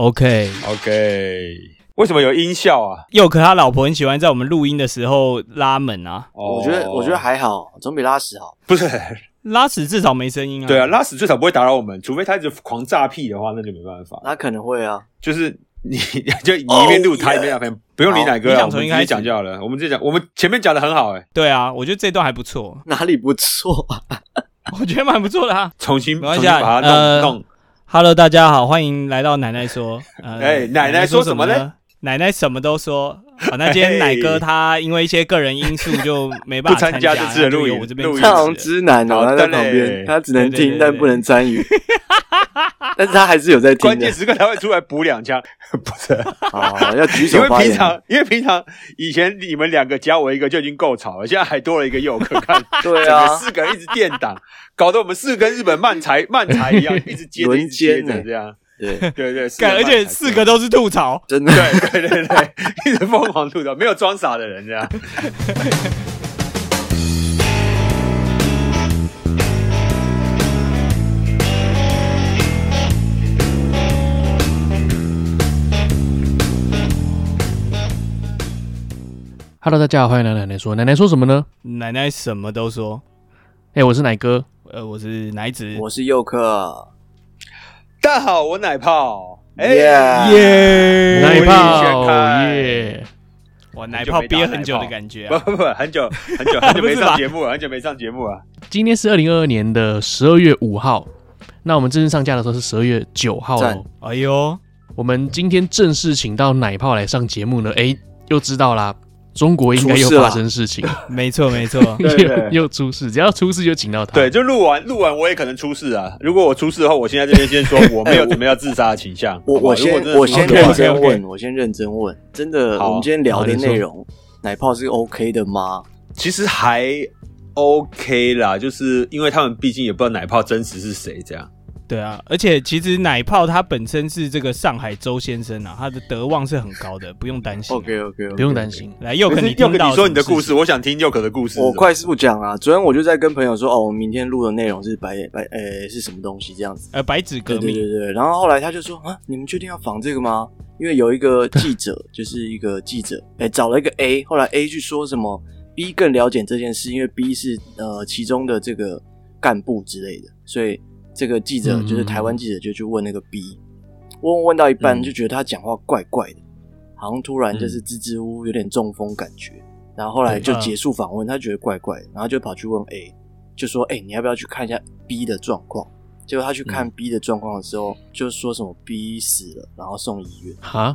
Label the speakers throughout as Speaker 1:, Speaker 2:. Speaker 1: OK，
Speaker 2: OK，为什么有音效啊？
Speaker 1: 佑可他老婆很喜欢在我们录音的时候拉门啊，
Speaker 2: 哦
Speaker 3: 我觉得我觉得还好，总比拉屎好。
Speaker 2: 不是，
Speaker 3: 嗯
Speaker 1: 拉屎至少没声音啊。
Speaker 2: 对啊，，拉屎最少不会打扰我们，除非他一直狂炸屁的话，那就没办法。
Speaker 3: 那可能 会啊，
Speaker 2: 就是你就你一
Speaker 1: 哦
Speaker 2: 边录，他一边聊天，不用理奶
Speaker 1: 好
Speaker 2: 哥了，
Speaker 1: 你想
Speaker 2: 我
Speaker 1: 从
Speaker 2: 们
Speaker 1: 一
Speaker 2: 直
Speaker 1: 开始
Speaker 2: 接讲就好了。我们直接讲，我们前面讲的很好，哎，
Speaker 1: 对啊，我觉得这段还不 错，
Speaker 3: 哪里不 错啊？
Speaker 1: 我觉得蛮不错的啊。
Speaker 2: 重新
Speaker 1: 没
Speaker 2: 重
Speaker 1: 关
Speaker 2: 新
Speaker 1: 系啊
Speaker 2: 把它
Speaker 1: 呃
Speaker 2: 弄弄。
Speaker 1: Hello，大家好，欢迎来到奶奶 说。呃，
Speaker 2: 哎奶奶
Speaker 1: 说
Speaker 2: 说
Speaker 1: 什
Speaker 2: 什么呢
Speaker 1: 呢？奶奶什么都说。好，那今天
Speaker 2: 嘿
Speaker 1: 奶哥他因为一些个人因素就没办法
Speaker 2: 不参加
Speaker 1: 参
Speaker 2: 这次的
Speaker 1: 那就
Speaker 2: 录
Speaker 1: 由
Speaker 2: 影
Speaker 1: 我这边
Speaker 2: 录
Speaker 1: 主
Speaker 2: 影
Speaker 1: 持
Speaker 3: 他好像知男哦，
Speaker 2: 好
Speaker 3: 他
Speaker 2: 的
Speaker 3: 在旁边，
Speaker 2: 嘞
Speaker 3: 他只能
Speaker 1: 对对对
Speaker 3: 听但不能参与，但是他还是有在听
Speaker 2: 关
Speaker 3: 的
Speaker 2: 键。时刻他会出来补两枪， 不是？
Speaker 3: 好，好要举手
Speaker 2: 因为
Speaker 3: 发
Speaker 2: 平
Speaker 3: 言。
Speaker 2: 常，因为平常以前你们两个加我一个就已经够吵了，现在还多了一个佑可，看 整
Speaker 3: 对
Speaker 2: 个
Speaker 3: 啊，
Speaker 2: 四个人一直垫档，搞得我们四个跟日本漫才漫才 一样，一直接着
Speaker 3: 轮
Speaker 2: 一直接
Speaker 3: 奸
Speaker 2: 着
Speaker 3: 呢
Speaker 2: 这样。
Speaker 3: 对，
Speaker 2: 对对，四
Speaker 1: 干，而且
Speaker 2: 漫才
Speaker 1: 四个都是吐槽。
Speaker 3: 真的。
Speaker 2: 对对对对， 一直疯狂吐槽，没有装傻的人这样。
Speaker 4: Hello，大家好，欢迎来到奶奶说。奶奶说什么呢？
Speaker 1: 奶奶什么都说。
Speaker 4: 哎、我是奶哥。
Speaker 1: 呃，我是奶子。
Speaker 3: 我是佑克，
Speaker 2: 大家好，我奶泡，哎，
Speaker 3: 耶
Speaker 1: 耶
Speaker 4: 奶
Speaker 2: 我也
Speaker 4: 泡
Speaker 2: 想
Speaker 4: 耶！
Speaker 1: 哇，奶泡憋很久的感觉
Speaker 2: 不
Speaker 1: 啊。
Speaker 2: 不不，很久很久很久
Speaker 1: 不
Speaker 2: 没
Speaker 1: 是吧
Speaker 2: 上节目了，很久没上节目了。。
Speaker 4: 今天是二零二二年的十二月五号，那我们正式上架的时候是十二月九号
Speaker 3: 赞
Speaker 4: 哦。
Speaker 1: 哎呦，
Speaker 4: 我们今天正式请到奶泡来上节目呢，哎、又知道啦，中国应该又
Speaker 3: 出事啦
Speaker 4: 发生事情，
Speaker 1: 没错没错
Speaker 2: 对对
Speaker 4: 又又出事，只要出事就请到他。
Speaker 2: 对，，就录完录完，我也可能出事啊。如果我出事的话，我现在这边先说，我没有准备要自杀的倾向。
Speaker 3: 哎我
Speaker 2: 好不好如果
Speaker 3: 我
Speaker 2: 真
Speaker 3: 先
Speaker 2: 的
Speaker 3: 我
Speaker 2: 出事
Speaker 3: 先
Speaker 1: 对
Speaker 3: 认
Speaker 2: 的
Speaker 3: 真
Speaker 1: OK，OK
Speaker 3: 问，我先认真问，真的，
Speaker 2: 好
Speaker 3: 我们今天聊的
Speaker 4: 好你说
Speaker 3: 内容，奶泡是 OK 的吗？
Speaker 2: 话其实还 OK 啦，就是因为他们毕竟也不知道奶泡真实是谁，这样。
Speaker 1: 对啊，而且其实奶泡他本身是这个上海周先生啊，他的德望是很高的，不用担心啊、
Speaker 3: OK OK，
Speaker 4: 不用担心。
Speaker 1: 来，又
Speaker 2: 可
Speaker 1: 可
Speaker 2: 是
Speaker 1: 你
Speaker 2: 又
Speaker 1: 听
Speaker 2: 跟
Speaker 1: 到
Speaker 2: 你说你的
Speaker 1: 什么
Speaker 2: 故
Speaker 1: 事
Speaker 2: 事，我想听佑可的故事。
Speaker 3: 我快速讲啊，昨天我就在跟朋友说，哦，我们明天录的内容是白白呃、是什么东西这样子。
Speaker 1: 呃，白纸革
Speaker 3: 对
Speaker 1: 命，
Speaker 3: 对对对，然后后来他就说啊，你们确定要仿这个吗？因为有一个记者，就是一个记者，哎、找了一个 A，后来 A 去说什么 B 更了解这件事，因为 B 是呃其中的这个干部之类的，所以这个记者
Speaker 4: 嗯
Speaker 3: 就是台湾记者就去问那个 B，问问问到一半
Speaker 2: 嗯
Speaker 3: 就觉得他讲话怪怪的，好像突然就是支支吾吾，有点中风感觉。然后后来
Speaker 4: 嗯
Speaker 3: 就结束访问，他觉得怪怪的，然后就跑去问 A，就说：“哎、你要不要去看一下 B 的状况？”结果他去
Speaker 4: 嗯
Speaker 3: 看 B 的状况的时候，就说什么 B 死了，然后送医院。
Speaker 4: 哈，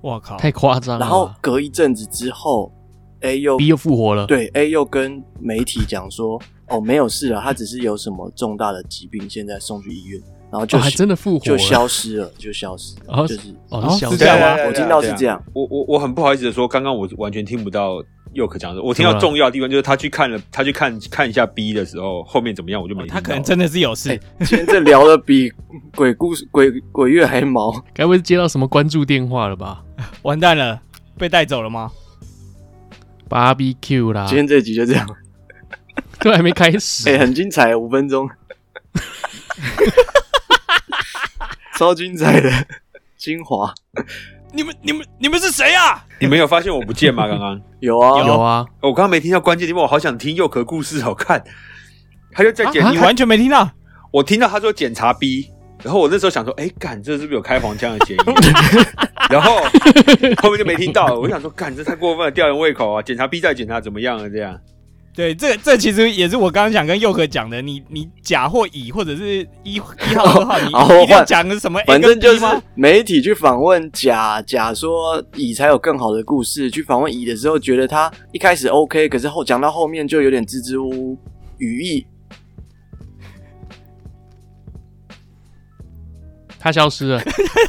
Speaker 1: 我靠，
Speaker 4: 太夸张了
Speaker 3: 然后
Speaker 4: 吧。
Speaker 3: 隔一阵子之后，A 又
Speaker 4: 嗯 B 又复活了，，
Speaker 3: 对 A 又跟媒体讲说：“哦，没有事了，他只是有什么重大的疾病，现在送去医院。”然后就、
Speaker 4: 哦、还真的复活
Speaker 3: 就
Speaker 4: 了，
Speaker 3: 消失了，就消失了，
Speaker 4: 哦
Speaker 3: 就是
Speaker 4: 哦，是消
Speaker 1: 是
Speaker 4: 失
Speaker 1: 这样吗
Speaker 2: 对
Speaker 3: 我听到是这。样
Speaker 2: 对对对对啊我我我很不好意思的说，刚刚我完全听不到佑可讲的。我听
Speaker 4: 怎么
Speaker 2: 到
Speaker 4: 了
Speaker 2: 重要的地方就是他去看了，他去看看一下 B 的时候，后面怎么样我就没
Speaker 1: 哦
Speaker 2: 听到了。
Speaker 1: 他可能真的是有事，
Speaker 3: 哎今天这聊的比鬼故事、鬼鬼月还毛。
Speaker 4: 该不会是接到什么关注电话了吧
Speaker 1: 完蛋了，被带走了吗？
Speaker 4: ？BBQ 啦，
Speaker 3: 今天这集就这样，
Speaker 4: 都还没开始。
Speaker 3: 哎、很精彩，五 分钟，超精彩的精华。
Speaker 1: 你们、你们、你们是谁啊？
Speaker 2: 你没有发现我不见吗？刚刚
Speaker 3: 有啊，
Speaker 4: 有啊，
Speaker 2: 我刚刚没听到关键地方，我好想听佑可故事哦。看，他就在检，
Speaker 4: 啊
Speaker 1: 你完全没听到，
Speaker 2: 我听到他说检查 B，然后我那时候想说，哎，干，这是不是有开黄腔的嫌疑？ 然后后面就没听到了。我想说，干，这太过分了，吊人胃口啊！检查 B 再检查怎么样啊？这样，
Speaker 1: 对，这这其实也是我刚刚想跟佑可讲的，你你甲或乙或者是一一号二号，你
Speaker 3: 好
Speaker 1: 一定
Speaker 3: 我
Speaker 1: 要
Speaker 3: 换
Speaker 1: 讲个什么 A
Speaker 3: 反正
Speaker 2: 哎
Speaker 1: 跟 B
Speaker 3: 就是
Speaker 1: 吗
Speaker 3: 媒体去访问甲，甲说乙才有更好的故事。去访问乙的时候，觉得他一开始 OK，可是后讲到后面就有点支支吾吾，语 义
Speaker 4: 他消失了，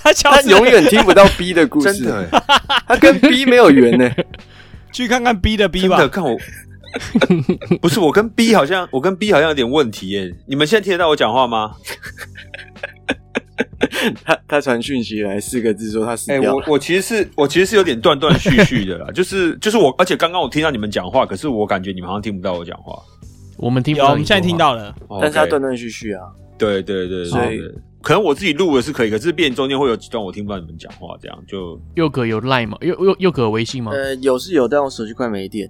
Speaker 1: 他消
Speaker 3: 他
Speaker 1: 失了
Speaker 3: 永远听 不到 B 的故事，哎
Speaker 2: 真的，欸
Speaker 3: 他跟 B 没有缘呢、
Speaker 1: 去看看 B 的 B
Speaker 2: 真
Speaker 1: 吧
Speaker 2: 的，看我。不是我跟 B 好像，我跟 B 好像有点问题耶。你们现在听得到我讲话吗？
Speaker 3: 他他传讯息来四个字说他死
Speaker 2: 哎、
Speaker 3: 掉
Speaker 2: 我
Speaker 3: 了，
Speaker 2: 我其实是我其实是有点断断续续的 啦，就是就是我，而且刚刚我听到你们讲话，可是我感觉你们好像听不到我讲话。
Speaker 4: 我们听不
Speaker 1: 有，
Speaker 4: 到。
Speaker 1: 我们现在听。到了，
Speaker 2: 哦
Speaker 3: 但是他
Speaker 2: OK
Speaker 3: 断断续续啊，
Speaker 2: 对对对，
Speaker 3: 所以
Speaker 2: 对可能我自己录的是可以，可是变中间会有几段我听不到你们讲话，这样就
Speaker 4: 佑哥有 Line 吗？佑佑佑哥有微信吗？
Speaker 3: 呃，有是有，但我手机快没电。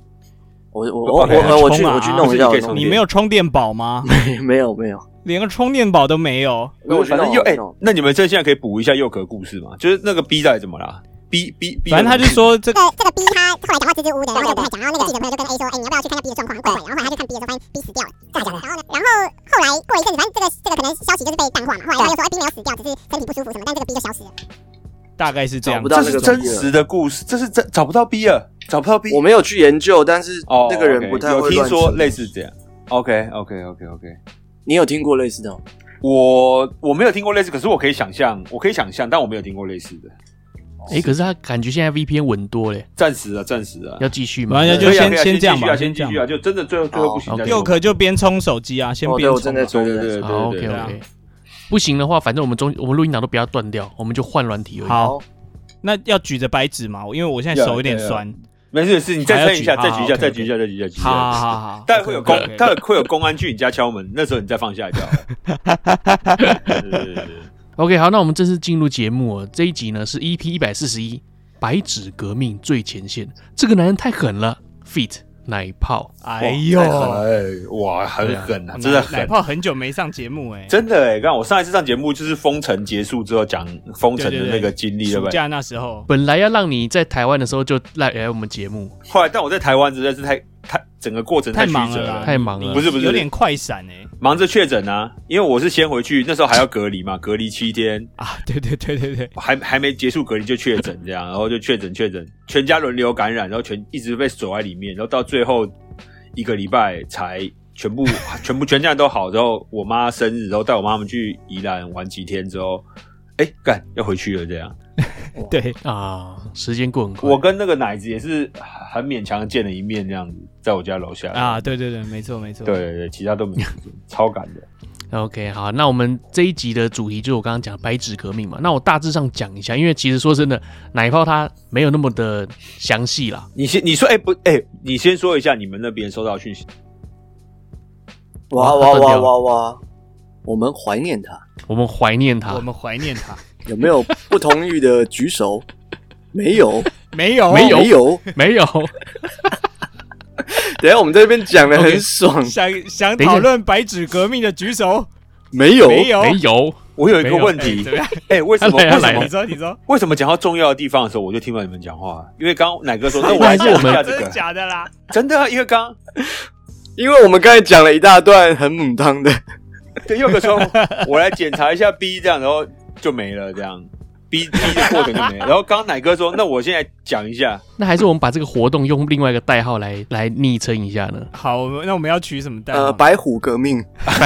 Speaker 3: 我我
Speaker 2: 有
Speaker 3: 我我
Speaker 2: 办法
Speaker 3: 我我去
Speaker 1: 充啊
Speaker 3: 我去弄一下，
Speaker 2: 不是你可以
Speaker 3: 我
Speaker 2: 充
Speaker 3: 弄
Speaker 2: 电
Speaker 1: 你没有充电宝吗？
Speaker 3: 电， 没有没有，
Speaker 1: 连个充电宝都没有。
Speaker 3: 没有
Speaker 2: 反正又
Speaker 3: 我去
Speaker 2: 哎
Speaker 3: 弄我去弄，
Speaker 2: 那你们这现在可以补一下佑可故事嘛？就是那个 B 仔怎么啦？B B B，
Speaker 1: 反正他就说这
Speaker 5: 这个这个 B 他后来讲到支支吾吾的，然后就讲到那个记者朋友就跟 A 说，哎、你要不要去看看 B 的状况？怪怪的。然后后来他去看 B 的时候，发现 B 死掉了，真的假的？然后呢，然后后来过了一阵子，反正这个这个可能消息就是被淡化嘛。后来他就说，哎、b 没有死掉，只是身体不舒服什么，但这个 B 就消失了。
Speaker 1: 大概是这样
Speaker 3: 找不。到
Speaker 2: 这
Speaker 3: 那个
Speaker 2: 是
Speaker 3: 东西
Speaker 2: 真实的故事，这是真找不到 B 了，找不到 B。
Speaker 3: 我没有去研究，但是
Speaker 2: 哦，
Speaker 3: 那个人
Speaker 2: OK，
Speaker 3: 不太
Speaker 2: 有
Speaker 3: 会
Speaker 2: 听
Speaker 3: 乱
Speaker 2: 说
Speaker 3: 处理
Speaker 2: 类似这样。OK OK OK OK，
Speaker 3: 你有听过类似的吗？
Speaker 2: 我我没有听过类似，可是我可以想象，我可以想象，但我没有听过类似的。
Speaker 4: 哎、可是他感觉现在 VPN 稳多嘞，
Speaker 2: 暂时啊，暂时啊，
Speaker 4: 要继续吗
Speaker 1: 反？正
Speaker 2: 可
Speaker 1: 就
Speaker 2: 以啊
Speaker 1: 先
Speaker 2: 可以啊
Speaker 1: 先这样
Speaker 2: 继续啊
Speaker 1: 吧，这
Speaker 2: 先继
Speaker 1: 样
Speaker 2: 续啊，
Speaker 1: 吧。
Speaker 2: 就真的最后最后不行
Speaker 3: 好
Speaker 2: 再说，
Speaker 1: 佑可就边充手机啊，先
Speaker 3: 哦，对
Speaker 1: 边
Speaker 3: 我
Speaker 1: 充
Speaker 3: 正在
Speaker 1: 啊。
Speaker 3: 充
Speaker 2: 对
Speaker 3: 着。
Speaker 2: 对对
Speaker 4: 好
Speaker 2: 对
Speaker 4: ，OK
Speaker 2: 对
Speaker 1: 啊
Speaker 4: OK。不行的话，反正我们中我们录音档都不要断掉，我们就换软体而已。
Speaker 1: 好，那要举着白纸嘛，因为我现在手有点酸。
Speaker 2: 没事没事，你再撑一下，
Speaker 1: 还
Speaker 2: 再
Speaker 1: 要
Speaker 2: 举一
Speaker 1: 举
Speaker 2: 下，
Speaker 1: 好
Speaker 2: 再举一下，再举一下，再举一
Speaker 1: 好好
Speaker 2: 下。
Speaker 1: 好好，
Speaker 2: 待会有公
Speaker 1: OK，OK，，
Speaker 2: 待会会有公安去你家敲门，那时候你再放下一条。 对对对对对
Speaker 4: OK，好，那我们正式进入节目哦。这一集呢是 EP 一百四十一《白纸革命最前线》。这个男人太狠了，Fit 奶泡。
Speaker 1: 哎呦，
Speaker 2: 哇，很狠啊，真的
Speaker 1: 奶奶
Speaker 2: 狠，
Speaker 1: 泡很久没上节目哎，
Speaker 2: 真的哎！看我上一次上节目就是封城结束之后讲封城的那个经历，对
Speaker 1: 暑
Speaker 2: 不对？
Speaker 1: 假那时候
Speaker 4: 本来要让你在台湾的时候就来来我们节目，
Speaker 2: 后来但我在台湾实在是太太整个过程
Speaker 1: 太
Speaker 2: 曲
Speaker 1: 忙
Speaker 2: 折
Speaker 1: 了啦，
Speaker 4: 太忙了
Speaker 1: 你
Speaker 2: 不是不是
Speaker 1: 有点快闪哎
Speaker 2: 忙着确诊啊，因为我是先回去，那时候还要隔离嘛，隔离七天，
Speaker 1: 啊， 对对对对对，
Speaker 2: 还还没结束隔离就确诊 这样，然后就确诊确诊，全家轮流感染，然后全一直被锁在里面，然后到最后一个礼拜才全部 全部全家人都好，然后我妈生日，然后带我妈们去宜兰玩几天之后，哎、干要回去了这样。
Speaker 1: 对，
Speaker 4: 啊，时间过很快。
Speaker 2: 我跟那个奶子也是很勉强见了一面这样子，在我家楼下
Speaker 1: 啊，，对对对，没错没错，
Speaker 2: 对对对，其他都没有见，超赶的。
Speaker 4: OK，好，那我们这一集的主题就是我刚刚讲的白纸革命嘛。那我大致上讲一下，因为其实说真的，奶泡它没有那么的详细啦。
Speaker 2: 你先你说，哎、不，哎、你先说一下你们那边收到讯息，
Speaker 3: 哇
Speaker 4: 哇
Speaker 3: 哇
Speaker 4: 断
Speaker 3: 哇
Speaker 4: 掉
Speaker 3: 哇哇！我们怀念他，
Speaker 4: 我们怀念它
Speaker 1: 啊我，们怀念 他，
Speaker 3: 有没有不同意的举手？没有，
Speaker 1: 没有
Speaker 4: 没有
Speaker 3: 没有。
Speaker 4: 没有。
Speaker 3: 等一下我们在这边讲的
Speaker 4: OK
Speaker 3: 很爽，
Speaker 1: 想想
Speaker 4: 等一下
Speaker 1: 讨论白纸革命的举手，
Speaker 3: 没有，
Speaker 1: 没有
Speaker 4: 没有，
Speaker 2: 我有一
Speaker 4: 没
Speaker 2: 个
Speaker 4: 有
Speaker 2: 问
Speaker 1: 哎
Speaker 2: 题
Speaker 1: 怎，么样？
Speaker 2: 哎、为什么
Speaker 4: 他来
Speaker 2: 为
Speaker 4: 他
Speaker 2: 什
Speaker 4: 来
Speaker 2: 么
Speaker 1: 你说你说，
Speaker 2: 为什么讲到重要的地方的时候，我就听不到你们讲话？因为刚刚奶哥说，那我
Speaker 4: 还
Speaker 2: 来
Speaker 4: 是
Speaker 2: 讲
Speaker 4: 我
Speaker 2: 一
Speaker 4: 们
Speaker 2: 下这
Speaker 1: 真的
Speaker 2: 个，
Speaker 1: 假的啦？
Speaker 2: 真的啊，因为刚
Speaker 3: 因为我们刚才讲了一大段很母汤的，
Speaker 2: 对佑哥说，我来检查一下 B 这样，然后就没了这样，B B 的过程就没了。然后刚刚奶哥说，那我现在讲一下，
Speaker 4: 那还是我们把这个活动用另外一个代号来来昵称一下呢？
Speaker 1: 好，我们那我们要取什么代号？
Speaker 3: 呃，白虎革命，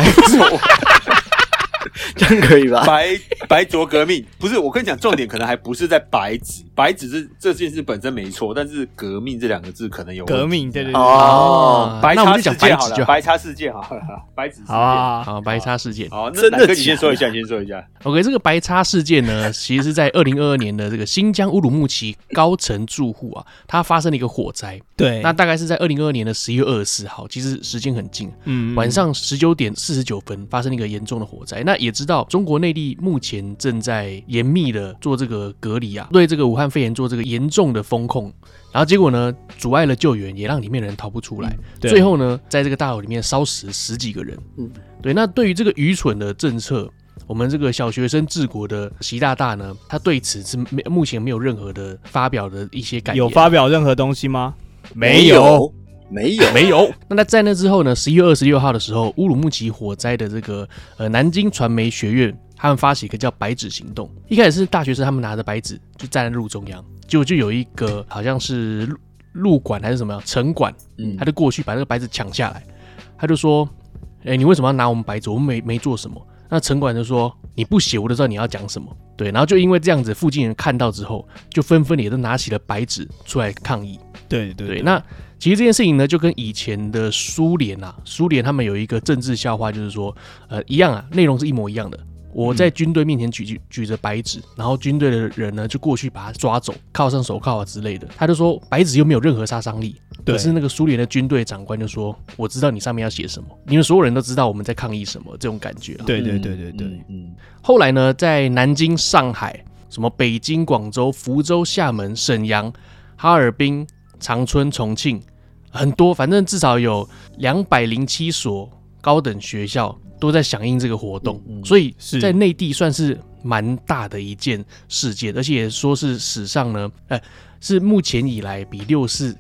Speaker 3: 这样可以吧？
Speaker 2: 白白灼革命不是我跟你讲，重点可能还不是在白纸，白纸是这件事本身没错，但是革命这两个字可能有问题
Speaker 1: 革命，对对对，好
Speaker 3: 哦，
Speaker 2: 白
Speaker 4: 啊那我
Speaker 2: 茶
Speaker 4: 们就
Speaker 2: 事
Speaker 4: 讲白
Speaker 2: 件好
Speaker 4: 纸就
Speaker 2: 了，
Speaker 4: 好。
Speaker 2: 白茶事件好了， 白纸事件。
Speaker 1: 啊，
Speaker 4: 好，白叉事件。
Speaker 2: 好，那
Speaker 3: 真的
Speaker 2: 奶哥你先
Speaker 3: 假
Speaker 2: 说一
Speaker 3: 的
Speaker 2: 下，你先说一下。
Speaker 4: OK，这个白叉事件呢，其实是在二零二二年的这个新疆乌鲁木齐高层住户啊，它发生了一个火灾。
Speaker 1: 对，
Speaker 4: 那大概是在二零二二年的十一月二十四号，其实时间很近，
Speaker 1: 嗯
Speaker 4: 晚上十九点四十九分发生了一个严重的火灾。那也知道中国内地目前正在严密的做这个隔离啊，对这个武汉肺炎做这个严重的风控，然后结果呢，阻碍了救援，也让里面的人逃不出来。
Speaker 1: 嗯对
Speaker 4: 最后呢，在这个大楼里面烧死十几个人。
Speaker 3: 嗯
Speaker 4: 对。那对于这个愚蠢的政策，我们这个小学生治国的习大大呢，他对此是没目前没有任何的发表的一些感言。
Speaker 1: 有发表任何东西吗？
Speaker 3: 没有，没有，
Speaker 4: 没有。那在那之后呢？十一月二十六号的时候，乌鲁木齐火灾的这个呃南京传媒学院，他们发起一个叫“白纸行动”。一开始是大学生他们拿着白纸就站在路中央，结果就有一个好像是路路管还是什么城管，
Speaker 2: 嗯
Speaker 4: 他就过去把这个白纸抢下来，他就说：“哎、你为什么要拿我们白纸？我们没没做什么。”那城管就说：“你不写，我都知道你要讲什么。”对，然后就因为这样子，附近人看到之后，就纷纷也都拿起了白纸出来抗议。
Speaker 1: 对对
Speaker 4: 对，那其实这件事情呢，就跟以前的苏联啊，苏联他们有一个政治笑话，就是说，呃，一样啊，内容是一模一样的。我
Speaker 1: 嗯
Speaker 4: 在军队面前举举举着白纸，然后军队的人呢就过去把他抓走，铐上手铐啊之类的。他就说白纸又没有任何杀伤力，
Speaker 1: 对
Speaker 4: 可是那个苏联的军队长官就说：“我知道你上面要写什么，你们所有人都知道我们在抗议什么，这种感觉啊。”
Speaker 1: 对对对对对，
Speaker 2: 嗯，
Speaker 4: 后来呢，在南京、上海、什么北京、广州、福州、厦门、沈阳、哈尔滨、长春、重庆，很多，反正至少有两百零七所高等学校都在响应这个活动，所以
Speaker 1: 嗯是
Speaker 4: 在内地算是蛮大的一件事件，而且也说是史上呢，呃，是目前以来比六四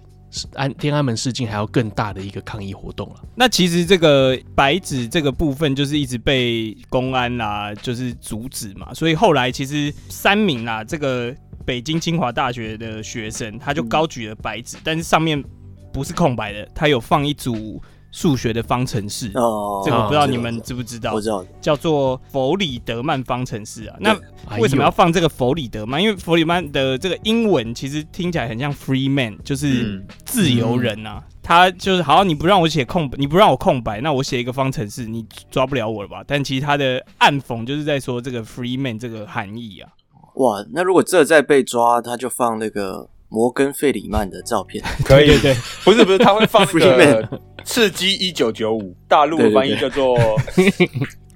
Speaker 4: 安天安门事件还要更大的一个抗议活动了。
Speaker 1: 那其实这个白纸这个部分，就是一直被公安啦、就是阻止嘛，所以后来其实三名啦、这个北京清华大学的学生，他就高举了白纸，但是上面不是空白的，他有放一组数学的方程式。
Speaker 3: 哦，
Speaker 1: 这个我不知道你
Speaker 3: 这
Speaker 1: 们
Speaker 3: 个
Speaker 1: 知不知道
Speaker 3: 我，知道，
Speaker 1: 叫做弗里德曼方程式啊。那
Speaker 4: 哎呦
Speaker 1: 为什么要放这个弗里德曼？因为弗里德曼的这个英文其实听起来很像 free man，就是
Speaker 2: 嗯
Speaker 1: 自由人啊。他就是好，你不让我写空白，你不让我空白，那我写一个方程式，你抓不了我了吧？但其实他的暗讽就是在说这个 free man 这个含义啊。
Speaker 3: 哇，那如果这再被抓，他就放那个摩根费里曼的照片，
Speaker 2: 可以
Speaker 1: 对，对，
Speaker 2: 不是不是，他会放那
Speaker 3: Freeman
Speaker 2: 个刺激一九九五，大陆的翻译叫做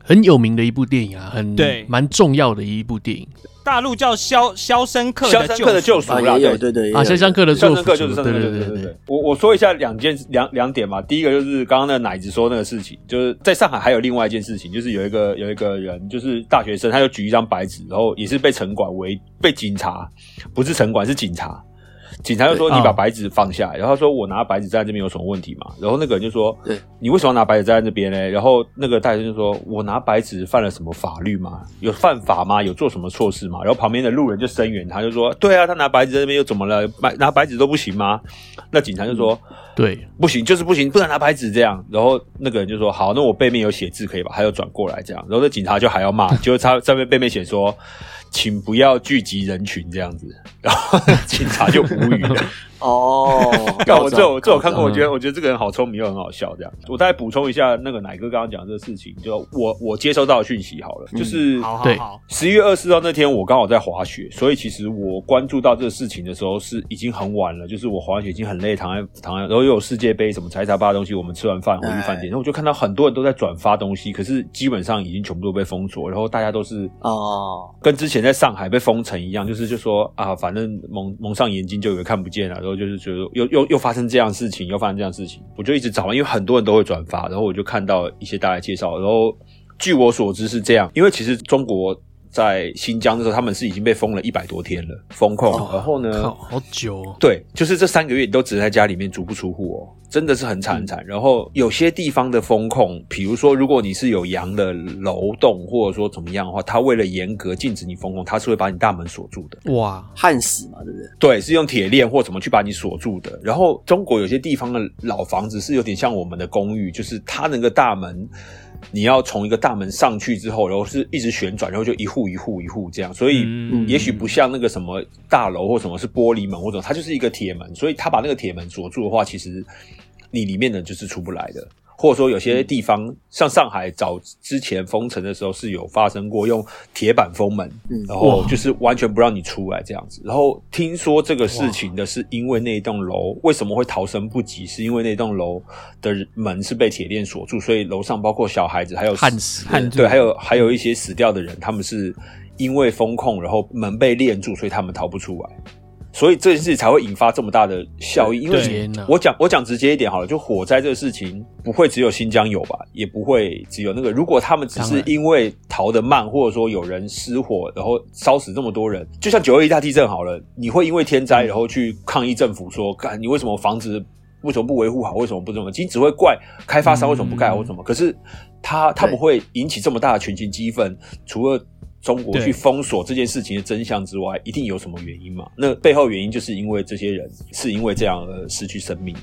Speaker 4: 很有名的一部电影啊，很
Speaker 1: 对
Speaker 4: 蛮重要的一部电影。
Speaker 1: 大陆叫肖肖申克
Speaker 2: 《肖申克的救赎》
Speaker 3: 啊，
Speaker 2: 啦，
Speaker 3: 也有
Speaker 2: 对。
Speaker 3: 对对，也有
Speaker 4: 啊，香香客的
Speaker 2: 肖
Speaker 4: 祝
Speaker 2: 申
Speaker 4: 福
Speaker 2: 克就是肖
Speaker 4: 对
Speaker 2: 申克，
Speaker 4: 对
Speaker 2: 对
Speaker 4: 对
Speaker 2: 对
Speaker 4: 对。
Speaker 2: 我我说一下两件两两点嘛，第一个就是刚刚那个奶子说那个事情，就是在上海还有另外一件事情，就是有一个有一个人就是大学生，他就举一张白纸，然后也是被城管围，被警察不是城管是警察，警察就说
Speaker 4: 对
Speaker 2: 你把
Speaker 4: 哦
Speaker 2: 白纸放下，然后他说我拿白纸站在这边有什么问题嘛？然后那个人就说
Speaker 3: 对，
Speaker 2: 你为什么要拿白纸站在那边呢？然后那个大学生就说，我拿白纸犯了什么法律吗？有犯法吗？有做什么错事吗？然后旁边的路人就声援他，就说，对啊，他拿白纸在那边又怎么了？拿拿白纸都不行吗？那警察就说。
Speaker 4: 对，
Speaker 2: 不行，就是不行，不能拿白纸这样。然后那个人就说：“好，那我背面有写字可以吧？”他就转过来这样。然后那警察就还要骂，就是他上面背面写说：“请不要聚集人群这样子。”然后 警察就无语了。，
Speaker 3: 哦
Speaker 2: 但我这
Speaker 3: 照
Speaker 2: 我这我看过，
Speaker 4: 高
Speaker 2: 我
Speaker 4: 招
Speaker 2: 觉得我觉得这个人好聪明又很好笑这样。我大概补充一下那个奶哥刚刚讲的这个事情，就我我接收到的讯息好了，就是
Speaker 1: 好好
Speaker 4: 对
Speaker 1: 好，
Speaker 2: 十一月二十四号那天，我刚好在滑雪，所以其实我关注到这个事情的时候是已经很晚了，就是我滑完雪已经很累，躺在躺在，然后又有世界杯什么查一查吧的东西，我们吃完饭回去饭店，然后我就看到很多人都在转发东西，可是基本上已经全部都被封锁，然后大家都是
Speaker 3: 哦，
Speaker 2: 跟之前在上海被封城一样，就是就说啊，反正蒙蒙上眼睛就以为看不见了，然后就是觉得又又又发生这样的事情，又发生这样的事情，我就一直找，因为很多人都会转发，然后我就看到一些大家介绍，然后据我所知是这样，因为其实中国。在新疆的时候，他们是已经被封了一百多天了，封控。
Speaker 3: 哦
Speaker 2: 然后呢，
Speaker 4: 靠，好久哦。
Speaker 2: 对，就是这三个月你都只能在家里面足不出户哦，真的是很惨很惨。然后有些地方的风控，比如说如果你是有阳的楼栋或者说怎么样的话，它为了严格禁止你风控，它是会把你大门锁住的。
Speaker 4: 哇，
Speaker 3: 焊死嘛，对不对？
Speaker 2: 对，是用铁链或怎么去把你锁住的。然后中国有些地方的老房子是有点像我们的公寓，就是它那个大门，你要从一个大门上去之后，然后是一直旋转，然后就一户一户一户这样，所以。
Speaker 1: 嗯
Speaker 2: 也许不像那个什么大楼或什么是玻璃门或者它就是一个铁门，所以他把那个铁门锁住的话，其实你里面的就是出不来的。或者说有些地方，像上海早之前封城的时候是有发生过用铁板封门，
Speaker 3: 嗯
Speaker 2: 然后就是完全不让你出来这样子。然后听说这个事情的是因为那一栋楼为什么会逃生不及，是因为那栋楼的门是被铁链锁住，所以楼上包括小孩子还有
Speaker 4: 焊死
Speaker 1: 焊住
Speaker 2: 对，还有还有一些死掉的人，他们是因为风控，然后门被链住，所以他们逃不出来，所以这件事才会引发这么大的效益。因为
Speaker 4: 天哪！
Speaker 2: 我讲我讲直接一点好了，就火灾这个事情不会只有新疆有吧，也不会只有那个。如果他们只
Speaker 4: 当
Speaker 2: 是
Speaker 4: 然
Speaker 2: 因为逃得慢，或者说有人失火，然后烧死这么多人，就像九二一大地震好了，你会因为天
Speaker 4: 嗯
Speaker 2: 灾然后去抗议政府说，干你为什么房子为什么不维护好，为什么不怎么？你只会怪开发商为什么不盖好，为什么？可是他他们会引起这么大的群情激愤，除了。中国
Speaker 1: 对
Speaker 2: 去封锁这件事情的真相之外，一定有什么原因嘛？那背后原因就是因为这些人是因为这样而失去生命的。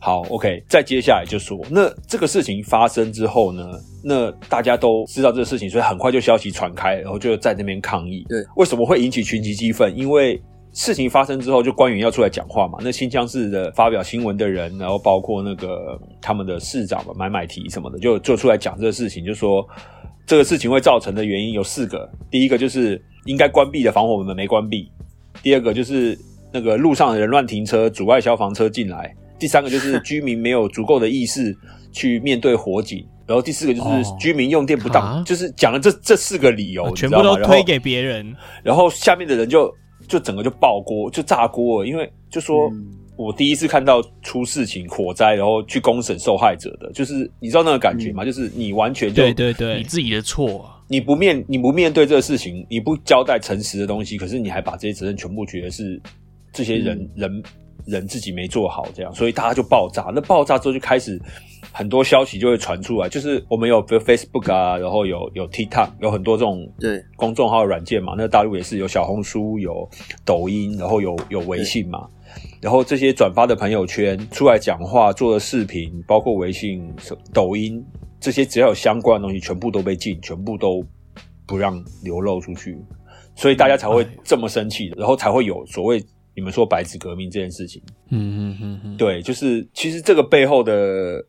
Speaker 2: 好，OK，再接下来就说，那这个事情发生之后呢，那大家都知道这个事情，所以很快就消息传开，然后就在那边抗议。
Speaker 3: 对，
Speaker 2: 为什么会引起群集激愤？因为事情发生之后，就官员要出来讲话嘛。那新疆市的发表新闻的人，然后包括那个他们的市长嘛，买买提什么的，就就出来讲这个事情，就说这个事情会造成的原因有四个，第一个就是应该关闭的防火门没关闭，第二个就是那个路上的人乱停车，阻碍消防车进来；第三个就是
Speaker 1: 哦
Speaker 2: 居民没有足够的意识去面对火警，然后第四个就是
Speaker 4: 哦
Speaker 2: 居民用电不当，
Speaker 4: 啊
Speaker 2: 就是讲了这这四个理由，你
Speaker 1: 啊全
Speaker 2: 哦知
Speaker 1: 部
Speaker 2: 道吗
Speaker 1: 都
Speaker 2: 然后
Speaker 1: 推给别人，
Speaker 2: 然后下面的人就就整个就爆锅，就炸锅了，因为就说。
Speaker 3: 嗯
Speaker 2: 我第一次看到出事情火灾，然后去公审受害者的，就是你知道那个感觉吗？就是你完全就
Speaker 1: 对对
Speaker 4: 你
Speaker 1: 对，
Speaker 4: 自己的错啊，
Speaker 2: 你不面你不面对这个事情，你不交代诚实的东西，可是你还把这些责任全部觉得是这些人、人人自己没做好这样，所以大家就爆炸。那爆炸之后就开始很多消息就会传出来，就是我们有比如 Facebook 啊，然后有有 TikTok，有很多这种
Speaker 3: 对
Speaker 2: 公众号软件嘛。那大陆也是有小红书、有抖音，然后有有微信嘛。然后这些转发的朋友圈出来讲话、做的视频，包括微信、手抖音这些，只要有相关的东西，全部都被禁，全部都不让流露出去，所以大家才会这么生气，然后才会有所谓你们说白纸革命这件事情。
Speaker 4: 嗯嗯嗯嗯，
Speaker 2: 对，就是其实这个背后的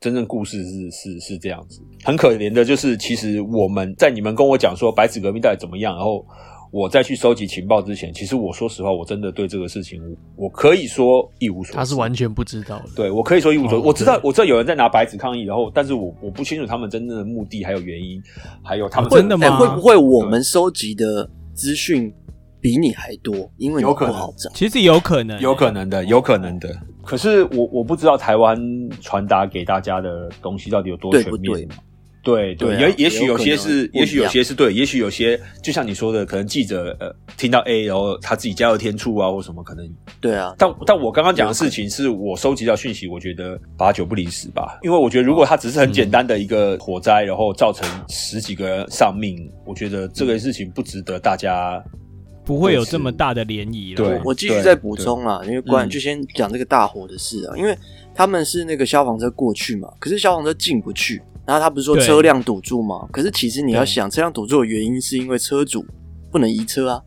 Speaker 2: 真正故事是是是这样子，很可怜的，就是其实我们在你们跟我讲说白纸革命到底怎么样，然后我再去收集情报之前，其实我说实话，我真的对这个事情，我可以说一无所知。
Speaker 4: 他是完全不知道的，
Speaker 2: 对，我可以说一无所
Speaker 4: 哦
Speaker 2: 知。我知道
Speaker 4: 对，
Speaker 2: 我知道有人在拿白纸抗议，然后，但是我我不清楚他们真正的目的，还有原因，还有
Speaker 4: 哦
Speaker 2: 他们
Speaker 1: 真的
Speaker 3: 哎、
Speaker 1: 吗
Speaker 3: 会不会我们收集的资讯比你还多？因为你
Speaker 2: 有可能
Speaker 3: 不好找。
Speaker 1: 其实有可能，
Speaker 2: 有可能的，有可能的。哎哦可是我我不知道台湾传达给大家的东西到底有多
Speaker 3: 对
Speaker 2: 全
Speaker 3: 不
Speaker 2: 面。对
Speaker 3: 对
Speaker 2: 对，
Speaker 3: 对啊
Speaker 2: 也也许有些
Speaker 3: 也有
Speaker 2: 是
Speaker 3: 可，能
Speaker 2: 也许有些是对，也许有些就像你说的，可能记者呃听到 A，然后他自己加油添醋啊，或什么可能。
Speaker 3: 对啊，
Speaker 2: 但但我刚刚讲的事情是我收集到讯息，我觉得八九不离十吧，因为我觉得如果它只是很简单的一个火灾，然后造成十几个人丧命，我觉得这个事情不值得大家。
Speaker 1: 不会有这么大的涟漪了。
Speaker 2: 对
Speaker 3: 我继续
Speaker 2: 对
Speaker 3: 再补充啦，因为不然
Speaker 2: 嗯
Speaker 3: 就先讲这个大火的事啊，因为他们是那个消防车过去嘛，可是消防车进不去，然后他不是说
Speaker 1: 对
Speaker 3: 车辆堵住嘛，可是其实你要
Speaker 1: 对
Speaker 3: 想，车辆堵住的原因是因为车主不能移车啊，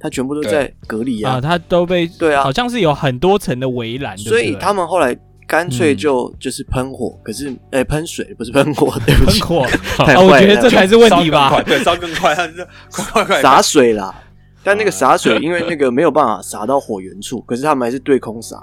Speaker 3: 他全部都在隔离
Speaker 1: 啊，
Speaker 3: 啊，
Speaker 1: 它都被
Speaker 3: 对啊
Speaker 1: 好像是有很多层的围栏，
Speaker 3: 所以
Speaker 1: 对不对嗯
Speaker 3: 他们后来干脆就就是喷火，可是哎喷水不是喷火，对不
Speaker 1: 喷
Speaker 3: 起，
Speaker 1: 火，
Speaker 3: 太
Speaker 1: 啊，我
Speaker 3: 坏
Speaker 1: 觉得
Speaker 3: 了
Speaker 1: 这才是问题
Speaker 2: 烧
Speaker 1: 吧
Speaker 2: 更快？对，烧更快， 快快快！
Speaker 3: 洒水啦。但那
Speaker 2: 啊
Speaker 3: 个洒水，因为那个没有办法洒到火源处，可是他们还是对空洒，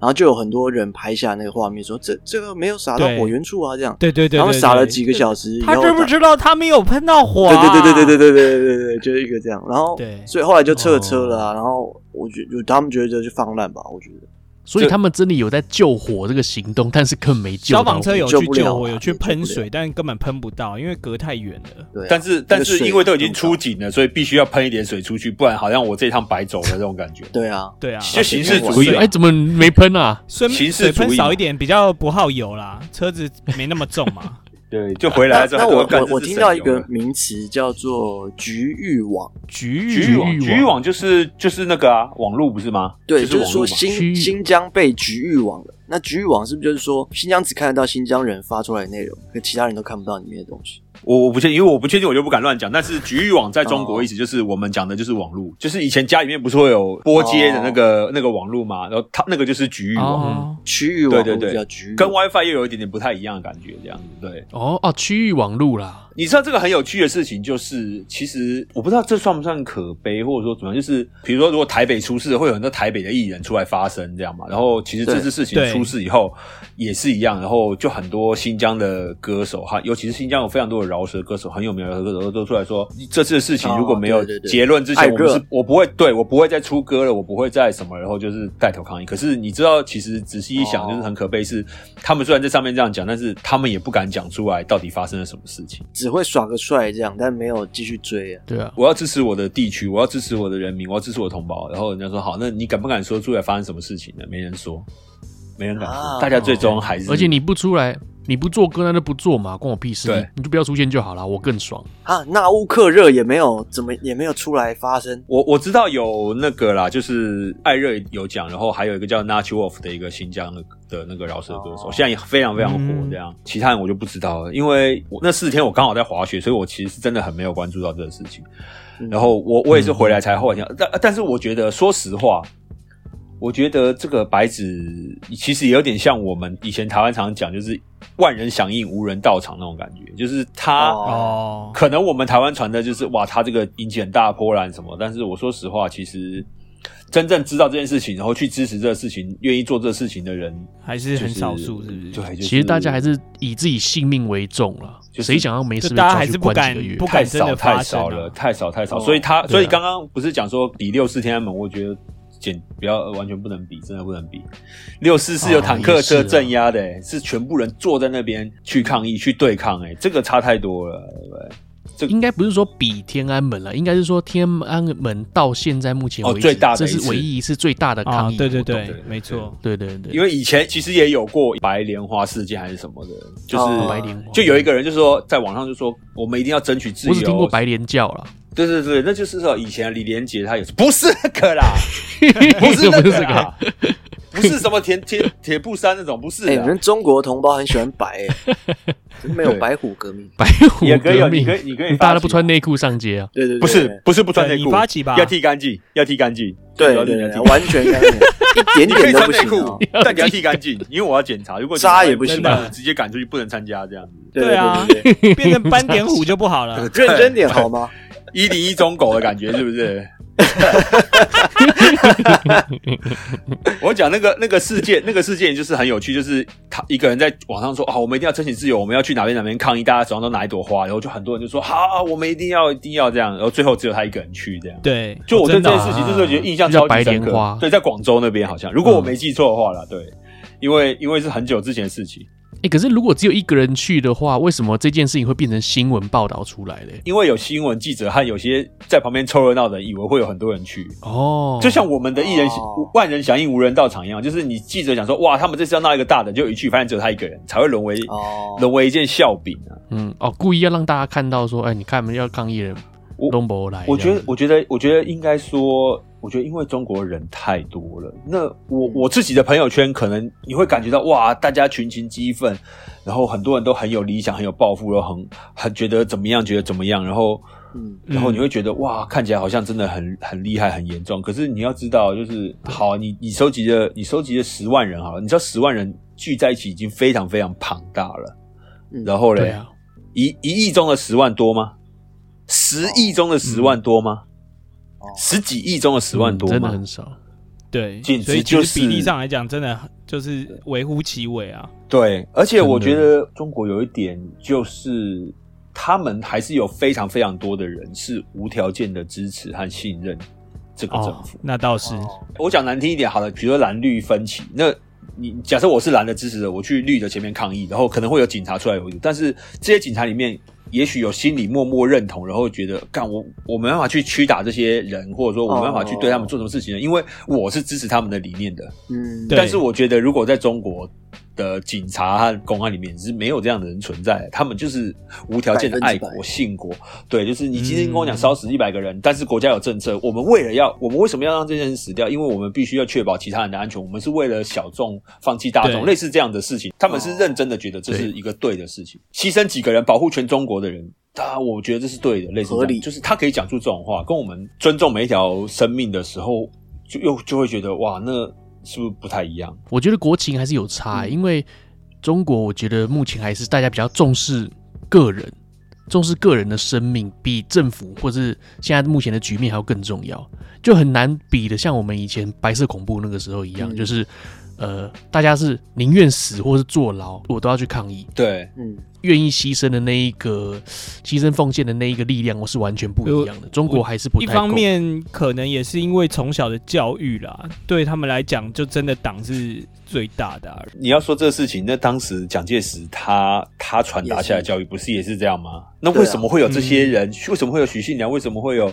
Speaker 3: 然后就有很多人拍下那个画面说这这个没有洒到
Speaker 1: 对
Speaker 3: 火源处啊，这样，
Speaker 1: 对对对，
Speaker 3: 然后
Speaker 1: 对
Speaker 3: 洒了
Speaker 1: 对
Speaker 3: 几个小时以后
Speaker 1: 他知
Speaker 3: 打，
Speaker 1: 不知道他没有喷到火、
Speaker 3: 对
Speaker 1: 啊？
Speaker 3: 对对对对对对对对对，就是一个这样，然后
Speaker 1: 对
Speaker 3: 所以后来就撤车了啊，然后我觉就他们觉得就放烂吧，我觉得
Speaker 4: 所以他们真的有在救火这个行动，但是更没救到
Speaker 1: 消防车有
Speaker 3: 救
Speaker 1: 去
Speaker 3: 不了
Speaker 1: 救
Speaker 3: 啊
Speaker 1: 火，有去
Speaker 3: 也救
Speaker 1: 喷
Speaker 3: 不了
Speaker 1: 水，但根本喷不到，因为隔太远了。
Speaker 3: 对啊，
Speaker 2: 但是
Speaker 3: 那
Speaker 2: 但
Speaker 3: 个
Speaker 2: 是
Speaker 3: 水
Speaker 2: 因为都已经
Speaker 3: 弄
Speaker 2: 出
Speaker 3: 到
Speaker 2: 警了，所以必须要喷一点水出去，不然好像我这一趟白走了这种感觉。
Speaker 3: 对啊，
Speaker 1: 对啊，
Speaker 2: 就形式主
Speaker 4: 所
Speaker 2: 义
Speaker 4: 以
Speaker 2: 啊
Speaker 4: 哎，怎么没喷啊？
Speaker 1: 水
Speaker 2: 形式
Speaker 1: 水
Speaker 2: 主
Speaker 1: 喷
Speaker 2: 义
Speaker 1: 少
Speaker 2: 嘛
Speaker 1: 一点比较不耗油啦，车子没那么重 嘛。
Speaker 2: 对，就回来
Speaker 3: 那
Speaker 2: 之后
Speaker 3: 那
Speaker 2: 还
Speaker 3: 我
Speaker 2: 说干
Speaker 3: 我我
Speaker 2: 这是
Speaker 3: 听
Speaker 2: 神
Speaker 3: 到一
Speaker 2: 游
Speaker 3: 个
Speaker 2: 了
Speaker 3: 名词叫做局域网，
Speaker 1: 局域
Speaker 2: 局域网，
Speaker 4: 局域
Speaker 2: 局
Speaker 4: 网
Speaker 2: 域网就是就是那个啊，网络不是吗？
Speaker 3: 对，
Speaker 2: 就是
Speaker 3: 就是
Speaker 2: 网络
Speaker 3: 说
Speaker 2: 嘛。
Speaker 4: 区域
Speaker 3: 新新疆被局域网了。那局域网是不是就是说新疆只看得到新疆人发出来的内容，可其他人都看不到里面的东西？
Speaker 2: 我我不确定，因为我不确定，我就不敢乱讲。但是局域网在中国
Speaker 3: 哦
Speaker 2: 意思就是我们讲的就是网络，就是以前家里面不是会有拨接的那个、
Speaker 3: 哦
Speaker 2: 那个网络嘛，然后它那个就是局域网，
Speaker 1: 哦，
Speaker 3: 区域网
Speaker 2: 对
Speaker 3: 络
Speaker 2: 对对
Speaker 3: 叫局域
Speaker 2: 跟
Speaker 3: 网
Speaker 2: WiFi 又有一点点不太一样的感觉，这样子对。
Speaker 4: 哦哦，区域网路啦，
Speaker 2: 你知道这个很有趣的事情，就是其实我不知道这算不算可悲，或者说怎么样，就是比如说如果台北出事，会有很多台北的艺人出来发声这样嘛。然后其实这次事情
Speaker 1: 对
Speaker 2: 出事以后也是一样，然后就很多新疆的歌手哈，尤其是新疆有非常多的饶舌歌手，很有名的饶舌歌手都出来说，这次的事情如果没有
Speaker 3: 哦对对对
Speaker 2: 结论之前，
Speaker 3: 艾
Speaker 2: 我
Speaker 3: 热
Speaker 2: 们是我不会对我不会再出歌了，我不会再什么，然后就是带头抗议。可是你知道，其实仔细一想，
Speaker 3: 哦
Speaker 2: 就是很可悲是，他们虽然在上面这样讲，但是他们也不敢讲出来到底发生了什么事情。
Speaker 3: 只会耍个帅这样，但没有继续追啊。
Speaker 4: 对啊，
Speaker 2: 我要支持我的地区，我要支持我的人民，我要支持我的同胞。然后人家说好，那你敢不敢说出来发生什么事情呢？没人说，没人敢说，
Speaker 3: 啊
Speaker 2: 大家最终还是
Speaker 4: 哦而且你不出来，你不做歌那就不做嘛，关我屁事，
Speaker 2: 对
Speaker 4: 你你就不要出现就好啦，我更爽。
Speaker 3: 啊，那乌克热也没有怎么也没有出来发声，
Speaker 2: 我我知道有那个啦，就是艾热有讲，然后还有一个叫 Nacho Wolf 的一个新疆的的那个饶舌歌手，
Speaker 3: 哦
Speaker 2: 现在也非常非常火。
Speaker 1: 嗯
Speaker 2: 这样，其他人我就不知道了，因为我那四天我刚好在滑雪，所以我其实是真的很没有关注到这个事情。
Speaker 3: 嗯
Speaker 1: 嗯
Speaker 2: 然后我我也是回来才后来想，但但是我觉得说实话，我觉得这个白纸其实也有点像我们以前台湾常讲，就是万人响应无人到场那种感觉，就是他、
Speaker 3: 哦，
Speaker 1: 哦，
Speaker 2: 可能我们台湾传的就是哇，他这个引起很大的波澜什么，但是我说实话，其实真正知道这件事情，然后去支持这个事情，愿意做这事情的人，
Speaker 1: 还是
Speaker 2: 就是
Speaker 1: 很少数，是不是？
Speaker 2: 对，，就是
Speaker 4: 其实大家还是以自己性命为重了，
Speaker 2: 就是
Speaker 4: 谁想要没事
Speaker 1: 就
Speaker 4: 被
Speaker 1: 大家
Speaker 4: 抓
Speaker 1: 还
Speaker 4: 去
Speaker 1: 是不
Speaker 4: 关
Speaker 1: 敢
Speaker 4: 几个月
Speaker 1: 不？
Speaker 2: 太
Speaker 1: 敢真
Speaker 2: 少
Speaker 1: 的
Speaker 2: 太
Speaker 1: 发生
Speaker 2: 少
Speaker 1: 啊
Speaker 2: 了，太少太少，
Speaker 3: 哦
Speaker 2: 所以他
Speaker 4: 对啊
Speaker 2: 所以刚刚不是讲说比六四天安门，我觉得简不要完全不能比，真的不能比。六四是有
Speaker 4: 哦
Speaker 2: 坦克
Speaker 4: 也
Speaker 2: 车
Speaker 4: 是啊
Speaker 2: 镇压的、欸是全部人坐在那边去抗议去对抗、欸，这个差太多了，对不对？
Speaker 4: 应该不是说比天安门了，应该是说天安门到现在目前为止，
Speaker 2: 哦最大的
Speaker 4: 这
Speaker 2: 一次
Speaker 4: 是唯一一次最大的
Speaker 1: 啊
Speaker 4: 抗议、，
Speaker 1: 对对
Speaker 2: 活动
Speaker 1: 对
Speaker 2: 对，
Speaker 1: 没错，
Speaker 4: 对对对，
Speaker 2: 因为以前其实也有过白莲花事件还是什么的，就是、
Speaker 3: 哦
Speaker 4: 白莲花
Speaker 2: 就有一个人就说在网上就说我们一定要争取自由，
Speaker 4: 我只听过白莲教了，
Speaker 2: 对对对，那就是说以前李连杰他也是不是那个啦， 不是那
Speaker 4: 不是
Speaker 2: 个哎
Speaker 4: 这个啊
Speaker 2: 啦，不是什么铁铁铁布衫那种，不是啊
Speaker 3: 哎，
Speaker 2: 的
Speaker 3: 我们中国同胞很喜欢白， 哎，真没有
Speaker 2: 对
Speaker 3: 白虎革命，
Speaker 4: 白虎
Speaker 2: 也可以
Speaker 4: 革
Speaker 2: 有，你
Speaker 4: 命
Speaker 2: 可，以你可以
Speaker 4: 啊你
Speaker 2: 发
Speaker 4: 大家
Speaker 2: 起啊
Speaker 4: 都不穿内裤上街啊？
Speaker 3: 对对，对
Speaker 2: 不是不是不穿内
Speaker 1: 对
Speaker 2: 裤
Speaker 1: 你，发起吧，
Speaker 2: 要剃干净，要剃干净，
Speaker 3: 对
Speaker 2: 要
Speaker 3: 对
Speaker 2: 剃
Speaker 3: 对，
Speaker 2: 干
Speaker 3: 对
Speaker 2: 净
Speaker 3: 完全干净一
Speaker 2: 你
Speaker 3: 点
Speaker 2: 可以
Speaker 3: 点都
Speaker 2: 穿
Speaker 3: 不
Speaker 2: 内
Speaker 3: 行哦
Speaker 2: 裤，， 但你要剃干净，因为我要检查，如果
Speaker 3: 渣也不行
Speaker 2: 那
Speaker 1: 啊
Speaker 2: 我直接赶出去，不能参加这样子。
Speaker 3: 对
Speaker 1: 对啊
Speaker 3: 对对，
Speaker 1: 变成斑点虎就不好
Speaker 2: 啊
Speaker 1: 了。
Speaker 3: 对认真点好吗？
Speaker 2: 一零一中狗的感觉是不是？ 我讲那个那个事件，那个事件就是很有趣，就是他一个人在网上说啊，我们一定要争取自由，我们要去哪边哪边抗议，大家手上都拿一朵花，然后就很多人就说好、啊，我们一定要一定要这样，然后最后只有他一个人去这样。
Speaker 1: 对，
Speaker 2: 就
Speaker 4: 哦
Speaker 2: 我对
Speaker 1: 真
Speaker 2: 这
Speaker 1: 的
Speaker 2: 件
Speaker 1: 啊
Speaker 2: 事情，就是觉得印象
Speaker 4: 就
Speaker 2: 超
Speaker 4: 叫
Speaker 2: 级
Speaker 4: 白
Speaker 2: 深
Speaker 4: 莲花嗯
Speaker 2: 刻。对，在广州那边好像，如果我没记错的话啦，对，因为因为是很久之前的事情，
Speaker 4: 哎、可是如果只有一个人去的话，为什么这件事情会变成新闻报道出来嘞？
Speaker 2: 因为有新闻记者和有些在旁边凑热闹的，以为会有很多人去，
Speaker 4: 哦，
Speaker 2: 就像我们的艺人、
Speaker 3: 哦
Speaker 2: 万人响应无人到场一样，就是你记者讲说哇，他们这次要闹一个大的，就一去发现只有他一个人，才会沦为
Speaker 3: 哦，
Speaker 2: 沦为一件笑柄啊。
Speaker 4: 嗯哦，故意要让大家看到说，哎、你看我们要抗议了，
Speaker 2: 我
Speaker 4: 东博来这样子，
Speaker 2: 我觉得，我觉得，我觉得应该说，我觉得因为中国人太多了，那我我自己的朋友圈可能你会感觉到哇，大家群情激愤，然后很多人都很有理想，很有抱负，然后很很觉得怎么样，觉得怎么样，然后
Speaker 3: 嗯，
Speaker 2: 然后你会觉得哇，看起来好像真的很很厉害、很严重。可是你要知道，就是好，你你收集的你收集的十万人好了，你知道十万人聚在一起已经非常非常庞大了。
Speaker 3: 嗯
Speaker 2: 然后
Speaker 4: 对
Speaker 2: 嘞，
Speaker 4: 啊，
Speaker 2: 一一亿中的十万多吗？十亿中的十万多吗？
Speaker 3: 哦
Speaker 2: 十几亿中的十万多
Speaker 4: 嗯嗯真的
Speaker 2: 吗？
Speaker 4: 很少。
Speaker 1: 对，
Speaker 2: 简直
Speaker 1: 所以
Speaker 2: 就
Speaker 1: 其实
Speaker 2: 是
Speaker 1: 比例上来讲，真的就是微乎其微啊。
Speaker 2: 对，而且我
Speaker 4: 真
Speaker 2: 觉
Speaker 4: 的
Speaker 2: 得中国有一点就是，他们还是有非常非常多的人是无条件的支持和信任这个政
Speaker 4: 哦
Speaker 2: 府。
Speaker 1: 那倒是，
Speaker 3: 哦
Speaker 2: 我讲难听一点好了，比如说蓝绿分歧，那你假设我是蓝的支持者，我去绿的前面抗议，然后可能会有警察出来围堵，但是这些警察里面。也许有心里默默认同，然后觉得干我我没办法去驱打这些人，或者说我没办法去对他们做什么事情的，因为我是支持他们的理念的。
Speaker 3: 嗯，
Speaker 1: 对
Speaker 2: 但是我觉得，如果在中国的警察和公安里面是没有这样的人存在，他们就是无条件的爱
Speaker 3: 百分之
Speaker 2: 国、
Speaker 3: 百
Speaker 2: 信国。对，就是你今天
Speaker 1: 嗯
Speaker 2: 跟我讲烧死一百个人，但是国家有政策，我们为了要，我们为什么要让这些人死掉？因为我们必须要确保其他人的安全，我们是为了小众放弃大众，
Speaker 1: 对
Speaker 2: 类似这样的事情，他们是
Speaker 3: 哦
Speaker 2: 认真的觉得这是一个对的事情，牺牲几个人保护全中国的人。他，我觉得这是对的，类似这
Speaker 3: 合
Speaker 2: 样
Speaker 3: 理
Speaker 2: 就是他可以讲出这种话，跟我们尊重每一条生命的时候，就又就会觉得哇，那是不是不太一样？
Speaker 4: 我觉得国情还是有差、
Speaker 1: 嗯
Speaker 4: 因为中国我觉得目前还是大家比较重视个人，重视个人的生命，比政府或是现在目前的局面还要更重要，就很难比的像我们以前白色恐怖那个时候一样，
Speaker 3: 嗯
Speaker 4: 就是呃，大家是宁愿死或是坐牢，我都要去抗议。
Speaker 2: 对，
Speaker 3: 嗯，
Speaker 4: 愿意牺牲的那一个，牺牲奉献的那一个力量，我是完全不一样的。中国还是不
Speaker 1: 一
Speaker 4: 太
Speaker 1: 方
Speaker 4: 够
Speaker 1: 面可能也是因为从小的教育啦，对他们来讲，就真的党是最大的啊、
Speaker 2: 你要说这个事情，那当时蒋介石他他传达下来的教育不是也是这样吗？
Speaker 3: 啊
Speaker 2: 那为什么会有这些
Speaker 3: 嗯
Speaker 2: 人？为什么会有许信良？为什么会有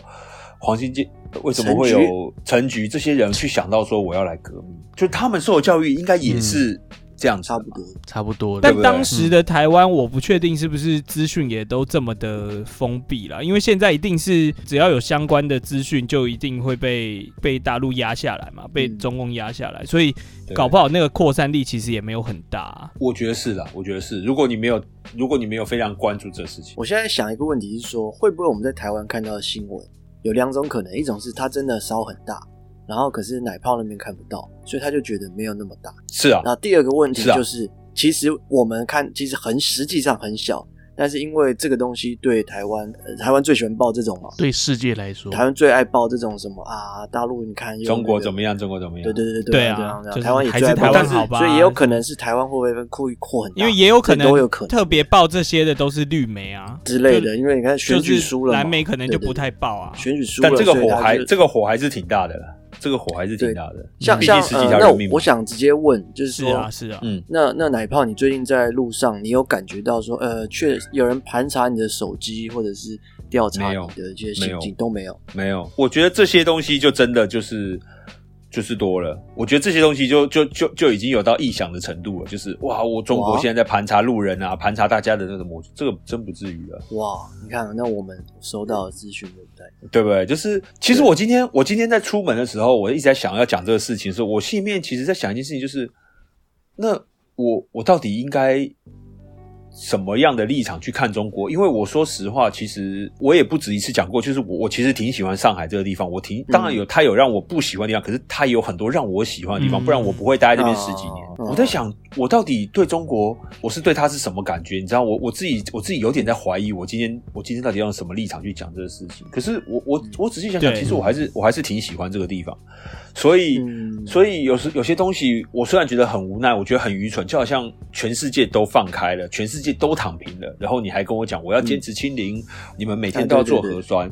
Speaker 2: 黄兴建？为什么会有陈菊这些人去想到说我要来革命？就他们受的教育应该也是这样子
Speaker 3: 嗯差
Speaker 2: 吧、
Speaker 3: 不多，
Speaker 4: 差不多的
Speaker 1: 但当时的台湾，我不确定是不是资讯也都这么的封闭了，因为现在一定是只要有相关的资讯，就一定会被被大陆压下来嘛，被
Speaker 3: 嗯
Speaker 1: 中共压下来，所以
Speaker 2: 对
Speaker 1: 搞不好那个扩散力其实也没有很大啊、
Speaker 2: 我觉得是啦，我觉得是。如果你没有，如果你没有非常关注这个事情，
Speaker 3: 我现在想一个问题是说，会不会我们在台湾看到的新闻有两种可能，一种是它真的烧很大，然后可是奶泡那边看不到，所以他就觉得没有那么大。
Speaker 2: 是啊，
Speaker 3: 那第二个问题
Speaker 2: 是啊
Speaker 3: 就是，其实我们看，其实很实际上很小，但是因为这个东西对台湾，呃台湾最喜欢报这种嘛，
Speaker 4: 对世界来说，
Speaker 3: 台湾最爱报这种什么啊，大陆你看
Speaker 2: 嗯中国怎
Speaker 3: 么
Speaker 2: 么样？中国怎么样？
Speaker 3: 对对对
Speaker 1: 对
Speaker 3: 啊
Speaker 1: 啊
Speaker 3: 对啊对
Speaker 1: 就是
Speaker 3: 台湾也
Speaker 1: 还
Speaker 3: 最爱
Speaker 1: 是
Speaker 3: 报，
Speaker 1: 台
Speaker 3: 但
Speaker 1: 湾
Speaker 3: 是
Speaker 1: 好吧
Speaker 3: 所以也有可能是台湾会不会被故意扩很大，
Speaker 1: 因为也有可能
Speaker 3: 这都有可能
Speaker 1: 特别报这些的都是绿媒啊
Speaker 3: 之类的，因为你看选举
Speaker 1: 就是
Speaker 3: 输了嘛，
Speaker 1: 蓝媒可能
Speaker 3: 对
Speaker 1: 就
Speaker 3: 对
Speaker 1: 不太报啊。
Speaker 3: 选举输了，
Speaker 2: 但这个
Speaker 3: 所以
Speaker 2: 火
Speaker 3: 他
Speaker 2: 还
Speaker 3: 就
Speaker 2: 这个火还是挺大的啦，这个火还是挺大的。
Speaker 3: 像
Speaker 2: 毕竟
Speaker 3: 像
Speaker 2: 十
Speaker 3: 呃
Speaker 2: 几，条
Speaker 3: 那
Speaker 2: 人
Speaker 3: 我
Speaker 2: 命嘛
Speaker 3: 我想直接问，就是
Speaker 1: 是
Speaker 3: 说，
Speaker 1: 啊，是啊，
Speaker 2: 嗯，
Speaker 3: 那那奶泡，你最近在路上，你有感觉到说，呃，确有人盘查你的手机，或者是调查
Speaker 2: 没
Speaker 3: 你
Speaker 2: 有
Speaker 3: 的这些
Speaker 2: 没
Speaker 3: 行
Speaker 2: 有
Speaker 3: 径都没有？
Speaker 2: 没有，我觉得这些东西就真的就是就是多了。我觉得这些东西就就就就已经有到臆想的程度了，就是哇，我中国
Speaker 3: 哇
Speaker 2: 现在在盘查路人啊，盘查大家的那个模式，这个真不至于啊，
Speaker 3: 哇，你看，那我们收到的资讯对不对？
Speaker 2: 对不对？就是其实我今天我今天在出门的时候，我一直在想要讲这个事情的时候，我心里面其实在想一件事情，就是那我我到底应该。什么样的立场去看中国？因为我说实话，其实我也不止一次讲过，就是我我其实挺喜欢上海这个地方，我挺当然有它有让我不喜欢的地方，可是它也有很多让我喜欢的地
Speaker 1: 嗯
Speaker 2: 方，不然我不会待在这边十几年。
Speaker 3: 嗯
Speaker 2: 我在想，我到底对中国，我是对它是什么感觉？你知道，我我自己我自己有点在怀疑，我今天我今天到底要用什么立场去讲这个事情？可是我我我仔细想想，
Speaker 1: 嗯对
Speaker 2: 其实我还是我还是挺喜欢这个地方，所以。
Speaker 3: 嗯
Speaker 2: 所以有时有些东西，我虽然觉得很无奈，我觉得很愚蠢，就好像全世界都放开了，全世界都躺平了，然后你还跟我讲我要
Speaker 1: 嗯
Speaker 2: 坚持清零，你们每
Speaker 1: 啊
Speaker 2: 天都要做核酸，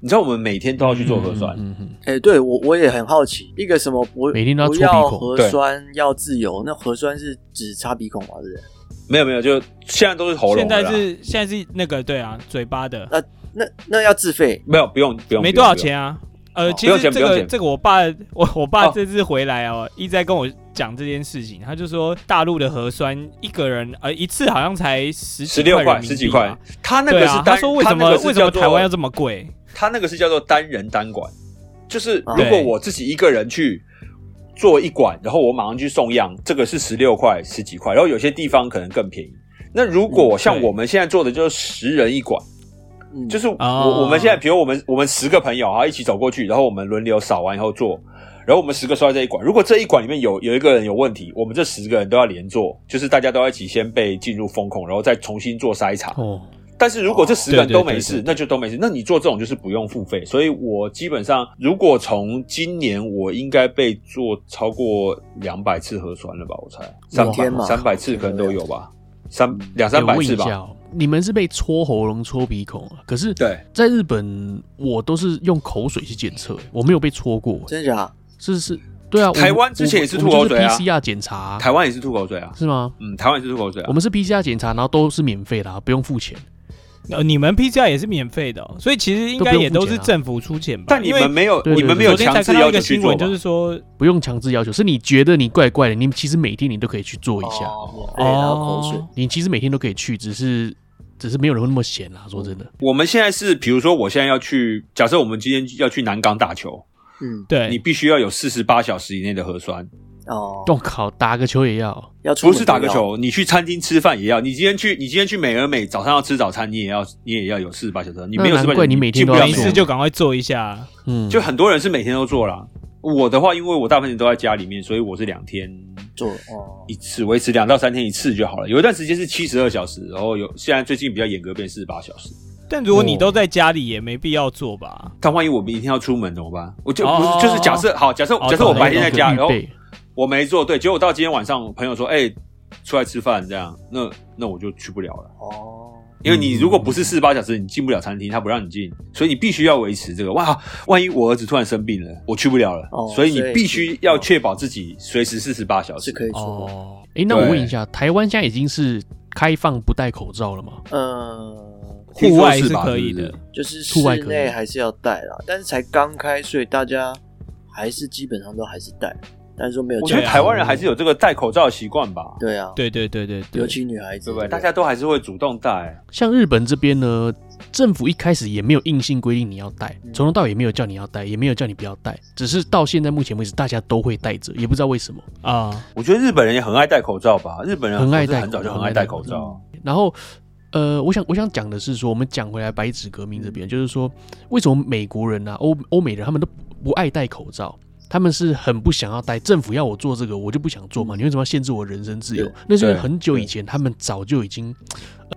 Speaker 2: 你知道我们每天都要去做核酸，
Speaker 4: 嗯嗯嗯
Speaker 3: 哎、对我我也很好奇，一个什么不
Speaker 4: 每天都要
Speaker 3: 不
Speaker 4: 搓鼻
Speaker 3: 要
Speaker 4: 孔
Speaker 3: 核
Speaker 2: 对
Speaker 3: 酸要自由，那核酸是指擦鼻孔嘛，对不对？
Speaker 2: 没有没有，就现在都是喉咙啊
Speaker 1: 现
Speaker 2: 了
Speaker 1: 在
Speaker 2: 啦，
Speaker 1: 是现在是那个对啊，嘴巴的
Speaker 3: 那那要自费，
Speaker 2: 没有不用不用，
Speaker 1: 没
Speaker 2: 不用
Speaker 1: 多少，钱啊。呃，
Speaker 3: 哦
Speaker 1: 其
Speaker 2: 不用
Speaker 1: 实
Speaker 2: 钱
Speaker 1: 这
Speaker 2: 不用
Speaker 1: 个
Speaker 2: 钱
Speaker 1: 这个，我爸我我爸
Speaker 2: 哦
Speaker 1: 这次回来哦，一直在跟我讲这件事情，他就说大陆的核酸一个人呃一次好像才十几
Speaker 2: 十六
Speaker 1: 块
Speaker 2: 块
Speaker 1: 人民币
Speaker 2: 十几
Speaker 1: 吧
Speaker 2: 块，，啊他那个
Speaker 1: 对
Speaker 2: 是
Speaker 1: 啊，
Speaker 2: 单，
Speaker 1: 他说为什
Speaker 2: 那
Speaker 1: 么
Speaker 2: 个是
Speaker 1: 为什么
Speaker 2: 叫做
Speaker 1: 台湾要这么贵？
Speaker 2: 他那个是叫做单人单管，就是
Speaker 3: 啊
Speaker 2: 如果
Speaker 1: 对
Speaker 2: 我自己一个人去做一管，然后我马上去送样，这个是十六块、十几块，然后有些地方可能更便宜。那如果像
Speaker 1: 嗯对
Speaker 2: 我们现在做的就是十人一管，
Speaker 3: 嗯，
Speaker 2: 就是我、
Speaker 1: 哦
Speaker 2: 我们现在，比如我们我们十个朋友啊一起走过去，然后我们轮流扫完以后做，然后我们十个刷在这一管。如果这一管里面有有一个人有问题，我们这十个人都要连做，就是大家都要一起先被进入风控，然后再重新做筛查。
Speaker 4: 哦，
Speaker 2: 但是如果这十个人
Speaker 1: 哦对对
Speaker 2: 都没
Speaker 1: 对
Speaker 2: 事
Speaker 1: 对，对
Speaker 2: 那就都没事。那你做这种就是不用付费，所以我基本上如果从今年我应该被做超过两百次核酸了吧？我猜三
Speaker 3: 天
Speaker 2: 百
Speaker 3: 哪
Speaker 2: 三百次可能都有吧，三
Speaker 1: 嗯
Speaker 2: 两
Speaker 4: 哎
Speaker 2: 三
Speaker 4: 我
Speaker 2: 百
Speaker 4: 问
Speaker 2: 次
Speaker 4: 一下
Speaker 2: 吧。
Speaker 4: 哦，你们是被戳喉咙、戳鼻孔啊？可是
Speaker 2: 对，
Speaker 4: 在日本，我都是用口水去检测，我没有被戳过，
Speaker 3: 真的假？
Speaker 4: 是是，对啊，我们
Speaker 2: 台湾之前也是吐口水啊
Speaker 4: 我们就是 PCR 检查啊
Speaker 2: 台湾也是吐口水啊，
Speaker 4: 是吗？
Speaker 2: 嗯，台湾也是吐口水啊
Speaker 4: 我。们是 PCR 检查，然后都是免费的、啊，不用付钱。
Speaker 1: 呃，你们 PCR 也是免费的哦、所以其实应该
Speaker 4: 都不用
Speaker 1: 也
Speaker 4: 付
Speaker 1: 都
Speaker 4: 钱
Speaker 1: 是
Speaker 4: 啊
Speaker 1: 政府出钱吧？
Speaker 2: 但你
Speaker 1: 因
Speaker 2: 们
Speaker 1: 为
Speaker 2: 没有，
Speaker 4: 对对
Speaker 2: 你们没有
Speaker 1: 昨天
Speaker 2: 强
Speaker 1: 才
Speaker 2: 制
Speaker 1: 看到
Speaker 2: 要
Speaker 1: 一个
Speaker 2: 求去
Speaker 1: 新
Speaker 2: 做
Speaker 1: 闻，
Speaker 2: 吧
Speaker 1: 就？是说
Speaker 4: 不用强制要求，是你觉得你怪怪的，你其实每天你都可以去做一下，
Speaker 3: 哦免费然后口水，
Speaker 2: 哦
Speaker 4: 你其实每天都可以去，只是只是没有人会那么闲啦、说真的，
Speaker 2: 我们现在是，比如说我现在要去，假设我们今天要去南港打球，
Speaker 3: 嗯，
Speaker 1: 对，
Speaker 2: 你必须要有四十八小时以内的核酸。
Speaker 3: 哦，
Speaker 4: 我、靠，打个球也要，
Speaker 3: 要出
Speaker 2: 不
Speaker 3: 门
Speaker 2: 是打个
Speaker 3: 就要，
Speaker 2: 球，你去餐厅吃饭也要。你今天去，你今天去美而美，早上要吃早餐，你也要，你也要有四十八小时。你没有四
Speaker 4: 那难
Speaker 2: 十八
Speaker 4: 怪
Speaker 2: 小时，
Speaker 4: 你每
Speaker 2: 进
Speaker 4: 天
Speaker 2: 不
Speaker 4: 都
Speaker 2: 了
Speaker 4: 要
Speaker 1: 没
Speaker 2: 美
Speaker 1: 事
Speaker 4: 做
Speaker 2: 而
Speaker 1: 就赶快做一下。
Speaker 4: 嗯，
Speaker 2: 美就很多人是每天都做啦。我的话，因为我大部分人都在家里面，所以我是两天
Speaker 3: 做哦，
Speaker 2: 一次，维持两到三天一次就好了。有一段时间是七十二小时，然后有现在最近比较严格变四十八小时。
Speaker 1: 但如果你
Speaker 4: 哦
Speaker 1: 都在家里，也没必要做吧？
Speaker 2: 但万一我明天要出门怎么办？我就
Speaker 1: 哦
Speaker 2: 不是就是假设好，假设
Speaker 1: 哦
Speaker 2: 假设我白天在家，
Speaker 4: 预
Speaker 2: 然后
Speaker 4: 备
Speaker 2: 我没做对，结果到今天晚上朋友说，哎，出来吃饭这样，那那我就去不了了。
Speaker 3: 哦，
Speaker 2: 因为你如果不是四十八小时，你进不了餐厅，他不让你进，所以你必须要维持这个。哇，万一我儿子突然生病了，我去不了了，
Speaker 3: 哦
Speaker 2: 所以你
Speaker 3: 所以
Speaker 2: 必须要确保自己随时四十八小时
Speaker 3: 是。可以出门，
Speaker 4: 哦，哎、那我问一下，台湾现在已经是开放不戴口罩了吗？
Speaker 3: 嗯。
Speaker 2: 听说
Speaker 1: 户外
Speaker 2: 是
Speaker 1: 是
Speaker 2: 吧
Speaker 1: 可以
Speaker 2: 是不是
Speaker 1: 的
Speaker 3: 就是室
Speaker 4: 户外可以
Speaker 3: 内还是要戴啦，但是才刚开，所以大家还是基本上都还是戴，但是说没有
Speaker 2: 我
Speaker 3: 这
Speaker 2: 觉
Speaker 3: 样。
Speaker 2: 得台湾人还是有这个戴口罩的习惯吧，
Speaker 3: 对啊，
Speaker 1: 对对对对
Speaker 3: 尤
Speaker 1: 对，
Speaker 3: 其女孩子，
Speaker 2: 对不对？大家都还是会主动戴。
Speaker 4: 像日本这边呢，政府一开始也没有硬性规定你要戴，
Speaker 3: 嗯
Speaker 4: 从头到尾也没有叫你要戴，也没有叫你不要戴，只是到现在目前为止，大家都会戴着，也不知道为什么。
Speaker 1: 啊，
Speaker 2: 我觉得日本人也很爱戴口罩吧，日本人
Speaker 4: 很爱戴
Speaker 2: 很早就
Speaker 4: 口罩
Speaker 2: 很爱戴口罩。
Speaker 4: 然后，呃，我想我想讲的是说，我们讲回来白纸革命这边，就是说，为什么美国人啊、欧欧美人他们都不不爱戴口罩？他们是很不想要待，政府要我做这个，我就不想做嘛。你为什么要限制我人身自由
Speaker 2: 对？
Speaker 4: 那是因为
Speaker 2: 对
Speaker 4: 很久以
Speaker 2: 对
Speaker 4: 前，他们早就已经，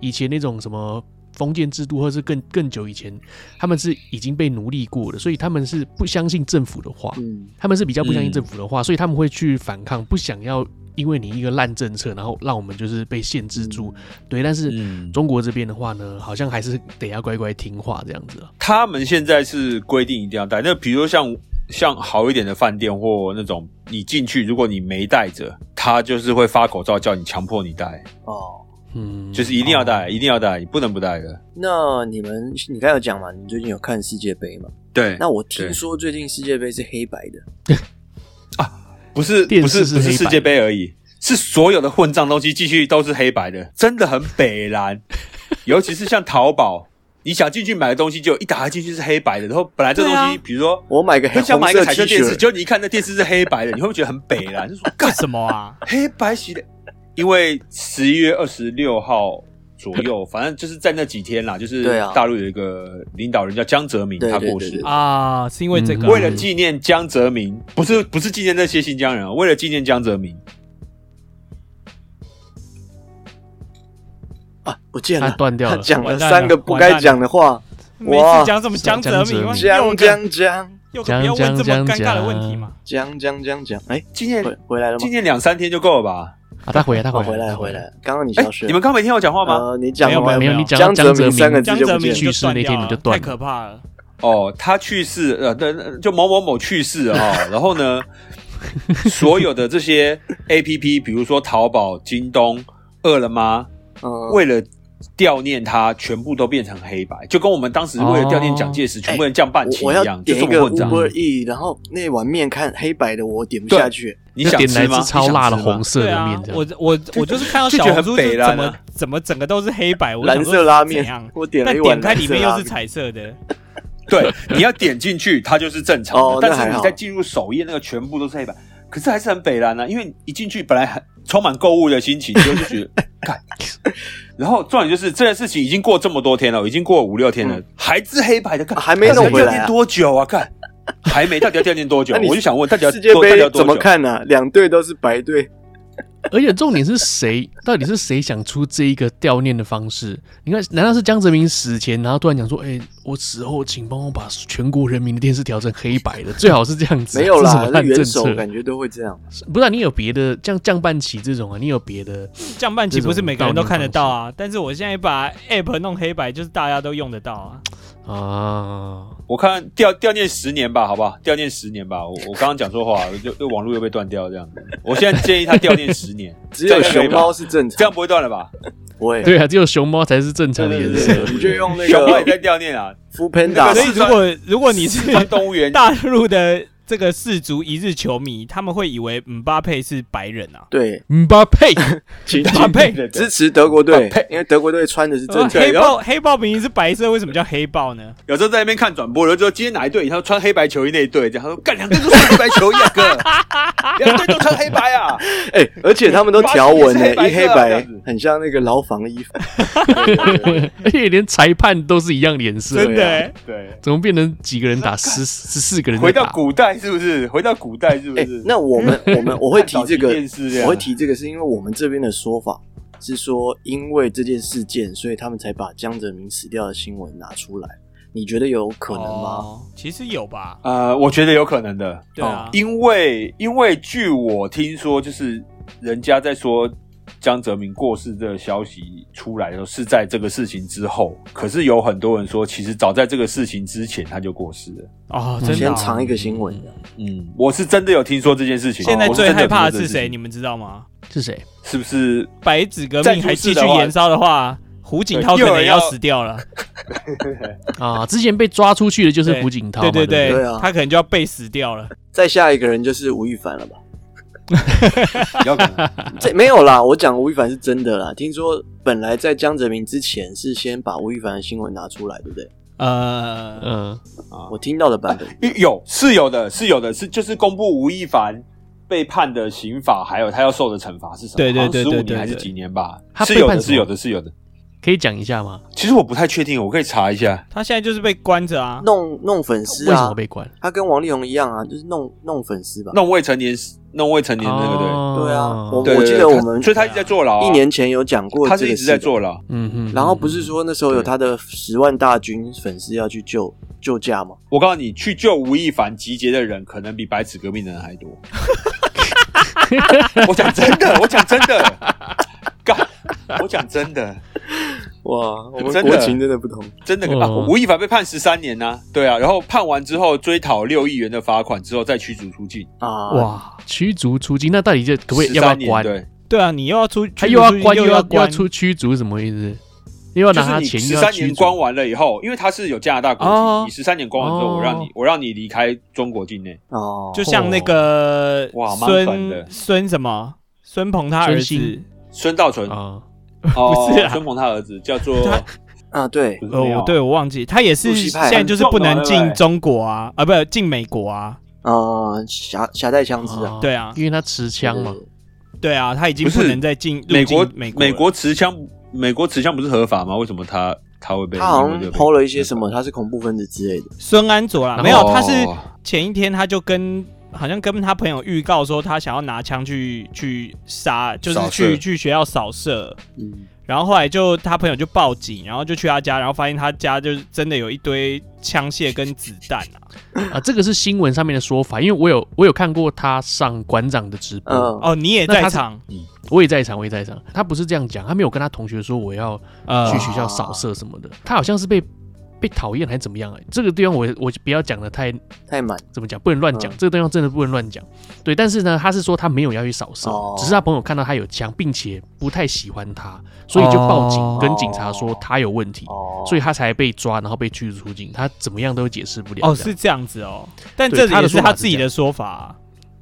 Speaker 4: 以前那种什么封建制度，或者是更更久以前，他们是已经被奴隶过的，所以他们是不相信政府的话，
Speaker 3: 嗯，
Speaker 4: 他们是比较不相信
Speaker 2: 嗯
Speaker 4: 政府的话，所以他们会去反抗，不想要因为你一个烂政策，然后让我们就是被限制住。对，但是
Speaker 2: 嗯，
Speaker 4: 中国这边的话呢，好像还是得要乖乖听话这样子啊。
Speaker 2: 他们现在是规定一定要带，那比如说像像好一点的饭店或那种，你进去如果你没带着，他就是会发口罩叫你强迫你带，
Speaker 3: 哦，
Speaker 4: 嗯，
Speaker 2: 就是一定要带，
Speaker 4: 哦
Speaker 2: 一定要带，你不能不带的。
Speaker 3: 那你们你刚才有讲嘛？你最近有看世界杯嘛？
Speaker 2: 对，
Speaker 3: 那我听说最近世界杯是黑白的，
Speaker 2: 不是
Speaker 4: 电
Speaker 2: 不是
Speaker 4: 视是
Speaker 2: 不是
Speaker 4: 黑白
Speaker 2: 世界杯而已，是所有的混账东西继续都是黑白的， 真的很北蓝， 尤其是像淘宝。你想进去买的东西，就一打开进去是黑白的，然后本来这东西，
Speaker 1: 对啊
Speaker 2: 比如说
Speaker 3: 我
Speaker 4: 哎
Speaker 3: 买个黑
Speaker 2: 很想
Speaker 3: 红
Speaker 2: 买一
Speaker 3: 色
Speaker 2: 个彩
Speaker 3: T
Speaker 2: 色电视，
Speaker 3: 恤，
Speaker 2: 结果你一看那电视是黑白的，你会不会觉得很北蓝？就说干
Speaker 1: 为什么啊？
Speaker 2: 黑白洗的，因为十一月二十六号左 右，反正就是在那几天啦，就是
Speaker 3: 对啊
Speaker 2: 大陆有一个领导人叫江泽民，
Speaker 3: 对
Speaker 2: 他
Speaker 3: 对
Speaker 2: 过
Speaker 3: 对
Speaker 2: 世
Speaker 3: 对。
Speaker 1: 啊，是因为这个
Speaker 4: 嗯
Speaker 2: 为了纪念江泽民，不是不是纪念那些新疆人啊，为了纪念江泽民，
Speaker 3: 啊，不见
Speaker 4: 它
Speaker 3: 了，
Speaker 4: 断掉
Speaker 3: 他
Speaker 4: 了。
Speaker 3: 讲
Speaker 1: 完
Speaker 3: 了
Speaker 1: 蛋了
Speaker 3: 三个不该讲的话，
Speaker 1: 嗯每次讲什么江泽民，
Speaker 4: 哇
Speaker 1: 又
Speaker 3: 讲
Speaker 1: 个
Speaker 3: 讲讲
Speaker 1: 又个不要问这么尴尬的问题嘛。
Speaker 3: 讲讲讲讲，哎，
Speaker 2: 纪念
Speaker 3: 回回来了吗
Speaker 2: 纪？念两三天就够了吧？
Speaker 4: 啊，他回来，他
Speaker 3: 哦
Speaker 4: 回
Speaker 3: 回
Speaker 4: 来，
Speaker 3: 来
Speaker 4: 他
Speaker 3: 回
Speaker 4: 来。
Speaker 3: 来，刚刚你
Speaker 2: 哎
Speaker 3: 消，失了，
Speaker 2: 你们刚没听我讲话吗？
Speaker 3: 呃，你讲
Speaker 1: 没有
Speaker 3: 完
Speaker 4: 没有，你讲到
Speaker 3: 江
Speaker 4: 江
Speaker 3: 泽
Speaker 4: 泽
Speaker 3: 民
Speaker 4: 民
Speaker 3: 三个字
Speaker 1: 江
Speaker 3: 就
Speaker 1: 泽
Speaker 3: 不
Speaker 1: 民
Speaker 3: 见
Speaker 1: 就
Speaker 3: 了，
Speaker 4: 去世那天你就断
Speaker 1: 太
Speaker 4: 了
Speaker 1: 可怕了，
Speaker 2: 哦，他去世，呃，那那就某某某去世啊、哦，然后呢，所有的这些 A P P，比如说淘宝、京东、饿了么，
Speaker 3: 嗯，
Speaker 2: 为了悼念他，全部都变成黑白，就跟我们当时为了悼念蒋介石，全部人降半旗
Speaker 3: 哦哎我
Speaker 2: 一
Speaker 3: 我要
Speaker 2: 样，就
Speaker 3: 点
Speaker 2: 这
Speaker 3: 一
Speaker 2: 么
Speaker 3: 个
Speaker 2: 混账。
Speaker 3: Uber E，然后那碗面看黑白的我点不下去，
Speaker 2: 你想
Speaker 4: 点来
Speaker 2: 吃
Speaker 4: 自
Speaker 2: 吗？
Speaker 4: 超辣的
Speaker 2: 你想吃吗
Speaker 4: 红色
Speaker 1: 对
Speaker 4: 的
Speaker 1: 啊
Speaker 4: 面，这，样。
Speaker 1: 我我我就是看到
Speaker 2: 就
Speaker 1: 小
Speaker 2: 觉得
Speaker 1: 红书就
Speaker 2: 很北
Speaker 1: 怎
Speaker 2: 蓝
Speaker 1: 么
Speaker 2: 啊
Speaker 1: 怎么整个都是黑白，我
Speaker 3: 蓝
Speaker 1: 想说
Speaker 3: 色拉
Speaker 1: 怎样
Speaker 3: 面，我点了
Speaker 1: 但
Speaker 3: 一
Speaker 1: 点
Speaker 3: 碗
Speaker 1: 开
Speaker 3: 蓝
Speaker 1: 里
Speaker 3: 色
Speaker 1: 面又
Speaker 3: 拉
Speaker 1: 是
Speaker 3: 面，
Speaker 1: 彩色的，
Speaker 2: 对，你要点进去，它就是正常的。
Speaker 3: 哦那
Speaker 2: 但
Speaker 3: 还
Speaker 2: 是
Speaker 3: 好
Speaker 2: 你在进入首页，那个全部都是黑白，可是还是很北蓝啊，因为一进去本来很充满购物的心情，就就觉 得干。然后重点就是这件事情已经过这么多天了，已经过五六天了，
Speaker 3: 嗯
Speaker 2: 还是黑白的，干
Speaker 3: 啊还没
Speaker 2: 到底
Speaker 3: 弄回来
Speaker 2: 要
Speaker 3: 啊
Speaker 2: 念多久啊？干，还没，到底要念多久啊
Speaker 3: 那？你
Speaker 2: 我就想问，到底要
Speaker 3: 世界
Speaker 2: 多到底要
Speaker 3: 杯
Speaker 2: 多
Speaker 3: 怎么
Speaker 2: 久？
Speaker 3: 看呢？两队都是白队，
Speaker 4: 而且重点是谁？ 到底是谁想出这一个悼念的方式？你看，难道是江泽民死前，然后突然讲说：“哎、我死后请帮我把全国人民的电视调成黑白的，最好是这样 子。”啊
Speaker 3: 没有
Speaker 4: 这是什
Speaker 3: 啦
Speaker 4: 么，
Speaker 3: 那
Speaker 4: 烂政
Speaker 3: 元首
Speaker 4: 策？
Speaker 3: 感觉都会这样，
Speaker 4: 不是、啊、你有别的，像降半旗这种啊，你有别的？
Speaker 1: 降半旗不是每个人都看得到啊。但是我现在把 app 弄黑白，就是大家都用得到啊。
Speaker 4: 啊，
Speaker 2: 我看掉掉念十年吧，好不好？掉念十年吧。我我刚刚讲错话，就就网络又被断掉这样子。我现在建议他掉念十年，
Speaker 3: 只有熊猫是正
Speaker 2: 这
Speaker 3: 常，
Speaker 2: 样不会断了吧？
Speaker 3: 不会，
Speaker 4: 对啊，只有熊猫才是正常的
Speaker 2: 对
Speaker 4: 颜
Speaker 2: 对
Speaker 4: 色。
Speaker 2: 对
Speaker 3: 你就用 那
Speaker 2: 小猫也
Speaker 3: 个
Speaker 2: 在掉念 啊。
Speaker 3: Food
Speaker 2: 那
Speaker 1: 所以
Speaker 3: Panda，
Speaker 2: 个
Speaker 1: 如果如果你是
Speaker 2: 看动物园，
Speaker 1: 大陆的这个氏族一日球迷，他们会以为姆巴佩是白人啊，
Speaker 3: 对，
Speaker 4: 姆巴 佩，
Speaker 3: 请
Speaker 2: 搭配
Speaker 3: 支持德国队
Speaker 2: 搭啊配，啊
Speaker 3: 因为德国队穿的是
Speaker 2: 对
Speaker 3: 正
Speaker 1: 哦黑
Speaker 3: 确，
Speaker 2: 然后
Speaker 1: 豹黑豹明明是白色，为什么叫黑豹呢？
Speaker 2: 有时候在那边看转播，然后就说今天哪一队，他说穿黑白球衣那一队，这样他说干两队都穿黑白球衣啊哥， 两队都穿黑白啊，
Speaker 3: 哎，而且他 们都条纹呢，
Speaker 2: 巴西
Speaker 3: 一
Speaker 2: 也是
Speaker 3: 黑
Speaker 2: 黑白色啊这
Speaker 3: 白
Speaker 2: 样子，
Speaker 3: 很像那个牢房的衣服，
Speaker 4: 而且连裁判都是一样脸
Speaker 2: 啊
Speaker 4: 色，
Speaker 1: 真的、欸，
Speaker 2: 对。
Speaker 4: 怎么变成几个人打十十四个人在打？
Speaker 2: 回到古代是不是？回到古代是不
Speaker 3: 哎、
Speaker 2: 是？
Speaker 3: 那 我们我们我会提这个
Speaker 2: 看早期电视这，样啊
Speaker 3: 我会提这个，是因为我们这边的说法是说，因为这件事件，所以他们才把江泽民死掉的新闻拿出来。你觉得有可能吗？
Speaker 1: 哦？其实有吧，
Speaker 2: 呃，我觉得有可能的，哦
Speaker 1: 对啊，
Speaker 2: 因为因为据我听说，就是人家在说江泽民过世的消息出来的时候，是在这个事情之后。可是有很多人说，其实早在这个事情之前他就过世了。
Speaker 1: 哦，真的
Speaker 3: 先
Speaker 2: 啊
Speaker 1: 哦、
Speaker 3: 藏一个新闻的，
Speaker 2: 嗯，我是真的有听说这件事情。
Speaker 1: 现在
Speaker 2: 我是
Speaker 1: 最
Speaker 2: 哦真的
Speaker 1: 害
Speaker 2: 有听
Speaker 1: 怕
Speaker 2: 说这
Speaker 1: 的
Speaker 2: 件
Speaker 1: 是
Speaker 2: 事情
Speaker 1: 谁？你们知道吗？
Speaker 4: 是谁？
Speaker 2: 是不是
Speaker 1: 白纸革
Speaker 2: 再
Speaker 1: 命
Speaker 2: 出
Speaker 1: 还继
Speaker 2: 事
Speaker 1: 续
Speaker 2: 的话
Speaker 1: 延烧的话，胡锦涛可
Speaker 2: 对又有
Speaker 1: 能
Speaker 2: 人
Speaker 1: 要
Speaker 2: 要
Speaker 1: 死掉了。
Speaker 4: 啊，之前被抓出去的就是
Speaker 1: 对
Speaker 4: 胡锦涛嘛，
Speaker 1: 对对
Speaker 4: 不对
Speaker 3: 对啊
Speaker 1: 他可能就要被死掉了。
Speaker 3: 再下一个人就是吴亦凡了吧？
Speaker 2: 有可 能？
Speaker 3: 这没有啦，我讲吴亦凡是真的啦。听说本来在江泽民之前是先把吴亦凡的新闻拿出来，对不对？
Speaker 1: 呃，
Speaker 4: 嗯，
Speaker 3: 我听到的版本，
Speaker 2: 有是有的，是有的，是就是公布吴亦凡被判的刑法，还有他要受的惩罚是什么？
Speaker 1: 对对对对
Speaker 2: 十
Speaker 1: 对
Speaker 2: 五年还是
Speaker 1: 对
Speaker 2: 几年吧
Speaker 4: 他？
Speaker 2: 是
Speaker 4: 被
Speaker 2: 有
Speaker 4: 判
Speaker 2: 的，
Speaker 4: 什
Speaker 2: 是有
Speaker 4: 么
Speaker 2: 的，是有的。
Speaker 4: 可以讲一下吗？
Speaker 2: 其实我不太确定，我可以查一下。
Speaker 1: 他现在就是被关着啊。
Speaker 3: 弄弄粉
Speaker 4: 为
Speaker 3: 丝
Speaker 4: 什
Speaker 3: 啊
Speaker 4: 么，被关？
Speaker 3: 他跟王力宏一样啊，就是弄弄粉丝
Speaker 4: 啊
Speaker 3: 吧。
Speaker 2: 弄未成年，弄未成年那个
Speaker 4: 哦
Speaker 3: 对啊我
Speaker 2: 对，对
Speaker 3: 我记
Speaker 2: 对对
Speaker 3: 得我们
Speaker 2: 他所以他一直在坐牢啊，
Speaker 3: 一年前有讲过
Speaker 2: 他
Speaker 3: 这
Speaker 2: 是
Speaker 3: 个
Speaker 2: 一直在
Speaker 3: 事情，
Speaker 2: 坐牢。
Speaker 4: 嗯哼，
Speaker 3: 然后不是说那时候有他的十万大军粉丝要去救救驾吗？
Speaker 2: 我告诉你，去救吴亦凡集结的人，可能比白纸革命的人还多。 我讲真的，我讲真的， 干，我讲真的，
Speaker 3: 哇，我们
Speaker 2: 真的
Speaker 3: 国情真的不同。
Speaker 2: 真的、
Speaker 4: 哦
Speaker 2: 啊，吴亦凡被判十三年呐、对啊，然后判完之后追讨六亿元的罚款，之后再驱逐出境，
Speaker 3: 啊，
Speaker 4: 哇，驱逐出境，那到底这可不可以
Speaker 2: 13
Speaker 4: 要不要
Speaker 2: 年
Speaker 4: 关？
Speaker 2: 对，
Speaker 1: 对啊，你又要出，
Speaker 4: 他又要
Speaker 1: 出去
Speaker 4: 关
Speaker 1: 又
Speaker 4: 要又要
Speaker 1: 关，
Speaker 4: 出驱逐，什么意思？又要
Speaker 2: 就
Speaker 4: 拿
Speaker 2: 是
Speaker 4: 他
Speaker 2: 你
Speaker 4: 钱，
Speaker 2: 十
Speaker 4: 又要
Speaker 2: 三
Speaker 4: 驱
Speaker 2: 年
Speaker 4: 逐
Speaker 2: 关完了以后，因为他是有加拿大国籍，
Speaker 4: 哦
Speaker 2: 你十三年关完之后，我让你
Speaker 4: 哦
Speaker 2: 我让你离开中国境内，
Speaker 3: 哦，
Speaker 1: 就像那个
Speaker 2: 哦哇蛮烦的
Speaker 1: 孙孙什么孙鹏他儿
Speaker 4: 孙
Speaker 1: 子
Speaker 4: 兴，
Speaker 2: 孙道存
Speaker 4: 啊？
Speaker 2: 哦
Speaker 1: 不是啊
Speaker 2: 孙鹏他儿子叫做
Speaker 3: 啊，对，
Speaker 1: 呃，我对我忘记，他也是
Speaker 3: 主席派啊
Speaker 1: 现在就是不能
Speaker 2: 很重
Speaker 1: 进
Speaker 2: 啊
Speaker 1: 中国啊，啊，不进美国啊，
Speaker 3: 啊，夹夹带枪支啊
Speaker 4: 哦，
Speaker 1: 对啊，
Speaker 4: 因为他持枪嘛
Speaker 3: 对，
Speaker 1: 对啊，他已经
Speaker 2: 不是
Speaker 1: 不能再进入
Speaker 2: 美
Speaker 1: 境
Speaker 2: 国
Speaker 1: 美国
Speaker 2: 美
Speaker 1: 了
Speaker 2: 国持枪美国持枪不是合法吗？为什么他他会被
Speaker 3: 他好像
Speaker 2: 因为这个
Speaker 3: 抛了一些什么，他是恐怖分子之类的。
Speaker 1: 孙安佐啦，
Speaker 4: 然后
Speaker 1: 没有，他是
Speaker 2: 哦
Speaker 1: 前一天他就跟好像跟他朋友预告说他想要拿枪去去杀，就是
Speaker 2: 扫射
Speaker 1: 去去学校扫射，
Speaker 3: 嗯，
Speaker 1: 然后后来就他朋友就报警，然后就去他家，然后发现他家就是真的有一堆枪械跟子弹啊。
Speaker 4: 啊，这个是新闻上面的说法，因为我有我有看过他上馆长的直播，
Speaker 3: 嗯，
Speaker 1: 哦，你也
Speaker 4: 那
Speaker 1: 在
Speaker 4: 他是
Speaker 1: 场，
Speaker 4: 我也在场，我也在场。他不是这样讲，他没有跟他同学说我要
Speaker 1: 呃
Speaker 4: 去学校扫射什么的，他好像是被被讨厌还是怎么样、欸？这个地方我我不要讲的太
Speaker 3: 太满
Speaker 4: 怎么讲，不能乱讲，
Speaker 3: 嗯
Speaker 4: 这个地方真的不能乱讲。对，但是呢，他是说他没有要去扫射，
Speaker 3: 哦
Speaker 4: 只是他朋友看到他有枪，并且不太喜欢他，所以就报警、
Speaker 1: 哦
Speaker 4: 跟警察说他有问题。
Speaker 3: 哦，
Speaker 4: 所以他才被抓，然后被驱逐出境。他怎么样都解释不了。
Speaker 1: 哦，
Speaker 4: 这样
Speaker 1: 是这样子哦，但
Speaker 4: 对
Speaker 1: 这
Speaker 4: 他
Speaker 1: 也
Speaker 4: 的
Speaker 1: 是
Speaker 4: 说法
Speaker 1: 他
Speaker 4: 是
Speaker 1: 自己
Speaker 4: 这
Speaker 1: 的说法啊。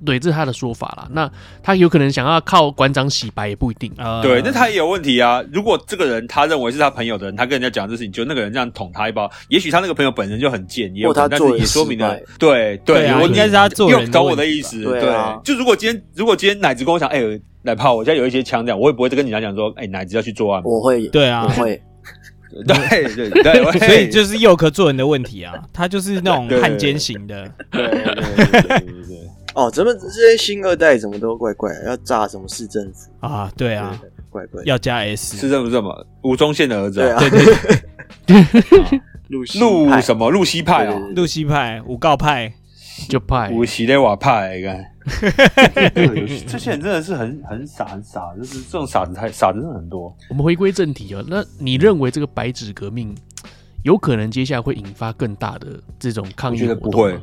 Speaker 4: 对，这是他的说法啦。那他有可能想要靠馆长洗白也不一定。啊
Speaker 1: 呃，
Speaker 2: 对，那他也有问题啊。如果这个人他认为是他朋友的人，他跟人家讲这事情，就那个人这样捅他一包，也许他那个朋友本人就很贱，也有可能
Speaker 3: 或者他
Speaker 2: 但
Speaker 3: 做
Speaker 2: 是
Speaker 3: 人
Speaker 2: 也说明哦了哎
Speaker 3: 失，
Speaker 2: 对
Speaker 1: 对啊，
Speaker 2: 我
Speaker 1: 应该是他做
Speaker 2: 又
Speaker 1: 人
Speaker 2: 懂我
Speaker 1: 问
Speaker 2: 的
Speaker 1: 题
Speaker 2: 意
Speaker 1: 吧。
Speaker 2: 思，
Speaker 3: 对啊
Speaker 2: 就如果今天如果今天奶子跟我讲，哎、奶泡，我现在有一些枪这样，我也不会跟你讲讲说，哎、奶子要去作案嘛，
Speaker 3: 我会，
Speaker 1: 对
Speaker 3: 我
Speaker 1: 啊，
Speaker 3: 会，
Speaker 2: 对对对，我
Speaker 1: 所以就是佑可做人的问题啊，他就是那种
Speaker 2: 对
Speaker 1: 汉奸型的。
Speaker 2: 对对对对对对对。
Speaker 3: 哦，咱们这些新二代怎么都怪怪的，要炸什么市政府，
Speaker 1: 啊，对啊，
Speaker 3: 对，怪怪的。
Speaker 1: 要加 S，
Speaker 2: 是这么这么吴宗宪的儿子、
Speaker 3: 对啊，
Speaker 2: 啊，
Speaker 3: 对对， 路
Speaker 2: 陆
Speaker 3: 派
Speaker 2: 什么陆西派啊
Speaker 3: 对，对对
Speaker 1: 露西派、五告派，
Speaker 4: 就派
Speaker 2: 五席雷瓦派，看，这些人真的是很很傻很傻，就是这种傻子太傻子真的很多。
Speaker 4: 我们回归正题哦，那你认为这个白纸革命有可能接下来会引发更大的这种抗议
Speaker 2: 我觉
Speaker 4: 活
Speaker 2: 得
Speaker 4: 动吗？
Speaker 2: 不会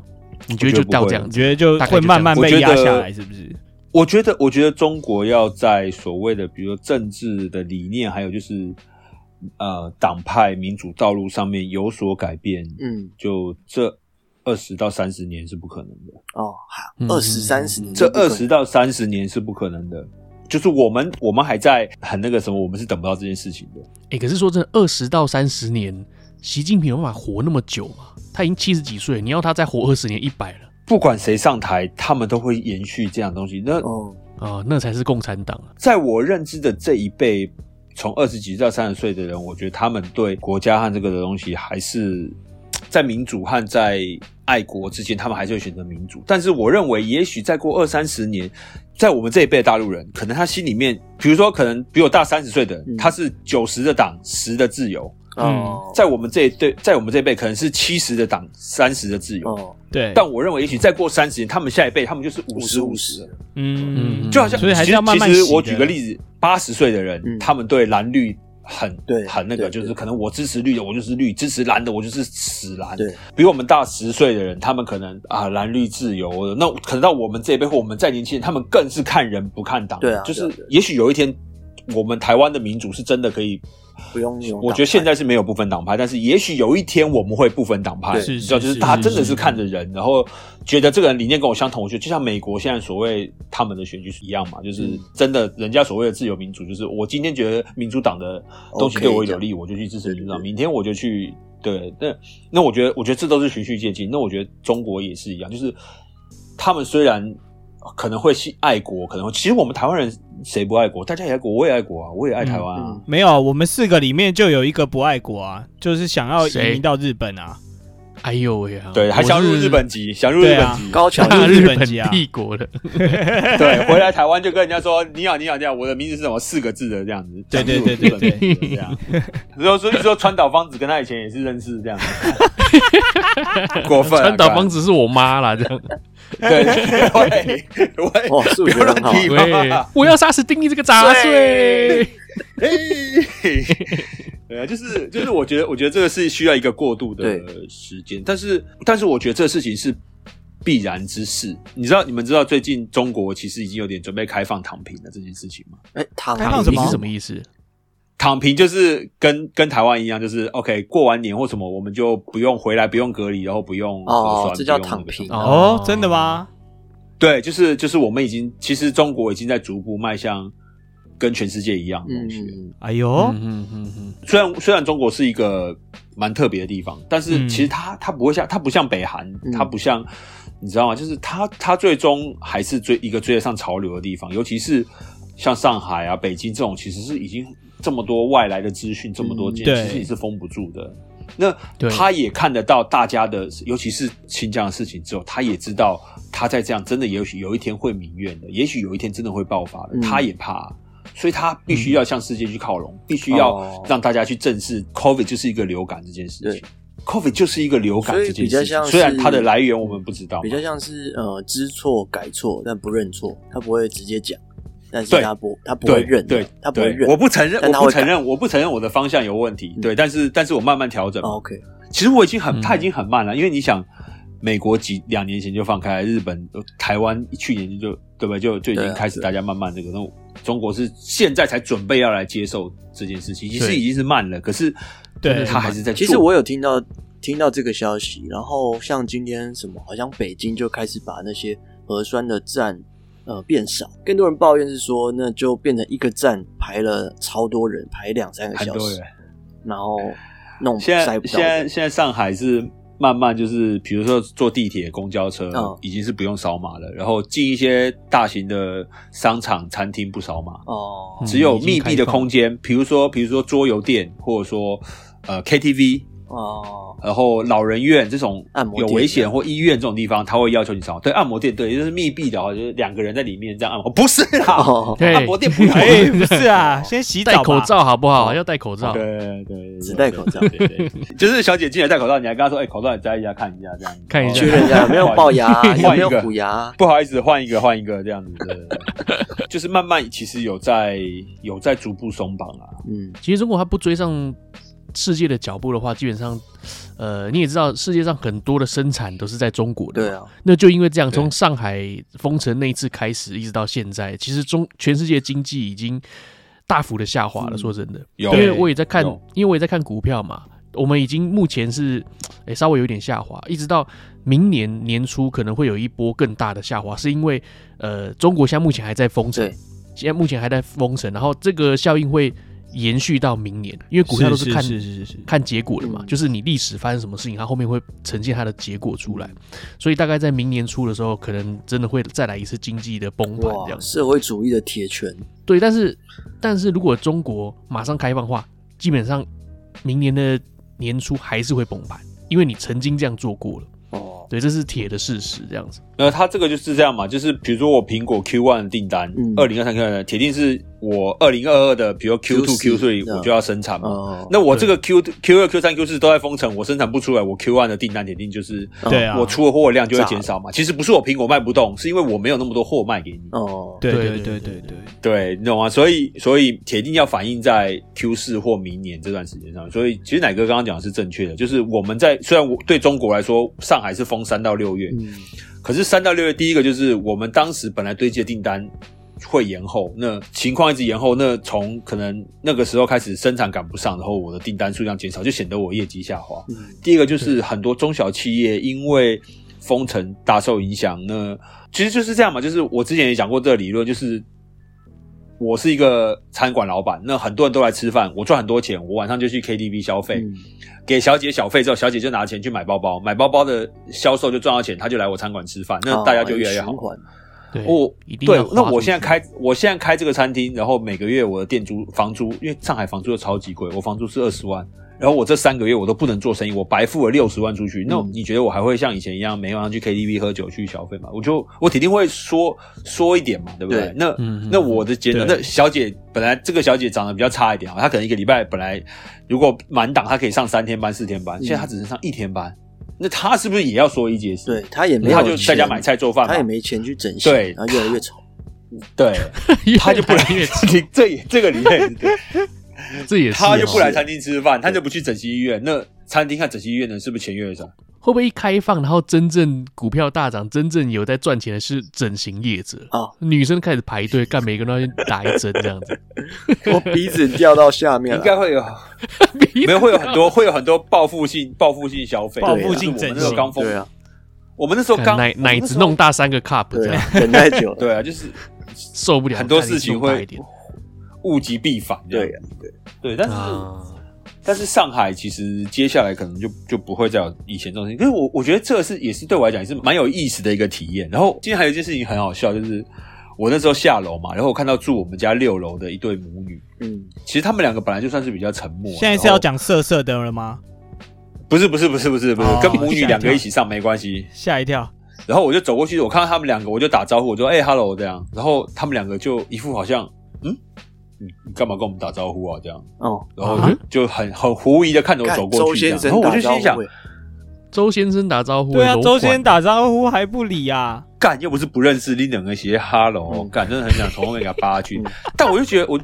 Speaker 4: 你觉得就到这样
Speaker 1: 你
Speaker 4: 子？
Speaker 1: 觉得就
Speaker 4: 大概
Speaker 1: 会
Speaker 4: 就这样
Speaker 1: 慢慢被
Speaker 2: 我觉
Speaker 1: 压
Speaker 2: 得
Speaker 1: 下来，是不是？
Speaker 2: 我觉得，我觉得中国要在所谓的，比如说政治的理念，还有就是呃党派民主道路上面有所改变，
Speaker 3: 嗯，
Speaker 2: 就这二十到三十年是不可能的。
Speaker 3: 哦，好
Speaker 4: 嗯，
Speaker 3: 二十三十年
Speaker 2: 这
Speaker 3: 都不可
Speaker 2: 二
Speaker 3: 能，
Speaker 2: 十到三十年是不可能的。就是我们，我们还在很那个什么，我们是等不到这件事情的。
Speaker 4: 哎、可是说真的，二十到三十年，习近平有办法活那么久吗？他已经七十几岁了，你要他再活二十年、一百了
Speaker 2: 不管谁上台，他们都会延续这样的东西。那
Speaker 3: 哦，
Speaker 4: 啊、那才是共产党啊！
Speaker 2: 在我认知的这一辈，从二十几到三十岁的人，我觉得他们对国家和这个的东西，还是在民主和在爱国之间，他们还是会选择民主。但是我认为，也许再过二三十年，在我们这一辈的大陆人，可能他心里面，比如说，可能比我大三十岁的人，
Speaker 3: 嗯
Speaker 2: 他是九十的党，十的自由；
Speaker 3: 哦，
Speaker 2: 在我们这一对，在我们这一辈，可能是七十的党，三十的自由。
Speaker 3: 哦，
Speaker 1: 对，
Speaker 2: 但我认为，也许再过三十年，他们下一辈，他们就是五十五十。
Speaker 3: 50
Speaker 1: 嗯
Speaker 4: 嗯
Speaker 2: 就好像
Speaker 1: 所以还
Speaker 2: 其
Speaker 1: 是
Speaker 2: 实
Speaker 1: 要慢慢
Speaker 2: 其
Speaker 1: 洗
Speaker 2: 实
Speaker 1: 的。
Speaker 2: 我举个例子，八十岁的人，
Speaker 3: 嗯
Speaker 2: 他们对蓝绿很
Speaker 3: 对
Speaker 2: 很那个，
Speaker 3: 对
Speaker 2: 就是
Speaker 3: 对
Speaker 2: 可能我支持绿的，我就是绿；支持蓝的，我就是死蓝。
Speaker 3: 对，
Speaker 2: 比我们大十岁的人，他们可能啊蓝绿自由的，那可能到我们这一辈或我们再年轻人，他们更是看人不看党。
Speaker 3: 对啊
Speaker 2: 就是
Speaker 3: 对啊对啊
Speaker 2: 也许有一天，我们台湾的民主是真的可以。
Speaker 3: 不用用党派，
Speaker 2: 我觉得现在是没有不分党派，但是也许有一天我们会不分党派，
Speaker 3: 对
Speaker 2: 你
Speaker 1: 是
Speaker 2: 知道，
Speaker 1: 是
Speaker 2: 就是
Speaker 1: 是
Speaker 2: 他
Speaker 1: 是
Speaker 2: 真的是
Speaker 1: 是
Speaker 2: 看着人，然后觉得这个人理念跟我相同，我觉得就像美国现在所谓他们的选举是一样嘛，就是
Speaker 3: 嗯
Speaker 2: 真的人家所谓的自由民主，就是我今天觉得民主党的东西
Speaker 3: OK，
Speaker 2: 对我有利，我就去支持民主党，明天我就去对，那那我觉得，我觉得这都是循序渐进。那我觉得中国也是一样，就是他们虽然可能会信爱国，可能会其实我们台湾人谁不爱国？大家也爱国，我也爱国啊，我也爱台湾啊
Speaker 3: 嗯。
Speaker 1: 没有啊，我们四个里面就有一个不爱国啊，就是想要移
Speaker 4: 谁
Speaker 1: 民到日本啊，
Speaker 4: 哎呦喂啊！
Speaker 2: 对，还
Speaker 4: 我
Speaker 2: 想入
Speaker 4: 是
Speaker 2: 日 本籍，想入日本籍，
Speaker 3: 高 桥
Speaker 1: 想入
Speaker 3: 一
Speaker 1: 日
Speaker 4: 日
Speaker 1: 本
Speaker 4: 本
Speaker 1: 籍啊
Speaker 4: 帝国的，
Speaker 2: 对，回来台湾就跟人家说你好，你好，这样，我的名字是什么四个字的这样子，
Speaker 1: 对对对对
Speaker 2: 对，这样。然后所以说川岛芳子跟他以前也是认识这样子，过分啊，
Speaker 4: 川岛芳
Speaker 2: 子，
Speaker 4: 子是我妈啦，这样。
Speaker 2: 对，喂喂，
Speaker 3: 哇数
Speaker 2: 不
Speaker 3: 学
Speaker 2: 要乱
Speaker 3: 很好
Speaker 2: 提
Speaker 4: 喂
Speaker 2: 嘛，，
Speaker 4: 我要杀死丁义这个杂碎。
Speaker 2: 嘿，对啊，就是就是，我觉得我觉得这个是需要一个过渡的
Speaker 3: 对
Speaker 2: 时间，但是但是我觉得这事情是必然之事。你知道你们知道最近中国其实已经有点准备开放躺平的这件事情吗？
Speaker 3: 哎，躺
Speaker 1: 开放
Speaker 4: 躺
Speaker 1: 什
Speaker 4: 平
Speaker 1: 么
Speaker 4: 是什么意思？
Speaker 2: 躺平就是跟跟台湾一样，就是 OK 过完年或什么，我们就不用回来，不用隔离，然后不用核酸
Speaker 3: 哦，这叫
Speaker 2: 不用那
Speaker 3: 躺
Speaker 2: 个
Speaker 3: 平
Speaker 2: 什么
Speaker 4: 哦
Speaker 1: 哦，真的吗？
Speaker 2: 嗯对，就是就是我们已经其实中国已经在逐步迈向跟全世界一样的东西了。
Speaker 3: 嗯，
Speaker 1: 哎呦，
Speaker 4: 嗯嗯嗯
Speaker 2: 虽然虽然中国是一个蛮特别的地方，但是
Speaker 1: 嗯
Speaker 2: 其实它它不会像它不像北韩
Speaker 3: 嗯，
Speaker 2: 它不像、你知道吗？就是它它最终还是追一个追得上潮流的地方，尤其是像上海啊、北京这种，其实是已经这么多外来的资讯，这么多件，
Speaker 1: 嗯对
Speaker 2: 其实你是封不住的。那
Speaker 4: 对
Speaker 2: 他也看得到大家的，尤其是新疆的事情之后，他也知道他再这样，真的也许有一天会民怨的，也许有一天真的会爆发的，
Speaker 3: 嗯
Speaker 2: 他也怕。所以他必须要向世界去靠拢，必须要
Speaker 3: 哦
Speaker 2: 让大家去正视 COVID 就是一个流感这件事
Speaker 3: 对
Speaker 2: 情。COVID 就是一个流感
Speaker 3: 所以
Speaker 2: 这件
Speaker 3: 比较
Speaker 2: 事情，
Speaker 3: 像
Speaker 2: 虽然
Speaker 3: 是
Speaker 2: 它的来源我们不知道嘛
Speaker 3: 比，较像是呃知错改错，但不认错，他不会直接讲，但是
Speaker 2: 对
Speaker 3: 他不他不会
Speaker 2: 对
Speaker 3: 认，
Speaker 2: 对，
Speaker 3: 他不会
Speaker 2: 对
Speaker 3: 认，
Speaker 2: 我不承认，
Speaker 3: 但他
Speaker 2: 我不
Speaker 3: 会
Speaker 2: 承
Speaker 3: 改
Speaker 2: 认，我不承认我的方向有问题。对，但是但是我慢慢调整嘛。
Speaker 3: 哦 OK，
Speaker 2: 其实我已经很，
Speaker 4: 嗯
Speaker 2: 他已经很慢了，因为你想，美国几两年前就放开，日本、呃台湾去年就对吧，就就已
Speaker 3: 对
Speaker 2: 经
Speaker 3: 啊
Speaker 2: 开始
Speaker 3: 对
Speaker 2: 大家慢慢这个，那中国是现在才准备要来接受这件事情，其实
Speaker 4: 对
Speaker 2: 已经是慢了，可是
Speaker 1: 对
Speaker 2: 他还是在做。
Speaker 3: 其实我有听到听到这个消息，然后像今天什么，好像北京就开始把那些核酸的站呃变少，更多人抱怨是说，那就变成一个站排了超多人，排两三个
Speaker 2: 很
Speaker 3: 小
Speaker 2: 多人
Speaker 3: 时，然后弄
Speaker 2: 现
Speaker 3: 塞
Speaker 2: 在
Speaker 3: 不到
Speaker 2: 现在
Speaker 3: 人。
Speaker 2: 现在上海是慢慢就是，比如说坐地铁、公交车、
Speaker 3: 嗯
Speaker 2: 已经是不用扫码了，然后进一些大型的商场、餐厅不扫码，
Speaker 3: 哦，
Speaker 4: 嗯
Speaker 2: 只有密闭的空间，比如说比如说桌游店，或者说呃 KTV，
Speaker 3: 哦，
Speaker 2: 然后老人院这种
Speaker 3: 按摩
Speaker 2: 有
Speaker 3: 店啊
Speaker 2: 危险或医院这种地方，他会要求你扫。对，按摩店对，也就是密闭的哦，就是两个人在里面这样按摩，不是啦，
Speaker 3: 哦
Speaker 4: 对
Speaker 2: 按摩店不
Speaker 1: 哎，
Speaker 2: 对。
Speaker 1: 不是啊，先洗
Speaker 4: 戴
Speaker 1: 澡吧
Speaker 4: 口，罩好不好？要戴口罩。
Speaker 2: 对对对，
Speaker 3: 只戴口罩
Speaker 2: 对对 对，对就是小姐进来戴口罩，你还跟她说：“哎，口罩你摘一下，看一下，这样子哦
Speaker 4: 看一下
Speaker 3: 确认一下有没有龅牙，
Speaker 2: 换一个
Speaker 3: 有没有虎牙？
Speaker 2: 不好意思，换一个，换一个，这样子， 对对对就是慢慢其实有在有在逐步松绑啊。
Speaker 3: 嗯，
Speaker 4: 其实如果他不追上世界的脚步的话，基本上，呃，你也知道，世界上很多的生产都是在中国的。
Speaker 3: 对。啊，
Speaker 4: 那就因为这样，
Speaker 2: 对
Speaker 4: 从上海封城那一次开始，一直到现在，其实中全世界经济已经大幅的下滑了。
Speaker 3: 嗯
Speaker 4: 说真的，
Speaker 2: 有
Speaker 4: 因为我也在看
Speaker 2: 有，
Speaker 4: 因为我也在看股票嘛。我们已经目前是，诶、稍微有点下滑，一直到明年年初可能会有一波更大的下滑，是因为呃，中国现在目前还在封城
Speaker 3: 对，
Speaker 4: 现在目前还在封城，然后这个效应会延续到明年，因为股票都
Speaker 1: 是
Speaker 4: 看
Speaker 1: 是是是是，
Speaker 4: 看结果的嘛，
Speaker 3: 嗯
Speaker 4: 就是你历史发生什么事情，它后面会呈现它的结果出来。所以大概在明年初的时候，可能真的会再来一次经济的崩盘这
Speaker 3: 哇，
Speaker 4: 样子。
Speaker 3: 社会主义的铁拳，
Speaker 4: 对，但是但是如果中国马上开放的话，基本上明年的年初还是会崩盘，因为你曾经这样做过了。
Speaker 3: 哦，
Speaker 4: 对，这是铁的事实，这样子。
Speaker 2: 呃，它这个就是这样嘛，就是比如说我苹果 Q one 的订单，
Speaker 3: 嗯
Speaker 2: 二零二三 Q 的铁定是我二零二二的，比如 Q two Q
Speaker 3: Q4
Speaker 2: three
Speaker 3: 嗯
Speaker 2: 我就要生产嘛。
Speaker 3: 哦，
Speaker 2: 那我这个 Q Q 二 Q 三 Q 四都在封城，我生产不出来，我 Q one 的订单铁定就是
Speaker 1: 对啊
Speaker 2: 我出的货量就会减少嘛。其实不是我苹果卖不动，是因为我没有那么多货卖给你。
Speaker 3: 哦，
Speaker 1: 对
Speaker 4: 对
Speaker 1: 对
Speaker 4: 对
Speaker 1: 对
Speaker 4: 对
Speaker 1: 对对，
Speaker 2: 对，你懂吗？所以，所以铁定要反映在 Q 四或明年这段时间上。所以，其实奶哥刚刚讲的是正确的，就是我们在虽然我对中国来说，上海是封三到六月，
Speaker 3: 嗯，
Speaker 2: 可是三到六月第一个就是我们当时本来堆积的订单会延后，那情况一直延后，那从可能那个时候开始生产赶不上，然后我的订单数量减少，就显得我业绩下滑。
Speaker 3: 嗯
Speaker 2: 第一个就是很多中小企业因为封城大受影响，那其实就是这样嘛，就是我之前也讲过这个理论，就是我是一个餐馆老板，那很多人都来吃饭，我赚很多钱，我晚上就去 KTV 消费，
Speaker 3: 嗯
Speaker 2: 给小姐小费之后，小姐就拿钱
Speaker 3: 哦啊
Speaker 2: 去买包包，买包包的销售就赚到钱，她就来我餐馆吃饭，那大家就越来越好。
Speaker 3: 哦循环
Speaker 4: 对，
Speaker 2: 我
Speaker 4: 一定
Speaker 2: 对
Speaker 4: 要，
Speaker 2: 那
Speaker 4: 花
Speaker 2: 我
Speaker 4: 出
Speaker 2: 现在
Speaker 4: 去
Speaker 2: 开，我现在开这个餐厅，然后每个月我的店租房租，因为上海房租又超级贵，我房租是二十万，然后我这三个月我都不能做生意，我白付了六十万出
Speaker 4: 嗯
Speaker 2: 去。那你觉得我还会像以前一样每晚上去 KTV 喝酒去消费吗？我就我肯定会缩缩一点嘛，对不对？
Speaker 3: 对
Speaker 2: 那、
Speaker 4: 嗯
Speaker 2: 那我的节
Speaker 1: 对
Speaker 2: 那小姐本来这个小姐长得比较差一点啊，她可能一个礼拜本来如果满档她可以上三天班四天
Speaker 4: 嗯
Speaker 2: 班，现在她只能上一天班，那她是不是也要缩一节食？
Speaker 3: 对，他也没有
Speaker 2: 她就在家
Speaker 3: 钱
Speaker 2: 买菜做饭嘛，
Speaker 3: 他也没钱去整形，
Speaker 2: 对
Speaker 3: 然后越来越丑。
Speaker 2: 对。他就不来
Speaker 4: 越来越，
Speaker 2: 你这也这个理论也 是对，
Speaker 4: 这也是
Speaker 2: 他就
Speaker 4: 哦
Speaker 2: 不来餐厅吃饭，他就不去整形医院。那餐厅和整形医院呢，是不是钱越来越少？
Speaker 4: 会不会一开放，然后真正股票大涨，真正有在赚钱的是整形业者
Speaker 3: 哦
Speaker 4: 女生开始排 队，干每个人都要去打一针这样子，
Speaker 3: 我鼻子掉到下面
Speaker 2: 应
Speaker 3: 了，
Speaker 2: 该会有，没 有会有很多会有很多报复性报复性消费，
Speaker 1: 报
Speaker 3: 复
Speaker 1: 性整形
Speaker 2: 就是我们那时候刚封
Speaker 3: 对，啊，
Speaker 2: 我们那时候
Speaker 4: 看
Speaker 2: 刚
Speaker 4: 奶
Speaker 2: 我们
Speaker 4: 奶
Speaker 2: 那时候
Speaker 4: 子弄大三个 cup 这
Speaker 3: 对
Speaker 4: 样
Speaker 3: 啊，等太久了，
Speaker 2: 对啊，就是
Speaker 4: 受不了，
Speaker 2: 很多
Speaker 4: 看你
Speaker 2: 事情
Speaker 4: 弄大
Speaker 2: 会
Speaker 4: 一点
Speaker 2: 物极必反这样。
Speaker 3: 对啊
Speaker 2: 对，但是
Speaker 4: 啊，
Speaker 2: 但是上海其实接下来可能就就不会再有以前这种事情。可是我我觉得这是也是对我来讲也是蛮有意思的一个体验。然后今天还有一件事情很好笑，就是我那时候下楼嘛，然后我看到住我们家六楼的一对母女，
Speaker 3: 嗯，
Speaker 2: 其实他们两个本来就算是比较沉默。
Speaker 1: 现在是
Speaker 2: 然后
Speaker 1: 要讲色色的了吗？
Speaker 2: 不是不是不是不是不是、
Speaker 1: 哦
Speaker 2: 跟母女两个一起上没关系。
Speaker 3: 哦
Speaker 1: 吓一跳，
Speaker 2: 然后我就走过去，我看到他们两个，我就打招呼，我说：“哎、h e l l o 这样。”然后他们两个就一副好像，嗯，你你干嘛跟我们打招呼啊？这样，
Speaker 3: 哦，
Speaker 2: 然后就就很很狐疑的看着我
Speaker 3: 干
Speaker 2: 走过
Speaker 3: 周
Speaker 2: 去，这
Speaker 3: 先
Speaker 2: 样
Speaker 3: 生
Speaker 2: 然后我就
Speaker 3: 打招
Speaker 2: 心
Speaker 3: 呼
Speaker 2: 想
Speaker 3: 欸，
Speaker 4: 周先生打招呼，
Speaker 1: 对啊，
Speaker 4: 楼
Speaker 1: 周
Speaker 4: 管
Speaker 1: 先生打招呼还不理啊，
Speaker 2: 干又不是不认识，你两个鞋哈喽，
Speaker 3: 嗯
Speaker 2: 干真的很想从后面给他扒下去
Speaker 3: 嗯。
Speaker 2: 但我就觉得我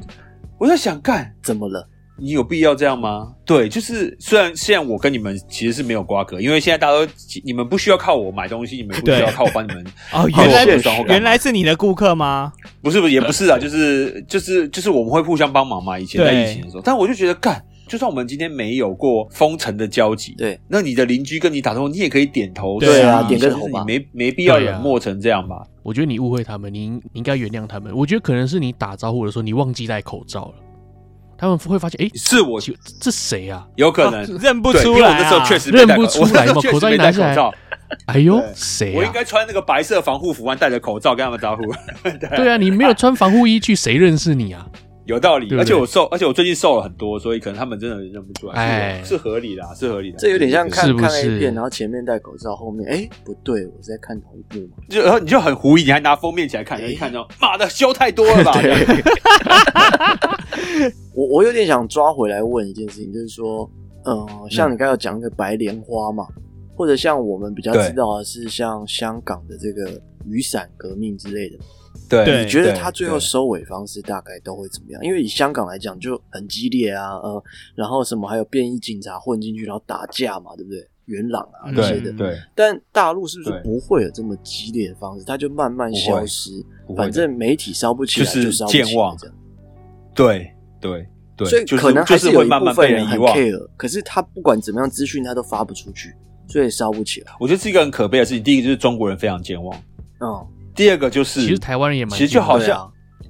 Speaker 2: 我在想，干
Speaker 3: 怎么了？
Speaker 2: 你有必要这样吗？对，就是虽然现在我跟你们其实是没有瓜葛，因为现在大家都你们不需要靠我买东西，你们不需要
Speaker 1: 对
Speaker 2: 靠我帮你们，
Speaker 1: 哦，
Speaker 2: 靠
Speaker 1: 原
Speaker 2: 我
Speaker 1: 来
Speaker 2: 不爽或干
Speaker 1: 原
Speaker 2: 嘛
Speaker 1: 来是你的顾客吗？
Speaker 2: 不是不是也不是啊，就是就是就是我们会互相帮忙嘛。以前在
Speaker 1: 对
Speaker 2: 疫情的时候，但我就觉得干。就算我们今天没有过封城的交集，
Speaker 3: 对，
Speaker 2: 那你的邻居跟你打招呼，你也可以点头，
Speaker 1: 对啊
Speaker 2: 示意
Speaker 1: 点
Speaker 3: 个
Speaker 2: 就是
Speaker 3: 头
Speaker 2: 你
Speaker 3: 吧
Speaker 2: 没没必要
Speaker 4: 对啊
Speaker 2: 冷漠成这样吧？
Speaker 4: 我觉得你误会他们，你你应该原谅他们。我觉得可能是你打招呼的时候你忘记戴口罩了，他们会发现，哎、
Speaker 2: 是我
Speaker 4: 奇这这谁啊？
Speaker 2: 有可能，
Speaker 1: 认不
Speaker 2: 对，因
Speaker 1: 出
Speaker 2: 为
Speaker 1: 来
Speaker 2: 我
Speaker 1: 啊，
Speaker 2: 那时候确实没戴口
Speaker 4: 认不出
Speaker 2: 我那
Speaker 4: 来嘛
Speaker 2: 时候确
Speaker 4: 口罩
Speaker 2: 实
Speaker 4: 一
Speaker 2: 没戴
Speaker 4: 拿
Speaker 2: 口
Speaker 4: 下来
Speaker 2: 罩，
Speaker 4: 哎呦，
Speaker 3: 对
Speaker 4: 谁
Speaker 2: 我
Speaker 4: 啊
Speaker 2: 应？ 该穿那个白色防护服，完戴着口罩跟他们打招呼，
Speaker 4: 对啊，你没有穿防护衣去，谁认识你啊？
Speaker 2: 有道理
Speaker 4: 对。
Speaker 2: 而
Speaker 4: 不对
Speaker 2: 且我瘦，而且我最近瘦了很多，所以可能他们真的认不出来，
Speaker 4: 哎
Speaker 2: 是合理的啊，是合理的。
Speaker 3: 这有点像看
Speaker 4: 是不是
Speaker 3: 看 A 片，然后前面戴口罩，后面哎不对，我是在看同一部嘛。
Speaker 2: 就然后你就很狐疑，你还拿封面起来看，
Speaker 3: 哎
Speaker 2: 一看就妈的修太多 了吧？
Speaker 3: 我我有点想抓回来问一件事情，就是说，呃，
Speaker 2: 嗯
Speaker 3: 像你刚才有讲那个白莲花嘛，或者像我们比较
Speaker 2: 对
Speaker 3: 知道的是像香港的这个雨伞革命之类的，
Speaker 2: 对
Speaker 1: 对
Speaker 3: 你觉得他最后
Speaker 2: 对
Speaker 3: 收尾方式大概都会怎么样？因为以香港来讲就很激烈啊，呃，然后什么还有便衣警察混进去，然后打架嘛，对不对？元朗啊这
Speaker 1: 对
Speaker 3: 些
Speaker 2: 对
Speaker 3: 的，
Speaker 2: 对，
Speaker 3: 但大陆是不是
Speaker 2: 对
Speaker 3: 不会有这么激烈的方式？它就慢慢消失
Speaker 2: 不会不，会的
Speaker 3: 反正媒体烧不起来
Speaker 2: 就是
Speaker 3: 烧不起来
Speaker 2: 健忘
Speaker 3: 这样
Speaker 2: 对对对，
Speaker 3: 所以
Speaker 2: 就是
Speaker 3: 可能还
Speaker 2: 就是
Speaker 3: 有
Speaker 2: 会
Speaker 3: 一
Speaker 2: 慢
Speaker 3: 部
Speaker 2: 慢被
Speaker 3: 分人
Speaker 2: 人遗
Speaker 3: 很
Speaker 2: 忘。
Speaker 3: care，可是他不管怎么样，资讯他都发不出去，所以烧不起来。
Speaker 2: 我觉得是一个很可悲的事情。第一个就是中国人非常健忘，
Speaker 3: 嗯，
Speaker 2: 第二个就是
Speaker 4: 其实台湾人也蛮
Speaker 2: 其实就好
Speaker 3: 对
Speaker 2: 像
Speaker 3: 啊，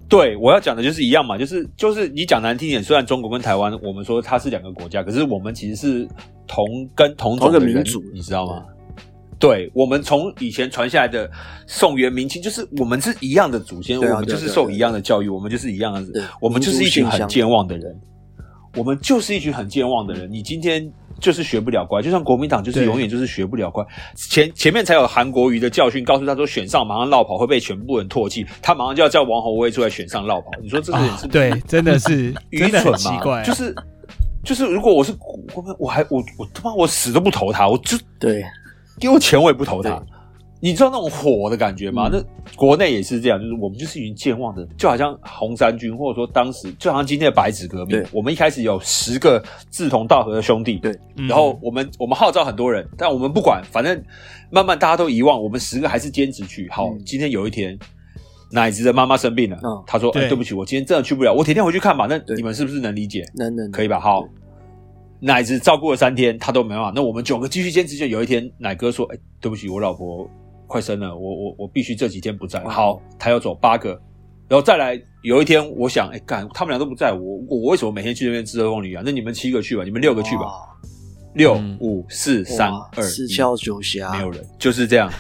Speaker 2: 对，我要讲的就是一样嘛，就是就是你讲难听一点，虽然中国跟台湾，我们说它是两个国家，可是我们其实是同跟同种的
Speaker 3: 同一个
Speaker 2: 人
Speaker 3: 民族
Speaker 2: 你知道吗？对，我们从以前传下来的宋元明清，就是我们是一样的祖先，
Speaker 3: 对啊
Speaker 2: 我们就
Speaker 3: 对啊
Speaker 2: 是
Speaker 3: 对啊
Speaker 2: 受
Speaker 3: 对
Speaker 2: 一
Speaker 3: 啊
Speaker 2: 样的教育，我们就是一样
Speaker 3: 对
Speaker 2: 的，我们就是一群
Speaker 3: 民族
Speaker 2: 很
Speaker 3: 性
Speaker 2: 健忘的人，我们就是一群很健忘的人。你今天就是学不了乖，就像国民党就是
Speaker 1: 对
Speaker 2: 永远就是学不了乖。前前面才有韩国瑜的教训，告诉他说选上马上落跑会被全部人唾弃，他马上就要叫王宏威出来选上落跑。你说这个人
Speaker 1: 啊
Speaker 2: 是，不是
Speaker 1: 对，真的是
Speaker 2: 愚
Speaker 1: 真的
Speaker 2: 蠢
Speaker 1: 很
Speaker 2: 嘛？
Speaker 1: 奇怪啊，
Speaker 2: 就是就是，如果我是股我我还我我他妈我死都不投他，我就
Speaker 3: 对，
Speaker 2: 丢钱我也不投他
Speaker 3: 对。嗯
Speaker 2: 你知道那种火的感觉吗？那国内也是这样，就是我们就是一群健忘的，就好像红三军，或者说当时就好像今天的白纸革命
Speaker 3: 对，
Speaker 2: 我们一开始有十个志同道合的兄弟，
Speaker 3: 对
Speaker 1: 嗯
Speaker 2: 然后我们我们号召很多人，但我们不管，反正慢慢大家都遗忘，我们十个还是坚持去。好，
Speaker 3: 嗯
Speaker 2: 今天有一天。奶子的妈妈生病了，
Speaker 3: 嗯
Speaker 2: 她说、哎
Speaker 1: 对
Speaker 2: 对不起，我今天真的去不了，我铁天回去看吧。那
Speaker 3: 对
Speaker 2: 你们是不是能理解？
Speaker 3: 能能
Speaker 2: 可以吧？好，奶子照顾了三天，他都没办法。那我们九个继续坚持，就有一天奶哥说：“哎、对不起，我老婆快生了，我我我必须这几天不在。”好，他要走八个，然后再来有一天，我想，哎、干，他们俩都不在，我我我为什么每天去那边吃喝风旅啊？那你们七个去吧，你们六个去吧，
Speaker 3: 哇，
Speaker 2: 六
Speaker 4: 嗯
Speaker 2: 五四三
Speaker 3: 哇
Speaker 2: 二
Speaker 3: 四
Speaker 2: 一，
Speaker 3: 敲九霞，
Speaker 2: 没有人，就是这样。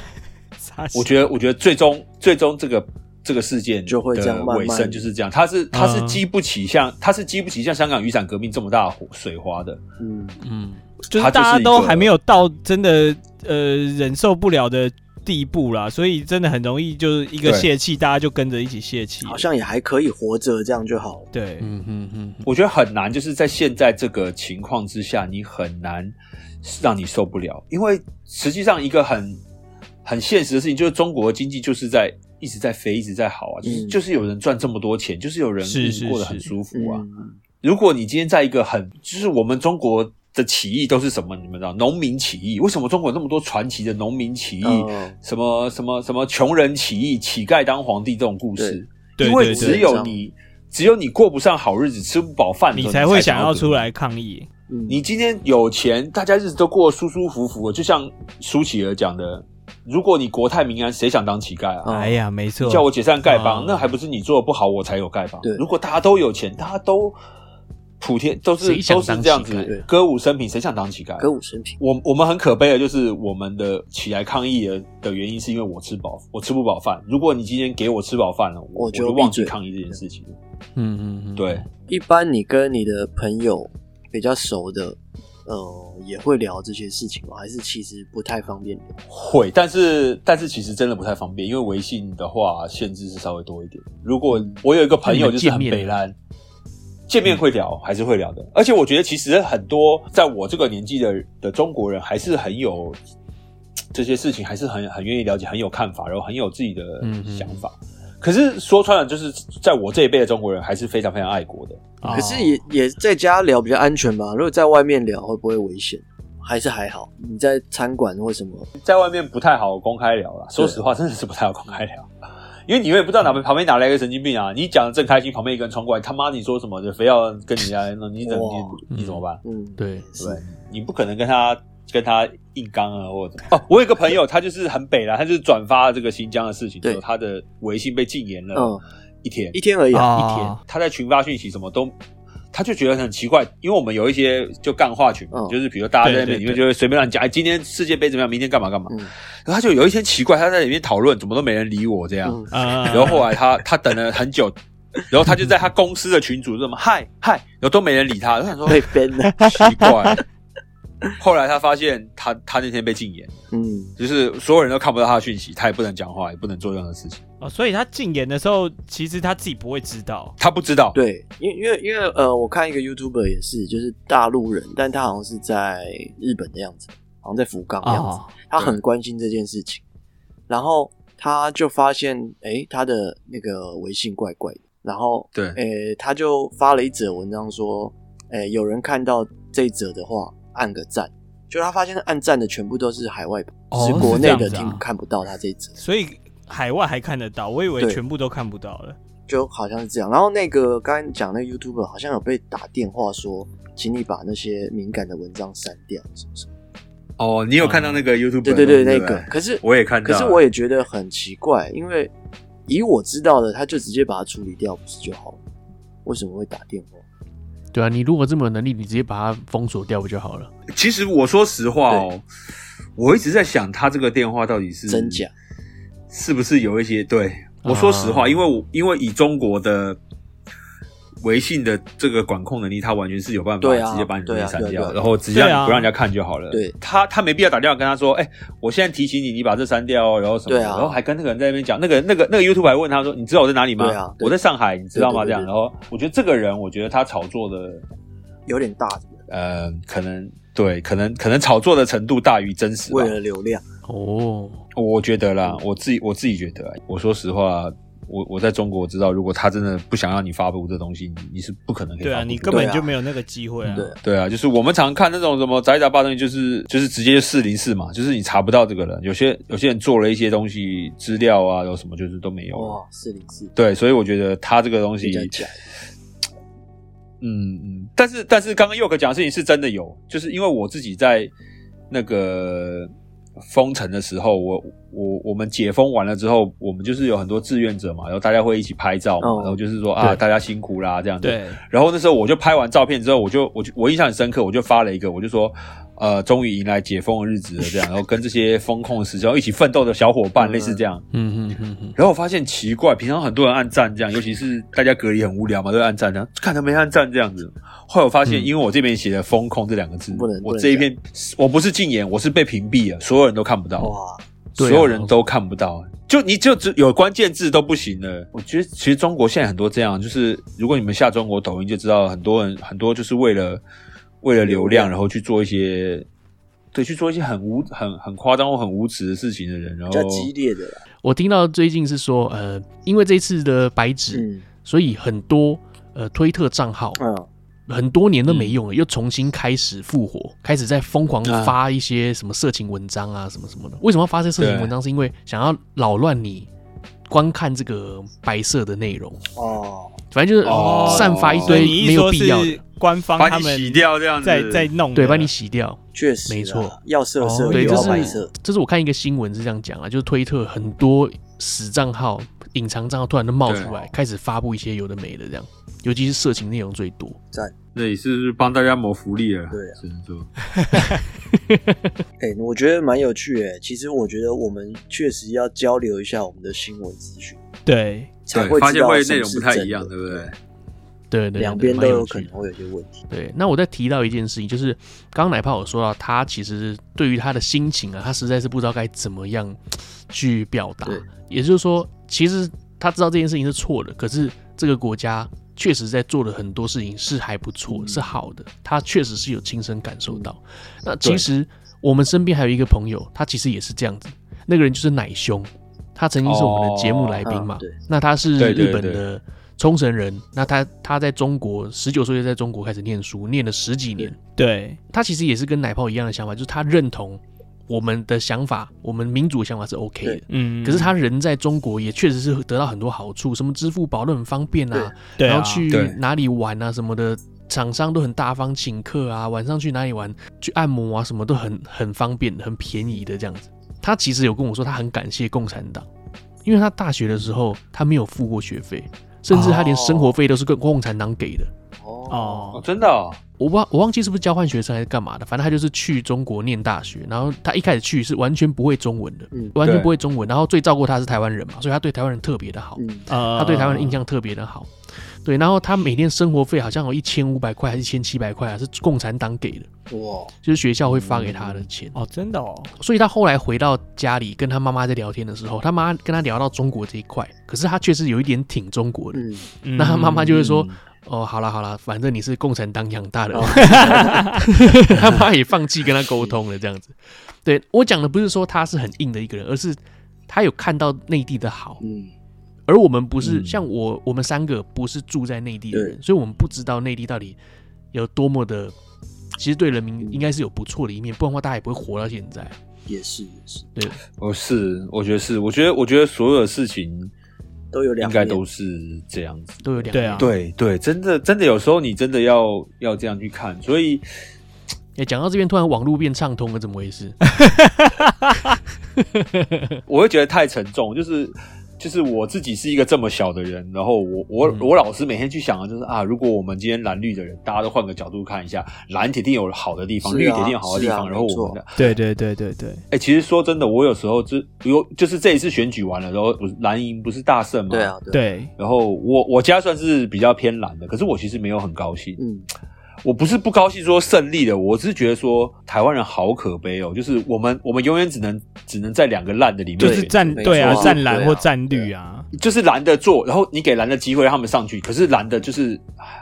Speaker 1: 傻笑
Speaker 2: 我觉得，我觉得最终最终这个这个事件
Speaker 3: 就会这样
Speaker 2: 的
Speaker 3: 慢慢嗯
Speaker 2: 尾声就是这样，它是它是激不起像它是激不起像香港雨伞革命这么大的火水花的，
Speaker 3: 嗯，
Speaker 4: 嗯，
Speaker 1: 就是
Speaker 2: 它就是
Speaker 1: 大家
Speaker 2: 一
Speaker 1: 都
Speaker 2: 个
Speaker 1: 还没有到真的呃忍受不了的地步啦，所以真的很容易就是一个
Speaker 2: 对
Speaker 1: 泄气，大家就跟着一起泄气了。
Speaker 3: 好像也还可以活着，这样就好了。
Speaker 1: 对，
Speaker 4: 嗯嗯嗯嗯，
Speaker 2: 我觉得很难，就是在现在这个情况之下，你很难让你受不了，因为实际上一个很很现实的事情，就是中国的经济就是在一直在飞，一直在好啊，就是、
Speaker 3: 嗯
Speaker 2: 就是有人赚这么多钱，就是有人
Speaker 1: 是是
Speaker 2: 过得很
Speaker 1: 是
Speaker 2: 舒服啊。
Speaker 3: 嗯，
Speaker 2: 如果你今天在一个很，就是我们中国的起义都是什么？你们知道，农民起义。为什么中国有那么多传奇的农民起义？
Speaker 3: 哦
Speaker 2: 什么什么什么穷人起义、乞丐当皇帝这种故事？
Speaker 1: 对
Speaker 2: 因
Speaker 1: 对对
Speaker 2: 为只有你，只有你过不上好日子、吃不饱饭的时
Speaker 1: 你
Speaker 2: 候，
Speaker 1: 才
Speaker 2: 才
Speaker 1: 会
Speaker 2: 想
Speaker 1: 想要出
Speaker 2: 革命
Speaker 1: 来抗议。
Speaker 3: 嗯
Speaker 2: 你今天有钱，大家日子都过得舒舒服服的，就像舒淇儿讲的，如果你国泰民安，谁想当乞丐啊？
Speaker 3: 哦
Speaker 1: 哎呀，没错，
Speaker 2: 叫我解散丐
Speaker 1: 嗯
Speaker 2: 帮，那还不是你做的不好，我才有丐帮
Speaker 3: 啊对。
Speaker 2: 如果大家都有钱，大家都普天都是
Speaker 4: 谁想
Speaker 2: 都
Speaker 4: 当
Speaker 2: 是这样
Speaker 4: 乞丐
Speaker 3: 对
Speaker 2: 子歌舞升平，谁想当乞丐？
Speaker 3: 歌舞升平，
Speaker 2: 我我们很可悲的就是我们的起来抗议的的原因是因为我吃饱，我吃不饱饭。如果你今天给我吃饱饭了，我
Speaker 3: 我
Speaker 2: 我
Speaker 3: 就
Speaker 2: 就忘
Speaker 3: 闭
Speaker 2: 记
Speaker 3: 嘴
Speaker 2: 抗议这件事情。
Speaker 4: 嗯嗯嗯，
Speaker 2: 对，
Speaker 3: 一般你跟你的朋友比较熟的，呃，也会聊这些事情吗？还是其实不太方便聊？
Speaker 2: 会，但是但是其实真的不太方便，因为微信的话限制是稍微多一点。如果
Speaker 4: 嗯
Speaker 2: 我有一个朋友就是很北兰，见面会
Speaker 4: 嗯
Speaker 2: 聊还是会聊的，而且我觉得其实很多在我这个年纪的的中国人还是很有这些事情，还是很很愿意了解，很有看法，然后很有自己的
Speaker 4: 嗯嗯
Speaker 2: 想法。可是说穿了，就是在我这一辈的中国人还是非常非常爱国的。
Speaker 1: 哦
Speaker 3: 可是也也在家聊比较安全吧？如果在外面聊会不会危险？还是还好？你在餐馆或什么？
Speaker 2: 在外面不太好公开聊了。说实话，真的是不太好公开聊，因为你也不知道哪边旁边哪来一个神经病啊！你讲的正开心，旁边一个人冲过来，他妈你说什么就非要跟人家那，你怎
Speaker 3: 哇
Speaker 2: 你你怎么办？
Speaker 3: 嗯，
Speaker 4: 对，
Speaker 3: 是
Speaker 2: 对你不可能跟他跟他硬刚啊，或者怎么 哦。我有一个朋友，他就是很北啦，他就是转发这个新疆的事情之后，
Speaker 3: 对
Speaker 2: 他的微信被禁言了
Speaker 3: 嗯，
Speaker 2: 一天，
Speaker 3: 一天而已啊。
Speaker 1: 啊
Speaker 2: 一天，他在群发讯息什么都，他就觉得很奇怪，因为我们有一些就干话群嘛，
Speaker 3: 嗯
Speaker 2: 就是比如大家在
Speaker 1: 对
Speaker 2: 那
Speaker 1: 对
Speaker 2: 边里面
Speaker 1: 对
Speaker 2: 就会随便乱讲，哎，今天世界杯怎么样，明天干嘛干嘛，
Speaker 3: 嗯
Speaker 2: 然后他就有一天奇怪，他在里面讨论，怎么都没人理我这样，
Speaker 3: 嗯，
Speaker 1: 啊，
Speaker 2: 然后后来他他等了很久。然后他就在他公司的群组这 么嗨嗨，然后都没人理他。然后他说
Speaker 3: 被 ban 了。
Speaker 2: 奇 怪。后来他发现他他那天被禁言，
Speaker 3: 嗯，
Speaker 2: 就是所有人都看不到他的讯息，他也不能讲话，也不能做任何事情。
Speaker 1: 哦，所以他禁言的时候，其实他自己不会知道。
Speaker 2: 他不知道，
Speaker 3: 对，因为因为因为呃，我看一个 YouTuber 也是，就是大陆人，但他好像是在日本的样子，好像在福冈的样子。
Speaker 1: 哦，
Speaker 3: 他很关心这件事情，然后他就发现，诶，他的那个微信怪怪的，然后
Speaker 2: 对
Speaker 3: 诶，他就发了一则文章说，诶，有人看到这一则的话，按个赞。就他发现按赞的全部都是海外朋友，
Speaker 1: 哦
Speaker 3: 是国
Speaker 1: 是这
Speaker 3: 内
Speaker 1: 样
Speaker 3: 的
Speaker 1: 子啊
Speaker 3: 听看不到他这一则，
Speaker 1: 所以海外还看得到，我以为
Speaker 3: 对
Speaker 1: 全部都看不到了。
Speaker 3: 就好像是这样。然后那个刚才讲那个 YouTuber 好像有被打电话说，请你把那些敏感的文章删掉，是不是？
Speaker 2: 哦，你有看到那个 YouTube？
Speaker 3: 嗯对对对，那个。可是
Speaker 2: 我也看到
Speaker 3: 可
Speaker 2: 了，
Speaker 3: 是我也觉得很奇怪，因为以我知道的，他就直接把它处理掉，不是就好了？为什么会打电话？
Speaker 4: 对啊，你如果这么有能力，你直接把它封锁掉不就好了？
Speaker 2: 其实我说实话哦，我一直在想他这个电话到底是
Speaker 3: 真假？
Speaker 2: 是不是有一些对？我说实话，
Speaker 4: 啊
Speaker 2: 因为我因为以中国的微信的这个管控能力，他完全是有办法
Speaker 3: 对啊
Speaker 2: 直接把你东
Speaker 3: 对
Speaker 2: 西
Speaker 3: 啊
Speaker 2: 删
Speaker 3: 对啊
Speaker 2: 掉，
Speaker 3: 对啊
Speaker 2: 然后直接让
Speaker 1: 对啊
Speaker 2: 你不让人家看就好了。
Speaker 3: 对
Speaker 2: 他他没必要打电话跟他说，哎、我现在提醒你，你把这删掉哦，然后什么的，
Speaker 3: 对啊
Speaker 2: 然后还跟那个人在那边讲，那个那个那个 YouTube 还问他说，你知道我在哪里吗？
Speaker 3: 对啊对
Speaker 2: 我在上海，你知道吗？
Speaker 3: 对对对
Speaker 2: 这样，
Speaker 3: 对
Speaker 2: 然后我觉得这个人，我觉得他炒作的
Speaker 3: 有点大，是不是
Speaker 2: 呃，可能对，可能可能炒作的程度大于真实吧
Speaker 3: 为。了流量，
Speaker 4: 哦，
Speaker 2: 我觉得啦，我自己我自己觉得啊，我说实话，我我在中国我知道，如果他真的不想让你发布这东西，你你是不可能可以
Speaker 1: 对
Speaker 2: 发
Speaker 1: 啊，
Speaker 2: 布
Speaker 1: 你
Speaker 2: 的
Speaker 1: 根本
Speaker 3: 对啊
Speaker 1: 就没有那个机会啊。
Speaker 3: 对
Speaker 2: 对啊，就是我们常看那种什么宅杂八东西，就是就是直接四零四嘛，就是你查不到这个人。有些有些人做了一些东西资料啊，有什么就是都没有了。
Speaker 3: 哇，四零四
Speaker 2: 对，所以我觉得他这个东西
Speaker 3: 比较假，
Speaker 2: 嗯，嗯，但是但是刚刚佑可讲的事情是真的有，就是因为我自己在那个封城的时候，我我我们解封完了之后，我们就是有很多志愿者嘛，然后大家会一起拍照嘛，
Speaker 3: 哦
Speaker 2: 然后就是说啊，
Speaker 4: 对
Speaker 2: 大家辛苦啦这样子。
Speaker 1: 对，
Speaker 2: 然后那时候我就拍完照片之后，我就我就我印象很深刻，我就发了一个，我就说，呃，终于迎来解封的日子了，这样，然后跟这些风控时效一起奋斗的小伙伴，
Speaker 3: 嗯
Speaker 2: 类似这样。
Speaker 4: 嗯嗯嗯嗯，
Speaker 2: 然后我发现奇怪，平常很多人按赞这样，尤其是大家隔离很无聊嘛，都会按赞这样，看他没按赞这样子。后来我发现，
Speaker 4: 嗯
Speaker 2: 因为我这边写了“风控”这两个字
Speaker 3: 不能，不
Speaker 2: 我
Speaker 3: 能
Speaker 2: 这一篇我不是禁言，我是被屏蔽了，所有人都看不到。
Speaker 3: 哇，
Speaker 4: 对啊
Speaker 2: 所有人都看不到，就你就只有关键字都不行了。我觉得其实中国现在很多这样，就是如果你们下中国抖音就知道，很多人很多就是为了为了流量，然后去做一些对去做一些很无很很夸张或很无耻的事情的人，然
Speaker 3: 比
Speaker 2: 后
Speaker 3: 较激烈的啦，
Speaker 4: 我听到最近是说，呃，因为这一次的白纸，
Speaker 3: 嗯
Speaker 4: 所以很多呃推特账号
Speaker 1: 啊
Speaker 3: 嗯，
Speaker 4: 很多年都没用
Speaker 1: 嗯
Speaker 4: 了，又重新开始复活，开始在疯狂
Speaker 2: 啊
Speaker 4: 发一些什么色情文章啊，什么什么的。为什么要发这色情文章？是因为想要扰乱你观看这个白色的内容，
Speaker 3: 哦，
Speaker 4: 反正就是
Speaker 2: 哦
Speaker 4: 散发一
Speaker 1: 所以
Speaker 4: 堆
Speaker 1: 你一
Speaker 4: 没有
Speaker 1: 说
Speaker 4: 必要的
Speaker 1: 是，嗯官方
Speaker 2: 把
Speaker 1: 他
Speaker 2: 你洗
Speaker 1: 们
Speaker 2: 掉这样子，
Speaker 1: 在在弄的，
Speaker 4: 对，把你洗掉。
Speaker 3: 确实啊，
Speaker 4: 没错
Speaker 3: 要色色，
Speaker 4: 对，
Speaker 3: 也
Speaker 4: 这
Speaker 3: 要
Speaker 4: 是
Speaker 3: 哦啊白色，
Speaker 4: 这是我看一个新闻是这样讲啊，就是推特很多死账号、隐藏账号突然都冒出来，开始发布一些有的没的这样，尤其是色情内容最多。
Speaker 2: 这里是不是帮大家谋福利了？
Speaker 3: 对啊
Speaker 2: 只能说
Speaker 3: 哎、我觉得蛮有趣诶、其实我觉得我们确实要交流一下我们的新闻资讯，
Speaker 1: 对，
Speaker 3: 才
Speaker 2: 对
Speaker 3: 会
Speaker 2: 发
Speaker 3: 知
Speaker 2: 现
Speaker 3: 道
Speaker 2: 会
Speaker 3: 什
Speaker 2: 内
Speaker 3: 么
Speaker 2: 容
Speaker 3: 是
Speaker 2: 不太
Speaker 3: 真
Speaker 2: 一样，
Speaker 3: 的
Speaker 2: 对不对？
Speaker 4: 对对对，
Speaker 3: 两边
Speaker 4: 蛮
Speaker 3: 都
Speaker 4: 有
Speaker 3: 有
Speaker 4: 趣
Speaker 3: 可
Speaker 4: 的
Speaker 3: 能会有一些问题。
Speaker 4: 对，那我再提到一件事情，就是刚刚奶泡有说到，他其实对于他的心情啊，他实在是不知道该怎么样去表达
Speaker 3: 对。
Speaker 4: 也就是说，其实他知道这件事情是错的，可是这个国家确实在做的很多事情是还不
Speaker 3: 嗯
Speaker 4: 错，是好的，他确实是有亲身感受到。那其实我们身边还有一个朋友，他其实也是这样子，那个人就是奶兄，他曾经是我们的节目来宾嘛，
Speaker 3: 哦嗯对
Speaker 4: 那他是
Speaker 2: 对对
Speaker 4: 日本
Speaker 2: 对
Speaker 4: 的冲绳人，那他他在中国十九岁就在中国开始念书，念了十几年。
Speaker 1: 对，
Speaker 4: 他其实也是跟奶泡一样的想法，就是他认同我们的想法，我们民主的想法是 OK 的
Speaker 3: 对。
Speaker 1: 嗯，
Speaker 4: 可是他人在中国也确实是得到很多好处，什么支付宝都很方便啊，
Speaker 1: 对啊
Speaker 4: 然后去
Speaker 2: 对
Speaker 4: 哪里玩啊什么的，厂商都很大方请客啊，晚上去哪里玩、去按摩啊什么都很很方便、很便宜的这样子。他其实有跟我说，他很感谢共产党，因为他大学的时候他没有付过学费，甚至他连生活费都是跟共产党给的。
Speaker 3: 哦，
Speaker 2: 哦
Speaker 1: 哦，，
Speaker 2: 真的哦，
Speaker 4: 我忘我忘记是不是交换学生还是干嘛的，反正他就是去中国念大学，然后他一开始去是完全不会中文的，
Speaker 3: 嗯
Speaker 4: 完全不会中文，然后最照顾他是台湾人嘛，所以他对台湾人特别的好，
Speaker 3: 嗯，
Speaker 1: 呃，
Speaker 4: 哦他对台湾的印象特别的好，对，然后他每天生活费好像有一千五百块还是一千七百块啊，是共产党给的，
Speaker 3: 哇，
Speaker 4: 就是学校会发给他的钱，
Speaker 1: 哦，真的哦，
Speaker 4: 所以他后来回到家里跟他妈妈在聊天的时候，他妈跟他聊到中国这一块，可是他确实有一点挺中国的，
Speaker 3: 嗯，
Speaker 1: 那
Speaker 4: 那他妈妈就会说
Speaker 2: 嗯：“
Speaker 4: 哦，好了好了，反正你是共产党养大的。他妈也放弃跟他沟通了，这样子。对我讲的不是说他是很硬的一个人，而是他有看到内地的好，
Speaker 3: 嗯，
Speaker 4: 而我们不是、
Speaker 2: 嗯
Speaker 4: 像我，我们三个不是住在内地的人，
Speaker 3: 对
Speaker 4: 所以我们不知道内地到底有多么的，其实对人民应该是有不错的一面，不然的话大家也不会活到现在。
Speaker 3: 也是也是，
Speaker 2: 哦是，我觉得是，我觉得我觉得所有的事情
Speaker 3: 都有
Speaker 2: 应
Speaker 3: 两
Speaker 2: 该
Speaker 3: 面
Speaker 2: 都是这样子。
Speaker 4: 都有两
Speaker 1: 对
Speaker 4: 面
Speaker 1: 啊
Speaker 2: 对对，真的真的，有时候你真的要要这样去看，所以
Speaker 4: 哎，讲到这边，突然网络变畅通了，怎么回事？
Speaker 2: 我会觉得太沉重，就是。就是我自己是一个这么小的人，然后我我、
Speaker 4: 嗯
Speaker 2: 我老是每天去想的就是啊，如果我们今天蓝绿的人，大家都换个角度看一下，蓝铁定有好的地方，
Speaker 3: 是啊
Speaker 2: 绿铁定有好的地
Speaker 3: 是
Speaker 2: 方，
Speaker 3: 啊
Speaker 2: 然后
Speaker 3: 没错
Speaker 2: 我们的
Speaker 1: 对对对对对，
Speaker 2: 哎、其实说真的，我有时候就有就是这一次选举完了，然后不是蓝营不是大胜嘛，
Speaker 3: 对，啊，对啊，
Speaker 1: 对，
Speaker 2: 然后我我家算是比较偏蓝的，可是我其实没有很高兴，
Speaker 3: 嗯，
Speaker 2: 我不是不高兴说胜利的，我只是觉得说台湾人好可悲哦，就是我们我们永远只能只能在两个烂的里面
Speaker 1: 就
Speaker 2: 选，
Speaker 1: 是站
Speaker 3: 没
Speaker 1: 对啊，
Speaker 3: 错啊
Speaker 1: 站蓝
Speaker 3: 对啊
Speaker 1: 或站绿啊，
Speaker 2: 就是蓝的做，然后你给蓝的机会让他们上去，可是蓝的就是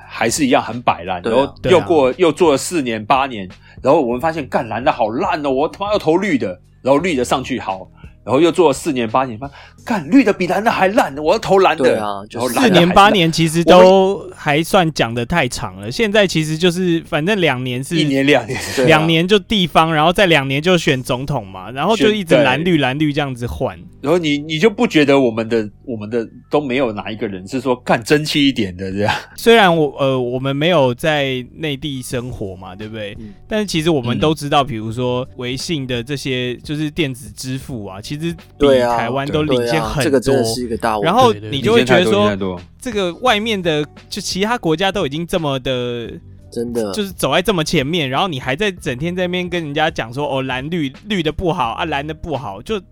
Speaker 2: 还是一样很摆烂，
Speaker 3: 对
Speaker 2: 然
Speaker 3: 啊
Speaker 2: 后
Speaker 1: 对啊
Speaker 2: 又过、又做了四年八年，然后我们发现干蓝的好烂哦，我他妈要投绿的，然后绿的上去好。然后又做了四年八年，发现干绿的比蓝的还烂，我要投蓝的。
Speaker 3: 对啊就是
Speaker 2: 然后蓝的
Speaker 1: 四年
Speaker 2: 还是
Speaker 1: 八
Speaker 2: 烂
Speaker 1: 年其实都还算讲的太长了，现在其实就是反正两年是
Speaker 2: 一年两年，
Speaker 3: 对啊
Speaker 1: 两，年就地方，然后再两年就选总统嘛，然后就
Speaker 2: 选
Speaker 1: 一直
Speaker 2: 对
Speaker 1: 蓝绿蓝绿这样子换。
Speaker 2: 然后你你就不觉得我们的我们的都没有哪一个人是说干争气一点的这样？
Speaker 1: 虽然我呃我们没有在内地生活嘛，对不对？
Speaker 3: 嗯
Speaker 1: 但是其实我们
Speaker 2: 嗯
Speaker 1: 都知道，比如说微信的这些就是电子支付啊，其其实比
Speaker 3: 对啊
Speaker 1: 台湾都领
Speaker 3: 对
Speaker 1: 先
Speaker 3: 啊，
Speaker 1: 很多。
Speaker 3: 这个真的是一个大问题。
Speaker 1: 然后
Speaker 4: 对对
Speaker 1: 你
Speaker 4: 对
Speaker 1: 就会觉得说
Speaker 2: 太，多，
Speaker 1: 这个外面的就其他国家都已经这么的，
Speaker 3: 真的
Speaker 1: 就是走在这么前面，然后你还在整天在那边跟人家讲说，哦，蓝绿绿的不好啊，蓝的不好，就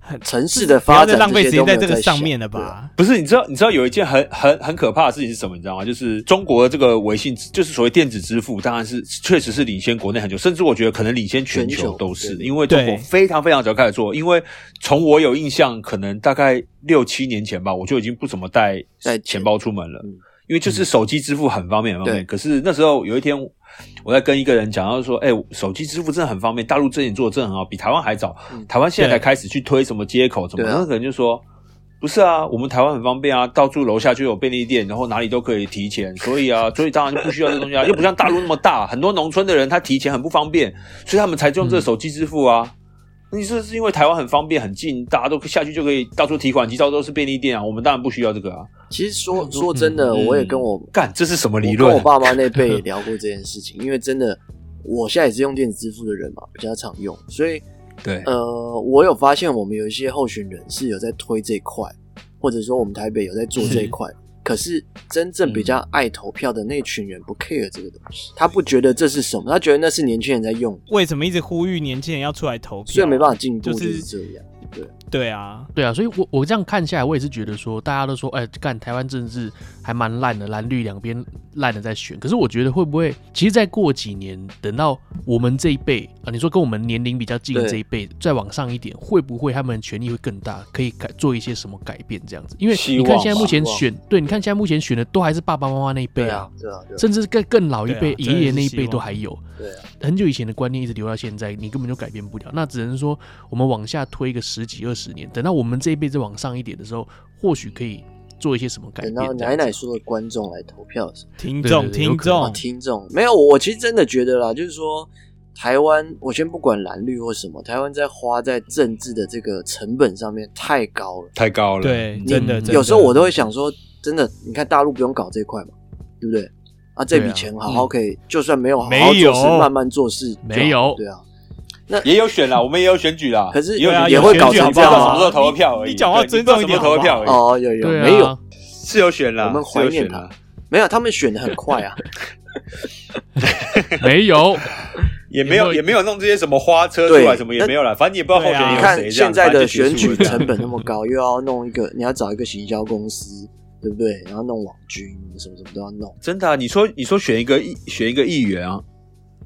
Speaker 1: 很
Speaker 3: 城市的发
Speaker 1: 不要再
Speaker 3: 展
Speaker 1: 浪费时间
Speaker 3: 这些
Speaker 1: 在
Speaker 3: 都没有
Speaker 1: 这个
Speaker 3: 在
Speaker 1: 上
Speaker 3: 想
Speaker 1: 面了
Speaker 3: 对啊
Speaker 1: 吧？
Speaker 2: 不是，你知道，你知道有一件很很很可怕的事情是什么？你知道吗？就是中国这个微信，就是所谓电子支付，当然是确实是领先国内很久，甚至我觉得可能领先全
Speaker 3: 全
Speaker 2: 球
Speaker 3: 球
Speaker 2: 都是，
Speaker 3: 对
Speaker 2: 因为中国
Speaker 1: 对
Speaker 2: 非常非常早开始做。因为从我有印象，可能大概六七年前吧，我就已经不怎么带
Speaker 3: 带
Speaker 2: 钱包出门了
Speaker 3: 嗯，
Speaker 2: 因为就是手机支付很方便，很方
Speaker 3: 对
Speaker 2: 便。可是那时候有一天。我在跟一个人讲到说，哎、手机支付真的很方便，大陆这点做的真的很好，比台湾还早。
Speaker 3: 嗯
Speaker 2: 台湾现在才
Speaker 1: 对
Speaker 2: 开始去推什么接口什么，
Speaker 3: 对啊
Speaker 2: 那个人就说，不是啊，我们台湾很方便啊，到处楼下就有便利店，然后哪里都可以提钱，所以啊，所 以当然就不需要这东西啊，又不像大陆那么大，很多农村的人他提钱很不方便，所以他们才
Speaker 3: 嗯
Speaker 2: 用这个手机支付啊。你这是因为台湾很方便很近，大家都下去就可以到处提款机，到处都是便利店啊。我们当然不需要这个啊。
Speaker 3: 其
Speaker 1: 嗯
Speaker 3: 实说说真的，我也跟我
Speaker 2: 干，这是什么理
Speaker 3: 我跟
Speaker 2: 论
Speaker 3: 我？爸妈那辈也聊过这件事情，因为真的，我现在也是用电子支付的人嘛，比较常用，所以
Speaker 2: 对，
Speaker 3: 呃，我有发现我们有一些候选人是有在推这一块，或者说我们台北有在做这一块，可是真正比较爱投票的那群人不 care 这个东西，他不觉得这是什么，他觉得那是年轻人在用，
Speaker 1: 为什么一直呼吁年轻人要出来投票？
Speaker 3: 所以没办法进步，
Speaker 1: 就
Speaker 3: 就是是这样。
Speaker 1: 对啊，
Speaker 4: 对啊，所以我我这样看下来，我也是觉得说，大家都说，哎，干台湾政治还蛮烂的，蓝绿两边烂的在选。可是我觉得会不会，其实再过几年，等到我们这一辈啊、你说跟我们年龄比较近的
Speaker 3: 对
Speaker 4: 这一辈再往上一点，会不会他们权力会更大，可以改做一些什么改变这样子？因为
Speaker 2: 希
Speaker 4: 你看
Speaker 2: 望
Speaker 4: 现在目
Speaker 2: 吧
Speaker 4: 前
Speaker 3: 希望
Speaker 4: 选，对，你看现在目前选的都还是爸爸妈妈那一辈
Speaker 3: 对
Speaker 4: 啊
Speaker 3: 啊，，对啊，对啊，
Speaker 4: 甚至更更老一
Speaker 1: 对啊
Speaker 4: 辈、
Speaker 1: 真的
Speaker 4: 爷爷
Speaker 1: 是
Speaker 4: 那一
Speaker 1: 希
Speaker 4: 辈都
Speaker 1: 望
Speaker 4: 还有。
Speaker 3: 对啊，
Speaker 4: 很久以前的观念一直留到现在，你根本就改变不了。那只能说我们往下推个十几二十年，等到我们这一辈再往上一点的时候，或许可以做一些什么改
Speaker 3: 等
Speaker 4: 变。
Speaker 3: 到
Speaker 4: 这样
Speaker 3: 奶
Speaker 4: 子
Speaker 3: 奶说的观众来投票的时候
Speaker 1: 听
Speaker 4: 对
Speaker 1: 众
Speaker 4: 对对有
Speaker 1: 听
Speaker 4: 可能
Speaker 1: 众
Speaker 3: 啊，，听众没有，我其实真的觉得啦，就是说，台湾，我先不管蓝绿或什么，台湾在花在政治的这个成本上面太高了。
Speaker 2: 太高了。
Speaker 1: 对，
Speaker 2: 嗯
Speaker 1: 真的，真的
Speaker 3: 有时候我都会想说，真的，你看大陆不用搞这块嘛，对不对？啊，这
Speaker 4: 对
Speaker 3: 笔
Speaker 4: 啊
Speaker 3: 钱好好可以，就算没有好
Speaker 1: 没
Speaker 3: 好做
Speaker 1: 有
Speaker 3: 事，慢慢做事就好，
Speaker 4: 没有
Speaker 3: 对啊，
Speaker 2: 也有选啦，我们也有选举啦，
Speaker 3: 可是
Speaker 2: 也有
Speaker 1: 对啊
Speaker 2: 选举
Speaker 1: 有
Speaker 3: 会
Speaker 1: 选
Speaker 3: 搞
Speaker 1: 举
Speaker 3: 成
Speaker 1: 好不
Speaker 3: 这样
Speaker 1: 好
Speaker 3: 啊
Speaker 2: 什么时候投的票而已。
Speaker 1: 你讲话
Speaker 2: 对
Speaker 1: 尊重一
Speaker 2: 你不知道
Speaker 1: 点
Speaker 2: 什么时候投的票
Speaker 1: 好
Speaker 2: 而已。
Speaker 3: 哦，有有
Speaker 4: 对啊，
Speaker 3: 没有
Speaker 2: 是有选啦，
Speaker 3: 我们
Speaker 2: 是有
Speaker 3: 怀念
Speaker 2: 选
Speaker 3: 他
Speaker 2: 啦
Speaker 3: 没有，他们选的很快 啊，
Speaker 4: 没有？
Speaker 2: 也没有
Speaker 4: 有没有
Speaker 2: 也没有弄这些什么花车
Speaker 3: 对
Speaker 2: 出来什么也没有啦，反正也不知道候选
Speaker 1: 对
Speaker 2: 人有
Speaker 1: 啊
Speaker 2: 谁
Speaker 3: 你看
Speaker 2: 这样
Speaker 3: 现在的选举
Speaker 2: 反正就结束了
Speaker 3: 成本那么高，又要弄一个，你要找一个行销公司，对不对？然后弄网军，什么什么都要弄。
Speaker 2: 真的啊，你说你说选一个议选一个议员啊，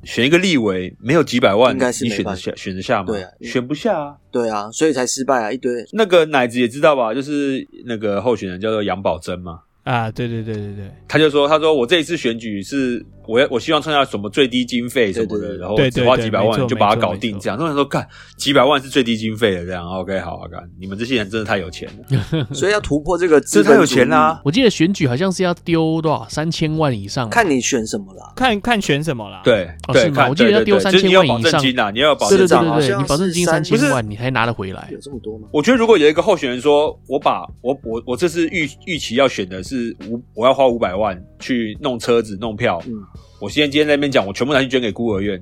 Speaker 2: 选一个立委，没有几百万，
Speaker 3: 应该是
Speaker 2: 你
Speaker 3: 没
Speaker 2: 选得
Speaker 3: 办法
Speaker 2: 下选得下吗？
Speaker 3: 对啊
Speaker 2: 选不下啊。
Speaker 3: 对啊，所以才失败啊，一堆。
Speaker 2: 那个奶子也知道吧，就是那个候选人叫做杨宝珍嘛，
Speaker 1: 啊，对对对对对，
Speaker 2: 他就说他说我这一次选举是我要我希望创造什么最低经费什么
Speaker 3: 对对
Speaker 2: 的，
Speaker 3: 对
Speaker 2: 然后
Speaker 1: 对对
Speaker 2: 只花
Speaker 1: 对
Speaker 2: 几百
Speaker 1: 没错
Speaker 2: 万就把它
Speaker 1: 没错
Speaker 2: 搞
Speaker 1: 没
Speaker 2: 定
Speaker 1: 错
Speaker 2: 这样。那人说干几百万是最低经费了这样，OK 好啊干，你们这些人真的太有钱
Speaker 4: 哦
Speaker 2: 了，
Speaker 3: 所以要突破这个资
Speaker 2: 这
Speaker 3: 本
Speaker 2: 太有
Speaker 3: 主义
Speaker 2: 钱
Speaker 1: 啊
Speaker 2: 啦、
Speaker 4: 我记得选举好像是要丢多少三千万以上吧，
Speaker 3: 看你选什么啦。
Speaker 1: 看看选什么啦，
Speaker 2: 对
Speaker 4: 哦
Speaker 2: 对
Speaker 4: 是，吗
Speaker 2: 看
Speaker 4: 我记得
Speaker 2: 对
Speaker 4: 要
Speaker 2: 对
Speaker 4: 丢
Speaker 2: 对就是
Speaker 4: 3000
Speaker 2: 你要
Speaker 4: 万以
Speaker 2: 保证
Speaker 4: 上
Speaker 2: 金啊，你要有保
Speaker 4: 对
Speaker 2: 证
Speaker 4: 对
Speaker 2: 金
Speaker 3: 市
Speaker 4: 对
Speaker 3: 长好
Speaker 4: 对
Speaker 3: 像
Speaker 4: 对，你保证金
Speaker 3: 是
Speaker 4: 三
Speaker 3: 三
Speaker 4: 千
Speaker 2: 不是
Speaker 4: 万，你还拿得回来
Speaker 1: 哎
Speaker 3: 有。这么多吗？
Speaker 2: 我觉得如果有一个候选人说，我把我我我这次预预期要选的是五，我要花五百万去弄车子弄票，
Speaker 3: 嗯
Speaker 2: 我现在今天在那边讲，我全部拿去捐给孤儿院。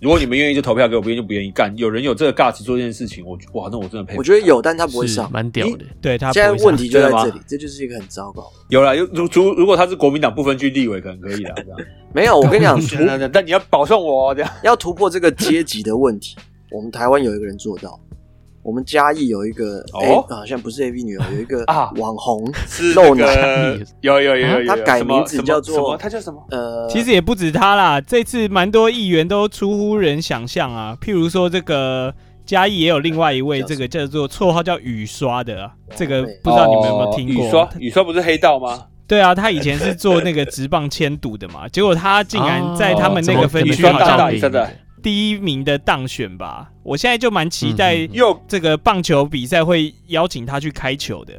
Speaker 2: 如果你们愿意就投票给我，不愿意就不愿意干。有人有这个 guts 做这件事情，我哇，那我真的
Speaker 1: 哎
Speaker 2: 佩服。
Speaker 3: 我觉得有，但他不会
Speaker 4: 是
Speaker 3: 上。
Speaker 4: 蛮屌的，
Speaker 1: 对他不
Speaker 3: 现在
Speaker 1: 会啊
Speaker 3: 问题就在
Speaker 2: 真的
Speaker 3: 这
Speaker 2: 吗
Speaker 3: 里，这就是一个很糟糕。
Speaker 2: 有啦，有如如如果他是国民党不分区立委，可能可以啦。 这样
Speaker 3: 没有，我跟你讲， 突
Speaker 2: 但但但你要保送我、哦、这样。
Speaker 3: 要突破这个阶级的问题，我们台湾有一个人做到。我们嘉义有一个 A，、啊
Speaker 2: 哦
Speaker 3: 好像不是 A V 女优，有一个
Speaker 2: 啊
Speaker 3: 网红，
Speaker 2: 是
Speaker 3: 露
Speaker 2: 那
Speaker 4: 奶
Speaker 2: 个有有有有有有，
Speaker 3: 啊他改
Speaker 2: 什么
Speaker 3: 名字
Speaker 2: 什么
Speaker 3: 叫做
Speaker 2: 什么？他叫什么？
Speaker 3: 呃，
Speaker 1: 其实也不止他啦，这次蛮多议员都出乎人想象啊。譬如说这个嘉义也有另外一位，
Speaker 3: 叫什
Speaker 1: 这
Speaker 3: 么哦
Speaker 1: 个叫做绰号叫雨刷的啊，这个
Speaker 3: 对
Speaker 1: 不知道你们有没有听
Speaker 2: 哦雨
Speaker 1: 过
Speaker 2: 刷？，雨刷不是黑道吗？
Speaker 1: 对啊，他以前是做那个职棒迁赌的嘛，结果他竟然在他们那个
Speaker 2: 哦
Speaker 1: 分
Speaker 2: 你
Speaker 1: 区
Speaker 2: 说
Speaker 1: 好
Speaker 2: 大
Speaker 1: 像
Speaker 2: 大真的
Speaker 1: 第一名的当选吧。我现在就蛮期待
Speaker 4: 嗯嗯
Speaker 2: 又
Speaker 1: 这个棒球比赛会邀请他去开球的。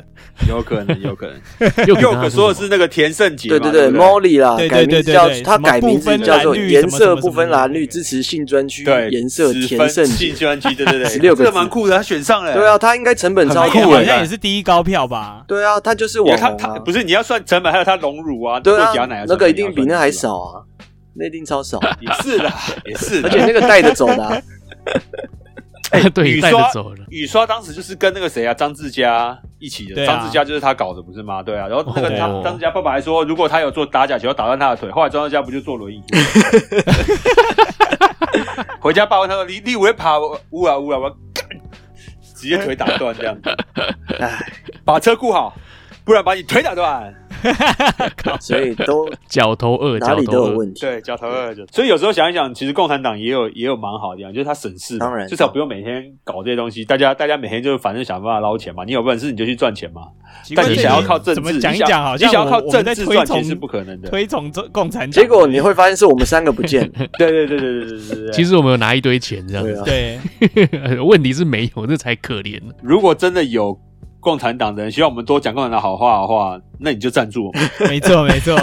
Speaker 2: 有可能，有可能。
Speaker 4: 又
Speaker 2: 又
Speaker 4: 可
Speaker 2: 可说的是那个田胜杰嘛，
Speaker 3: 对对
Speaker 2: 对
Speaker 3: 对
Speaker 2: 不
Speaker 3: ，Molly 啦，
Speaker 1: 对对
Speaker 3: 改名
Speaker 1: 对
Speaker 3: 字
Speaker 1: 对
Speaker 3: 叫
Speaker 1: 对
Speaker 3: 他
Speaker 1: 什么
Speaker 3: 改名
Speaker 1: 不
Speaker 3: 字
Speaker 1: 分
Speaker 3: 叫做
Speaker 1: 蓝绿
Speaker 3: 颜
Speaker 1: 什么什么
Speaker 3: 色不
Speaker 1: 什么
Speaker 3: 分
Speaker 1: 的
Speaker 3: 蓝
Speaker 1: 那
Speaker 3: 绿，
Speaker 1: 个
Speaker 3: 支持性专区
Speaker 2: 对，
Speaker 3: 颜色田
Speaker 2: 分
Speaker 3: 胜
Speaker 2: 信
Speaker 3: 杰。
Speaker 2: 专区，对 对对，
Speaker 3: 16个字
Speaker 2: 这蛮酷的，他选上了、
Speaker 3: 对啊，，他应该成本超
Speaker 2: 很
Speaker 3: 高
Speaker 2: 酷
Speaker 1: 好
Speaker 2: 欸
Speaker 1: 像也是第一高票吧？
Speaker 3: 对啊，他就是
Speaker 2: 因
Speaker 3: 网
Speaker 2: 为他
Speaker 3: 红
Speaker 2: 他
Speaker 3: 啊，
Speaker 2: 不是你要算成本，还有他荣辱啊，
Speaker 3: 对
Speaker 2: 做假奶
Speaker 3: 啊
Speaker 2: 啊，
Speaker 3: 那个一定
Speaker 2: 什么的
Speaker 3: 比那还
Speaker 2: 你要算
Speaker 3: 少啊，那一定超少，啊
Speaker 2: 也是啦，也是啦，
Speaker 3: 而且那个带着走的啊，
Speaker 2: 哎
Speaker 4: 对，
Speaker 2: 雨
Speaker 4: 带着
Speaker 2: 刷
Speaker 4: 走了。
Speaker 2: 雨刷当时就是跟那个谁啊，张志佳一起的。
Speaker 1: 对啊
Speaker 2: 张志佳就是他搞的，不是吗？对啊。然后那个
Speaker 1: 哦
Speaker 2: 他张志佳爸爸还说，如果他有做打假球，要打断他的腿。后来张志佳不就坐轮椅？回家爸问他说：“你你以为爬我呜啊呜啊，我干直接腿打断这样，
Speaker 3: 哎，
Speaker 2: 把车顾好，不然把你腿打断。”
Speaker 3: 所以都
Speaker 4: 脚头二，
Speaker 3: 哪
Speaker 4: 脚
Speaker 3: 里
Speaker 4: 头
Speaker 3: 都有
Speaker 4: 二，
Speaker 3: 问题。
Speaker 2: 对，脚头二就。所以有时候想一想，其实共产党也有也有蛮好的地方，就是他省事嘛，
Speaker 3: 当然
Speaker 2: 至少不用每天搞这些东西。大家大家每天就反正想办法捞钱嘛，你有本事你就去赚钱嘛。
Speaker 1: 奇怪
Speaker 2: 但你
Speaker 1: 这
Speaker 2: 想要
Speaker 1: 集
Speaker 2: 靠政
Speaker 1: 怎
Speaker 2: 治，
Speaker 1: 么讲
Speaker 2: 你
Speaker 1: 一
Speaker 2: 想
Speaker 1: 讲，好像
Speaker 2: 你想要
Speaker 1: 我
Speaker 2: 靠
Speaker 1: 我们
Speaker 2: 政
Speaker 1: 在
Speaker 2: 治
Speaker 1: 推
Speaker 2: 赚
Speaker 1: 崇
Speaker 2: 钱是不可能的。
Speaker 1: 推崇中共产党，
Speaker 3: 结果你会发现是我们三个不见，
Speaker 2: 对对对对对对对对。
Speaker 4: 其实我们有拿一堆钱这样
Speaker 3: 对
Speaker 4: 子，
Speaker 3: 啊，
Speaker 1: 对
Speaker 4: 问题是没有，这才可怜呢。
Speaker 2: 如果真的有共产党的人希望我们多讲共产党好话的话，那你就赞助我 们，
Speaker 1: 没错没错，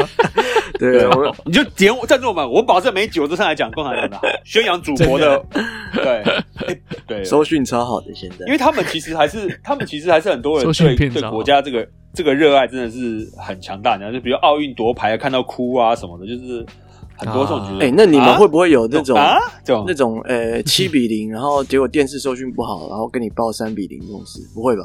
Speaker 3: 对，啊我们
Speaker 2: 你就点赞助我们，我保证每一集我都上来讲共产 党的好，宣扬祖国的。 对哎对，
Speaker 3: 收讯超好的现在
Speaker 2: 因。为他们其实还是，他们其实还是很多人
Speaker 4: 搜寻
Speaker 2: 对
Speaker 4: 片子
Speaker 2: 对
Speaker 4: 啊
Speaker 2: 国家这个这个热爱真的是很强大。然后就比如奥运夺牌看到哭啊什么的，就是很多这种觉得。
Speaker 3: 哎、那你们
Speaker 2: 啊
Speaker 3: 会不会有那种、
Speaker 2: 啊这种
Speaker 3: 那种呃七比零，然后结果电视收讯不好，然后跟你报三比零这种事？不会 吧？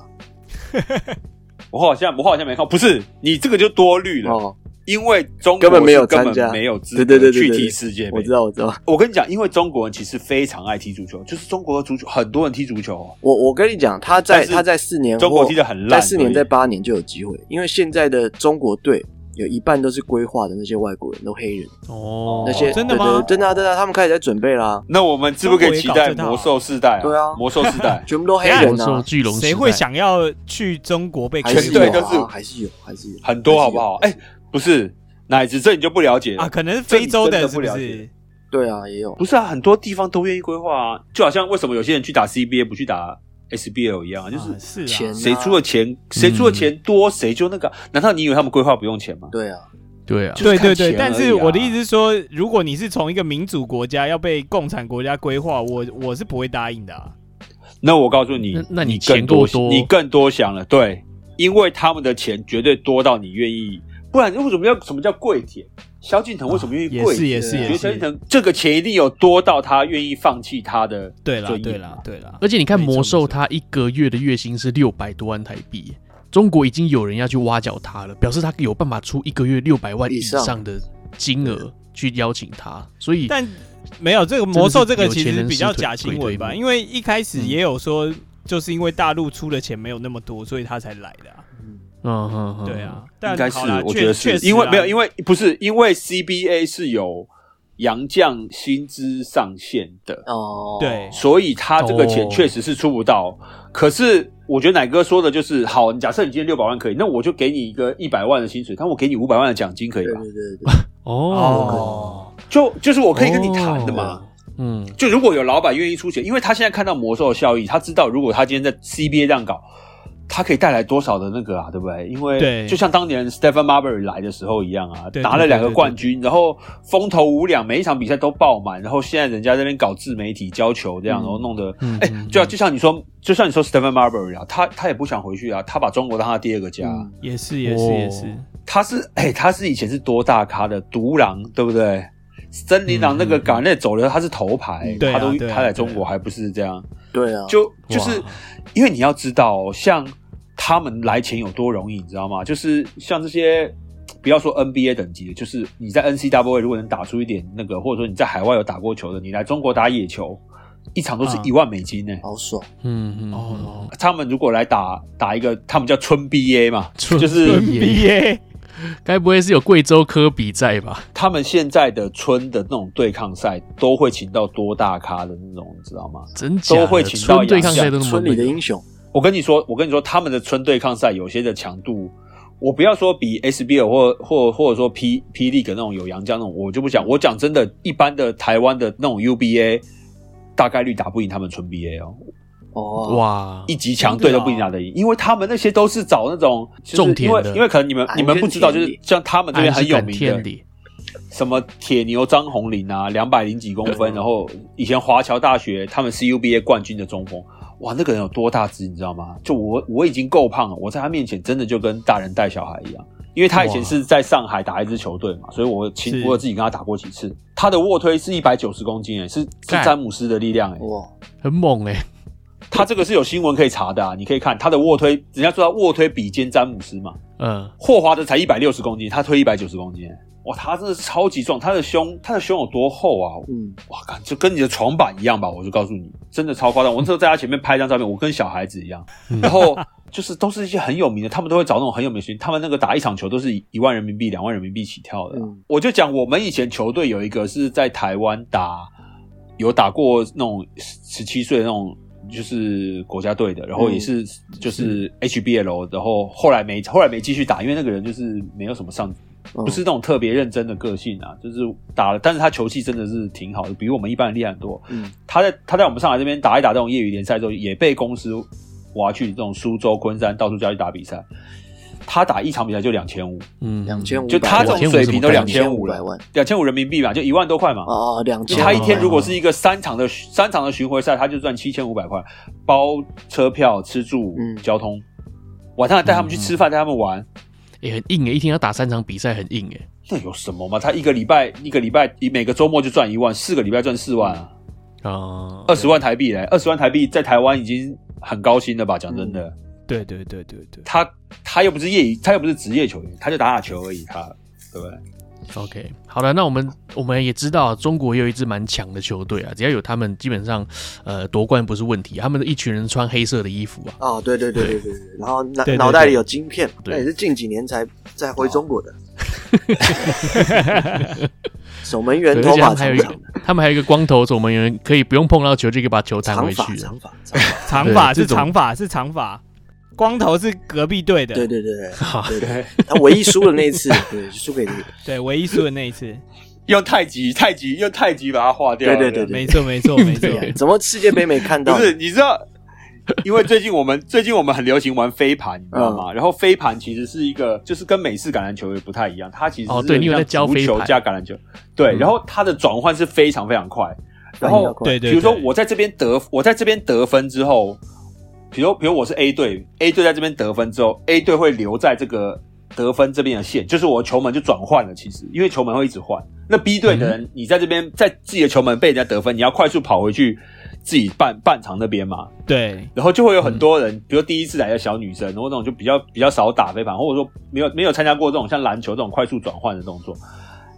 Speaker 2: 我好像我好像没看，不是你这个就多虑了，
Speaker 3: 哦，
Speaker 2: 因为中国
Speaker 3: 根本没有
Speaker 2: 是根
Speaker 3: 参加
Speaker 2: 本没有资格
Speaker 3: 对对对对
Speaker 2: 去
Speaker 3: 对
Speaker 2: 踢
Speaker 3: 对
Speaker 2: 世界杯
Speaker 3: 我知。道，我知道。
Speaker 2: 我跟你讲，因为中国人其实非常爱踢足球，就是中国的足球很多人踢足球哦，
Speaker 3: 我我跟你讲，他在
Speaker 2: 但是
Speaker 3: 他在四年
Speaker 2: 中国
Speaker 3: 或
Speaker 2: 踢得很烂
Speaker 3: 在四年
Speaker 2: 所以
Speaker 3: 在八年就有机会，因为现在的中国队有一半都是规划的那些外国人，都黑人，
Speaker 4: 哦，
Speaker 3: 那些、
Speaker 1: 真的
Speaker 3: 对
Speaker 1: 吗
Speaker 3: 对真的啊真的啊，他们开始在准备啦，
Speaker 2: 那我们是不是可以期
Speaker 1: 中
Speaker 2: 待
Speaker 1: 国也搞这套啊
Speaker 2: 魔兽世代、
Speaker 3: 对啊
Speaker 2: 魔兽世代
Speaker 3: 全部都黑
Speaker 4: 魔
Speaker 3: 人
Speaker 4: 兽
Speaker 3: 啊，
Speaker 4: 巨龙时代
Speaker 1: 谁会？想要去中国被
Speaker 3: 还
Speaker 1: 规
Speaker 3: 是
Speaker 1: 划
Speaker 2: 全
Speaker 3: 有
Speaker 2: 队都是
Speaker 3: 啊，还是有，还是有
Speaker 2: 很多好不好？
Speaker 3: 还
Speaker 2: 哎、
Speaker 3: 是有
Speaker 2: 不是奶子，这你就不了解了
Speaker 1: 啊？可能是非洲
Speaker 2: 这你真的
Speaker 1: 是不
Speaker 2: 不了
Speaker 1: 是
Speaker 2: 解？
Speaker 3: 对啊，也有，
Speaker 2: 不是啊，很多地方都愿意规划啊，就好像为什么有些人去打 CBA 不去打 SBL 一样啊，就
Speaker 1: 啊
Speaker 2: 是
Speaker 1: 是啊
Speaker 3: 钱
Speaker 2: 谁出的钱，
Speaker 3: 嗯
Speaker 2: 谁出的钱多，谁就那个啊。难道你以为他们规划不用钱吗？
Speaker 3: 对啊，
Speaker 4: 对啊，
Speaker 2: 就是
Speaker 1: 对
Speaker 2: 看
Speaker 1: 对对，
Speaker 2: 钱
Speaker 1: 但
Speaker 2: 而
Speaker 1: 是
Speaker 2: 已
Speaker 1: 我
Speaker 2: 啊
Speaker 1: 的意思是说，如果你是从一个民主国家要被共产国家规划，我我是不会答应的、啊。
Speaker 2: 那我告诉你
Speaker 4: 那，那你
Speaker 2: 你更多
Speaker 4: 钱够多
Speaker 2: 你更多想了，对，因为他们的钱绝对多到你愿意，不然为什么要什么叫跪舔？萧敬腾为什么愿意
Speaker 1: 也
Speaker 2: 跪
Speaker 1: 是
Speaker 2: 舔？
Speaker 1: 也是
Speaker 3: 对
Speaker 2: 觉
Speaker 3: 啊
Speaker 1: 也
Speaker 2: 得萧敬
Speaker 1: 是，
Speaker 2: 腾这个钱一定有多到他愿意放弃他的，
Speaker 1: 对啦
Speaker 2: 尊严
Speaker 1: 对啦对啦。
Speaker 4: 而且你看
Speaker 1: 没错
Speaker 4: 魔兽，
Speaker 1: 没错
Speaker 4: 它一个月的月薪是六百多万台币，中国已经有人要去挖角他了，表示他有办法出一个月六百万以
Speaker 3: 以上
Speaker 4: 上的金额去邀请他，所 以
Speaker 1: 但没有这个魔兽这个其
Speaker 4: 真的
Speaker 1: 实
Speaker 4: 是
Speaker 1: 比较假新闻吧，
Speaker 4: 有钱人是腿腿腿
Speaker 1: 因为一开始也有说，就是因为大陆出的钱没有那么多，所以他才来的、啊。
Speaker 4: 嗯哼哼，
Speaker 1: 对啊，但
Speaker 2: 应该是
Speaker 1: 好啦，
Speaker 2: 我
Speaker 1: 确
Speaker 2: 觉得
Speaker 1: 确
Speaker 2: 是
Speaker 1: 实
Speaker 2: 因为
Speaker 1: 啊
Speaker 2: 没有，因为不是因为 CBA 是有洋将薪资上限的，
Speaker 3: 哦，
Speaker 1: 对
Speaker 2: 所以他这个
Speaker 4: 哦
Speaker 2: 钱确实是出不到。可是我觉得奶哥说的就是，好，假设你今天六百万可以，那我就给你一个一百万的薪水，但我给你五百万的奖金可以
Speaker 3: 对
Speaker 2: 吧
Speaker 3: 对？对对，
Speaker 4: 哦，
Speaker 2: 就就是我可以跟你谈的
Speaker 1: 哦
Speaker 2: 嘛。
Speaker 4: 嗯，
Speaker 2: 就如果有老板愿意出钱，因为他现在看到魔兽的效益，他知道如果他今天在 CBA 这样搞，他可以带来多少的那个啊，对不对？因
Speaker 1: 对
Speaker 2: 为就像当年 Stephen Marbury 来的时候一样啊，
Speaker 1: 对
Speaker 2: 拿了两个冠军，然后风头无两，每一场比赛都爆满，然后现在人家在那边搞自媒体教球这样，
Speaker 3: 嗯
Speaker 2: 然后弄得
Speaker 4: 嗯，
Speaker 2: 哎、
Speaker 4: 嗯
Speaker 2: 就就像你说，就像你说 Stephen Marbury 啊，他他也不想回去啊，他把中国当他第二个家。啊
Speaker 3: 嗯
Speaker 1: 也是也是
Speaker 4: 哦
Speaker 1: 也是，
Speaker 2: 他是 哎、他是以前是多大咖的独狼，对不对？森林狼那个港内走了，他是头牌，
Speaker 1: 嗯对啊
Speaker 2: 他都
Speaker 1: 对啊
Speaker 2: 他来中国还不是这样，
Speaker 3: 对啊，
Speaker 2: 就就是
Speaker 4: 哇
Speaker 2: 因为你要知道、哦，像他们来钱有多容易，你知道吗？就是像这些。不要说 NBA 等级的，就是你在 NCAA 如果能打出一点那个，或者说你在海外有打过球的，你来中国打野球，一场都是
Speaker 1: 嗯
Speaker 2: 一万美金呢、
Speaker 3: 好爽，
Speaker 4: 嗯嗯哦，
Speaker 1: 哦，
Speaker 2: 他们如果来打打一个，他们叫春 BA 嘛，
Speaker 4: 春
Speaker 2: 就是
Speaker 4: 春
Speaker 1: NBA
Speaker 4: 该不会是有贵州科比在吧？
Speaker 2: 他们现在的村的那种对抗赛都会请到多大咖的那种，你知道吗？
Speaker 4: 真假的
Speaker 2: 都会请到
Speaker 4: 村对抗
Speaker 2: 洋将
Speaker 4: 赛都那么
Speaker 3: 村里的
Speaker 4: 那个
Speaker 3: 英雄，
Speaker 2: 我跟你说，我跟你说，他们的村对抗赛有些的强度，我不要说比 SBL 或或或者说 P P League 那种有洋将那种，我就不讲。我讲真的，一般的台湾的那种 UBA，大概率打不赢他们村 BA 哦，
Speaker 3: 哦，
Speaker 4: 哇，
Speaker 2: 一级强队都不一定打得
Speaker 4: 哦
Speaker 2: 赢，因为他们那些都是找那种就是
Speaker 4: 种田
Speaker 2: 因为
Speaker 4: 的啊
Speaker 2: 因为可能你们
Speaker 3: 安
Speaker 2: 你们不知道，
Speaker 3: 根
Speaker 2: 就
Speaker 3: 田
Speaker 2: 是像他们这边很有名
Speaker 4: 天
Speaker 2: 的。
Speaker 4: 理，
Speaker 2: 什么铁牛张宏林啊，两百零几公分，然后以前华侨大学他们 CUBA 冠军的中锋，哇，那个人有多大只，你知道吗？就我我已经够胖了，我在他面前真的就跟大人带小孩一样。因为他以前是在上海打一支球队嘛，所以我亲
Speaker 1: 是
Speaker 2: 我有自己跟他打过几次。他的卧推是一百九十公斤，诶，是是
Speaker 4: 干
Speaker 2: 詹姆斯的力量，诶，欸
Speaker 3: 哇，
Speaker 4: 很猛哎，
Speaker 2: 他这个是有新闻可以查的啊，你可以看他的卧推，人家说他卧推比肩詹姆斯嘛，
Speaker 4: 嗯，
Speaker 2: 霍华德才一百六十公斤，他推一百九十公斤，哇，他真的是超级壮，他的胸，他的胸有多厚啊？
Speaker 3: 嗯，
Speaker 2: 哇，看就跟你的床板一样吧，我就告诉你，真的超夸张。我那时候在他前面拍一张照片，我跟小孩子一样，然后就是都是一些很有名的，他们都会找那种很有名的球星，他们那个打一场球都是一一万人民币、两万人民币起跳的啊、
Speaker 3: 嗯
Speaker 2: 我就讲我们以前球队有一个是在台湾打，有打过那种十七岁的那种。就是国家队的，然后也是就是 HBL，然后后来没后来没继续打，因为那个人就是没有什么上
Speaker 3: 嗯
Speaker 2: 不是那种特别认真的个性啊，就是打了，但是他球技真的是挺好的，比我们一般人厉害很多。
Speaker 3: 嗯，
Speaker 2: 他在他在我们上海这边打一打这种业余联赛之后，也被公司挖去这种苏州、昆山到处叫去打比赛。他打一场比赛就两千五，
Speaker 4: 嗯，
Speaker 3: 两千五，
Speaker 2: 就他这种水平都
Speaker 4: 2500
Speaker 2: 两
Speaker 3: 千
Speaker 2: 千五
Speaker 3: 百
Speaker 2: 了，
Speaker 3: 万
Speaker 2: 两千五人民币嘛，就一万多块嘛。
Speaker 3: 啊，两
Speaker 2: 就
Speaker 3: 千，
Speaker 2: 他一天如果是一个三场的三场的巡回赛，他就赚七千五百块，包车票、吃住、
Speaker 3: 嗯
Speaker 2: 交通，晚上还带他们去吃饭，带他们玩，
Speaker 4: 也、很硬诶、欸一天要打三场比赛，很硬欸诶、
Speaker 2: 那有什么嘛？他一个礼拜一个礼拜，每个周末就赚一万，四个礼拜赚四万啊，
Speaker 3: 嗯
Speaker 4: 啊、
Speaker 2: 二十万台币嘞，二十万台币在台湾已经很高薪了吧？讲真
Speaker 3: 嗯
Speaker 2: 的，
Speaker 1: 对对对对对，
Speaker 2: 他他又不是业余，他又不是职业球员，他就打打球而已，他对不对？
Speaker 4: OK，好了，那我们我们也知道，中国也有一支蛮强的球队啊，只要有他们，基本上呃夺冠不是问题。他们的一群人穿黑色的衣服啊，
Speaker 3: 啊，对对对对对对，然后脑
Speaker 1: 对对对
Speaker 3: 脑袋里有晶片，
Speaker 4: 对
Speaker 3: 那也是近几年才才回中 国的。守门员
Speaker 4: 对
Speaker 3: 头
Speaker 4: 而且
Speaker 3: 发
Speaker 4: 他
Speaker 3: 长
Speaker 4: 们还有一
Speaker 3: 长
Speaker 4: 个
Speaker 3: 的，，
Speaker 4: 他们还有一个光头守门员，可以不用碰到球就可以把球弹
Speaker 3: 长
Speaker 4: 回
Speaker 3: 发
Speaker 4: 去。
Speaker 3: 长发长发，
Speaker 1: 长发
Speaker 4: 对
Speaker 1: 是
Speaker 4: 这种
Speaker 1: 长发是长发，光头是隔壁队的，
Speaker 3: 对对对对对对，他唯一输的那一次，对，就输给你，
Speaker 1: 对唯一输的 那一次，
Speaker 2: 用太极太极用太极把它化掉，
Speaker 3: 对对对对
Speaker 1: 没错没错 没错，
Speaker 4: 对
Speaker 3: 怎么世界杯没看到？
Speaker 2: 不是，你知道，因为最近我们 最近我们很流行玩飞盘，你知道
Speaker 3: 嗯
Speaker 2: 吗？然后飞盘其实是一个，就是跟美式橄榄球也不太一样，它其实
Speaker 4: 哦
Speaker 2: 是
Speaker 4: 对
Speaker 2: 有
Speaker 4: 你有
Speaker 2: 点
Speaker 4: 在教
Speaker 2: 像足
Speaker 4: 飞
Speaker 2: 球
Speaker 4: 盘
Speaker 2: 加橄榄球，对，
Speaker 4: 嗯
Speaker 2: 然后它的转换是非常非常快。然
Speaker 3: 反应要
Speaker 2: 后
Speaker 3: 快
Speaker 1: 对对，
Speaker 2: 比如说
Speaker 1: 对
Speaker 2: 我在这边得，我在这边得分之后，比如比如我是 A 队，A 队在这边得分之后，A 队会留在这个得分这边的线，就是我球门就转换了。其实因为球门会一直换，那 B 队
Speaker 1: 嗯
Speaker 2: 的人、你在这边在自己的球门被人家得分，你要快速跑回去自己半半场那边嘛，
Speaker 1: 对
Speaker 2: 然后就会有很多人，比如第一次来的小女生，然后那种就比较比较少打飞盘，或者说没有没有参加过这种像篮球这种快速转换的动作。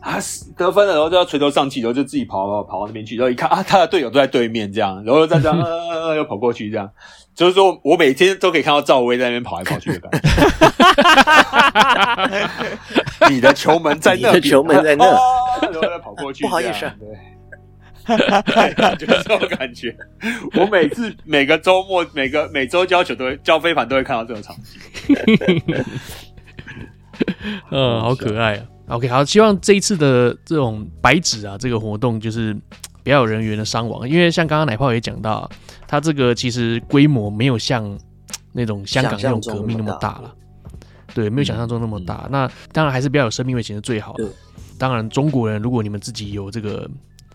Speaker 2: 啊，是得分了，然后就要垂头丧气，然后就自己跑跑跑到那边去，然后一看啊，他的队友都在对面这样，然后再这样，呃呃呃，又跑过去这样，就是说我每天都可以看到赵薇在那边跑来跑去的感 觉。 你的球门在那边，
Speaker 3: 你的球门在那
Speaker 2: 啊 然后再跑过去，
Speaker 3: 不好意思
Speaker 2: 这样。对 就是这种感觉，我每次每个周末每个每周教球都会教飞盘都会看到这种场景。
Speaker 4: 嗯，好可爱啊。OK，好，希望这一次的这种白纸啊，这个活动就是嘖不要有人员的伤亡，因为像刚刚奶泡也讲到、啊，它这个其实规模没有像嘖那种香港那
Speaker 3: 想象
Speaker 4: 种
Speaker 3: 中
Speaker 4: 革命那么
Speaker 3: 那么大
Speaker 4: 大了，对，没有想象中那么大。那当然还是不要有生命危险是最好的
Speaker 3: 对。
Speaker 4: 当然，中国人如果你们自己有这个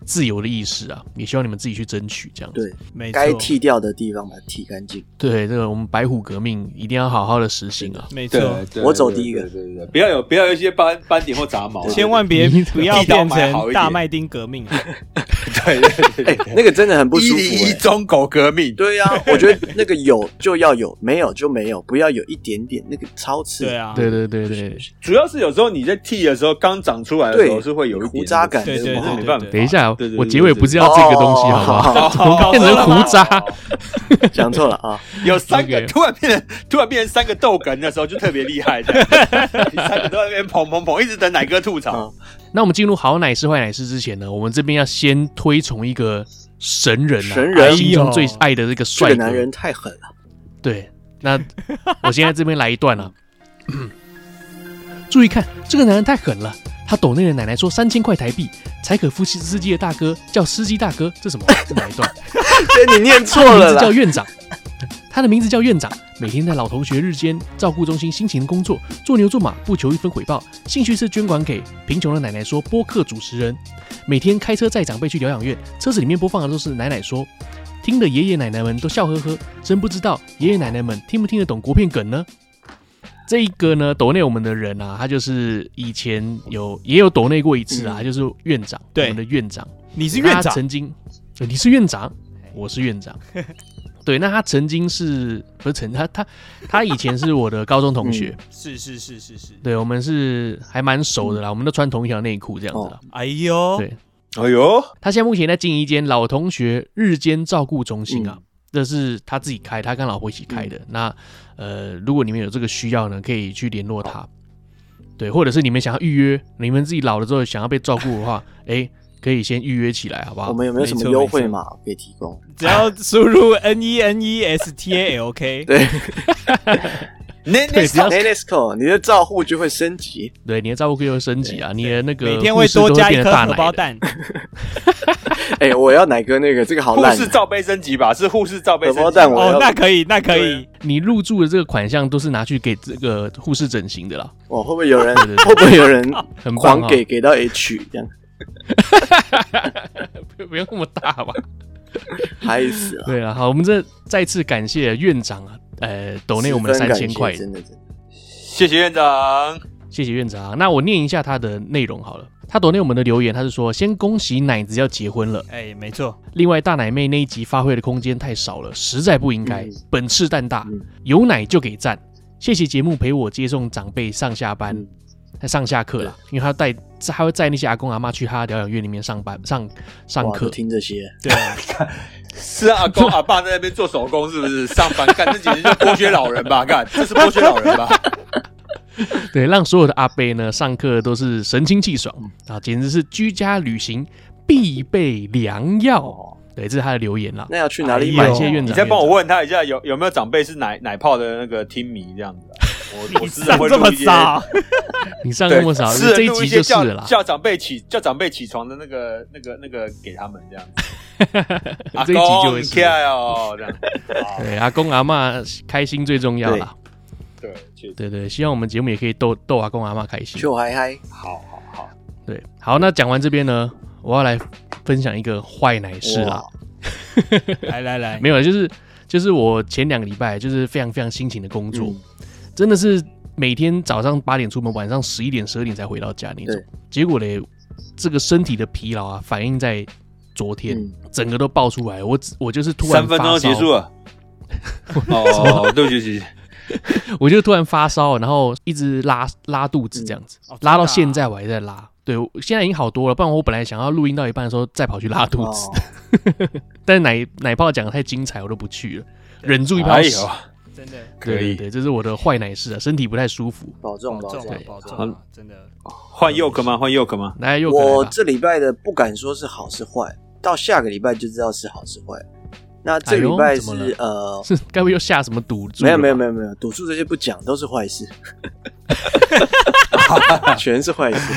Speaker 4: 自由的意识啊，也希望你们自己去争取这样子。
Speaker 3: 对，
Speaker 1: 没错
Speaker 3: 该剃掉的地方把它剃干净。
Speaker 4: 对，这个我们白虎革命一定要好好的实行啊。
Speaker 1: 没错
Speaker 2: 对，对
Speaker 3: 我走第一个
Speaker 2: 对对对对，不要有不要有一些斑斑点或杂毛，
Speaker 1: 千万别不 要
Speaker 2: 力道
Speaker 1: 变
Speaker 2: 买好一
Speaker 1: 成
Speaker 2: 点
Speaker 1: 大麦丁革 命啊，
Speaker 2: 对对
Speaker 4: 哎
Speaker 2: 对对，
Speaker 3: 那个真的很哎不
Speaker 2: 一
Speaker 3: 舒服、
Speaker 2: 零一
Speaker 3: 欸。
Speaker 2: 中狗革命，
Speaker 3: 对 呀、我觉得那个有就要有，没有就没有，不要有一点点，那个超刺激。
Speaker 1: 对啊，
Speaker 4: 对对对对，
Speaker 2: 主要是有时候你在剃的时候刚长出来的时候
Speaker 3: 对
Speaker 2: 是会有一点
Speaker 3: 胡渣感
Speaker 1: 对对
Speaker 2: 是
Speaker 3: 那
Speaker 1: 对
Speaker 2: 没
Speaker 1: 对
Speaker 2: 办法
Speaker 1: 对
Speaker 4: 等一下
Speaker 2: 对对，对
Speaker 4: 我结尾不是要这个东西，好不好？
Speaker 3: 哦
Speaker 4: 怎么变成胡渣？
Speaker 3: 讲错了啊！
Speaker 2: 哦有三个
Speaker 4: OK
Speaker 2: 突然变成突然变成三个豆梗的时候就特别厉害， 这样三个都在那边砰砰砰，一直等奶哥吐槽。
Speaker 3: 嗯
Speaker 4: 那我们进入好奶师坏奶师之前呢，我们这边要先推崇一个神人啊，
Speaker 3: 神人哦
Speaker 4: 心中最
Speaker 1: 哎呦
Speaker 4: 爱的这个
Speaker 3: 这
Speaker 4: 帅
Speaker 3: 个
Speaker 4: 哥。
Speaker 3: 男人太狠 了，
Speaker 4: 对，那我现在这边来一段啊， 注意看，这个男人太狠了。他抖内的奶奶说三千块台币，柴可夫斯斯基的大哥叫司机大哥，这什么？这哪一段？
Speaker 3: 对你念错了
Speaker 4: 他的名字叫
Speaker 3: 啦。
Speaker 4: 院长，他的名字叫院长，每天在老同学日间照顾中心辛勤工作，做牛做马，不求一分回报，兴趣是捐款给贫穷的奶奶说播客主持人，每天开车载长辈去疗养院，车子里面播放的都是奶奶说，听的爷爷奶奶们都笑呵呵，真不知道爷爷奶奶们听不听得懂国片梗呢？这一个呢，抖内我们的人啊，他就是以前有也有抖内过一次啊，
Speaker 3: 嗯
Speaker 4: 他就是院长，
Speaker 1: 对
Speaker 4: 我们的院长。
Speaker 1: 你是院
Speaker 4: 他
Speaker 1: 长，
Speaker 4: 曾经，呃你是院长，我是院长。 对，那他曾经是不是曾他他他以前是我的高中 同学，
Speaker 3: 嗯
Speaker 1: 是是是是是，
Speaker 4: 对我们是还蛮熟
Speaker 3: 嗯
Speaker 4: 的啦，我们都穿同一条内裤这样子
Speaker 3: 哦
Speaker 4: 啦。
Speaker 1: 哎呦，
Speaker 4: 对
Speaker 2: 哎呦，
Speaker 4: 他现在目前在经营一间老同学日间照顾中心
Speaker 3: 嗯
Speaker 4: 啊，这是他自己开，他跟老婆一起开的。那呃，如果你们有这个需要呢，可以去联络他。对，或者是你们想要预约，你们自己老了之后想要被照顾的 话，哎，可以先预约起来，好不好？
Speaker 3: 我们有没有什么优惠码可以提供？
Speaker 1: 只要输入 N E N E S T A L K，
Speaker 3: 对
Speaker 2: 那
Speaker 4: 对只要
Speaker 3: n e s c o 你的账户就会升级。
Speaker 4: 对你的照顾费会升级啊，你的那个
Speaker 1: 每天会
Speaker 4: 护士都
Speaker 1: 多加一
Speaker 4: 变得
Speaker 1: 颗
Speaker 4: 大
Speaker 1: 荷
Speaker 4: 奶
Speaker 1: 包
Speaker 4: 的
Speaker 1: 蛋。
Speaker 3: 哎、我要奶哥那个，这个好
Speaker 2: 护
Speaker 3: 烂。
Speaker 2: 士罩杯升级吧，是护士罩杯升
Speaker 3: 荷包
Speaker 2: 级
Speaker 3: 蛋
Speaker 2: 吧。
Speaker 3: 我
Speaker 1: 哦
Speaker 3: 要，
Speaker 1: 那可以，那可以，
Speaker 4: 你入住的这个款项都是拿去给这个护士整形的啦，
Speaker 3: 哇，会不会有人？
Speaker 4: 对对对
Speaker 3: 会不会有人
Speaker 4: 很棒
Speaker 3: 狂
Speaker 4: 啊！
Speaker 3: 给给到 H 这样？
Speaker 4: 不不用那么大吧？
Speaker 3: 嗨死了！
Speaker 4: 对啊，好，我们这再次感谢院长啊，呃， 抖内我们
Speaker 3: 十分
Speaker 4: 三
Speaker 3: 感
Speaker 4: 千
Speaker 3: 谢
Speaker 4: 块，
Speaker 3: 真的真的。
Speaker 2: 谢谢院长。
Speaker 4: 谢谢院长。啊那我念一下他的内容好了，他抖内我们的留言，他是说先恭喜奶子要结婚了，
Speaker 1: 哎，没错，
Speaker 4: 另外大奶妹那一集发挥的空间太少了，实在不应该
Speaker 3: 嗯，
Speaker 4: 本次蛋大
Speaker 3: 嗯，
Speaker 4: 有奶就给赞。谢谢节目陪我接送长辈上下班
Speaker 3: 嗯，
Speaker 4: 上下课啦，因为他带他会带那些阿公阿妈去他疗养院里面上班上上
Speaker 3: 哇，
Speaker 4: 课
Speaker 3: 都，听这
Speaker 4: 哎
Speaker 3: 些，
Speaker 1: 对，
Speaker 2: 是啊，阿 公阿爸在那边做手工，是不是？上班干，这简直就剥削老人 吧？干，这是剥削老人吧？
Speaker 4: 对，让所有的阿伯呢上课都是神清气爽啊，简直是居家旅行必备良药。对，这是他的 留言啦。
Speaker 3: 那要去哪里
Speaker 1: 哎
Speaker 3: 买
Speaker 1: 呦
Speaker 4: 感？谢院长，
Speaker 2: 你再帮我问他一下，有有没有长辈是奶奶泡的那个听迷这样子啊、我我私人
Speaker 1: 上
Speaker 2: 会
Speaker 1: 这
Speaker 2: 录
Speaker 1: 么
Speaker 2: 一些，
Speaker 1: 少，
Speaker 4: 你上
Speaker 2: 对
Speaker 4: 那么少，，
Speaker 2: 私
Speaker 4: 这
Speaker 2: 人
Speaker 4: 一
Speaker 2: 录
Speaker 4: 集
Speaker 2: 些
Speaker 4: 就是
Speaker 2: 叫
Speaker 4: 了啦。
Speaker 2: 叫长辈起叫长辈起床的那个那个那个给他们这样子。阿
Speaker 4: 这一集就
Speaker 2: 公
Speaker 4: 会
Speaker 2: 你
Speaker 4: 是
Speaker 2: 起来哦，这样
Speaker 4: 对，阿公阿妈开心最重要啦。
Speaker 2: 对，确实
Speaker 4: 对对，希望我们节目也可以逗逗阿公阿妈开心
Speaker 3: 去。我嗨嗨，
Speaker 2: 好好好，
Speaker 4: 对，好，那讲完这边呢，我要来分享一个坏奶事啦。
Speaker 3: 哇，
Speaker 1: 来来来，
Speaker 4: 没有，就是就是我前两个礼拜就是非常非常辛勤的工作，
Speaker 2: 嗯
Speaker 3: 嗯
Speaker 4: 真的是每天早上八点出门，晚上十一点、十二点才回到家那种
Speaker 3: 对。
Speaker 4: 结果嘞，这个身体的疲劳啊，反映在昨天，
Speaker 3: 嗯
Speaker 4: 整个都爆出来。我只我就是突然
Speaker 2: 三分钟就
Speaker 4: 发烧
Speaker 2: 结束， 了。哦，对不起，对不起
Speaker 4: 我就突然发烧，然后一直拉拉肚子
Speaker 3: 嗯
Speaker 4: 这样子，
Speaker 1: 哦
Speaker 4: 拉到
Speaker 3: 啊
Speaker 4: 现，在我还在拉。对，我现在已经好多了，不然我本来想要录音到一半的时候再跑去拉肚子，
Speaker 3: 哦
Speaker 4: 但是奶奶泡讲的太精彩，我都不去了，忍住一泡
Speaker 2: 哎
Speaker 4: 屎
Speaker 2: 呦。，
Speaker 1: 真的
Speaker 2: 可
Speaker 4: 对对
Speaker 2: 以
Speaker 4: 对，这是我的坏奶事啊，身体不太舒服。
Speaker 3: 保
Speaker 1: 真
Speaker 3: 重
Speaker 1: 的
Speaker 3: 保
Speaker 1: 保重
Speaker 3: 重
Speaker 1: 啊。
Speaker 4: 对
Speaker 1: 保重
Speaker 2: 好
Speaker 1: 啊，真的
Speaker 2: 换右可吗？换右可吗？
Speaker 4: 来又可
Speaker 3: 我
Speaker 4: 来吧
Speaker 3: 这礼拜的不敢说是好是坏，到下个礼拜就知道是好是坏。那这礼
Speaker 4: 哎
Speaker 3: 拜
Speaker 4: 呦怎么
Speaker 3: 是呃，
Speaker 4: 是该不会又下什么赌注？
Speaker 3: 没有没有没
Speaker 4: 有，
Speaker 3: 有没有，赌注这些不讲都是坏事，全是坏事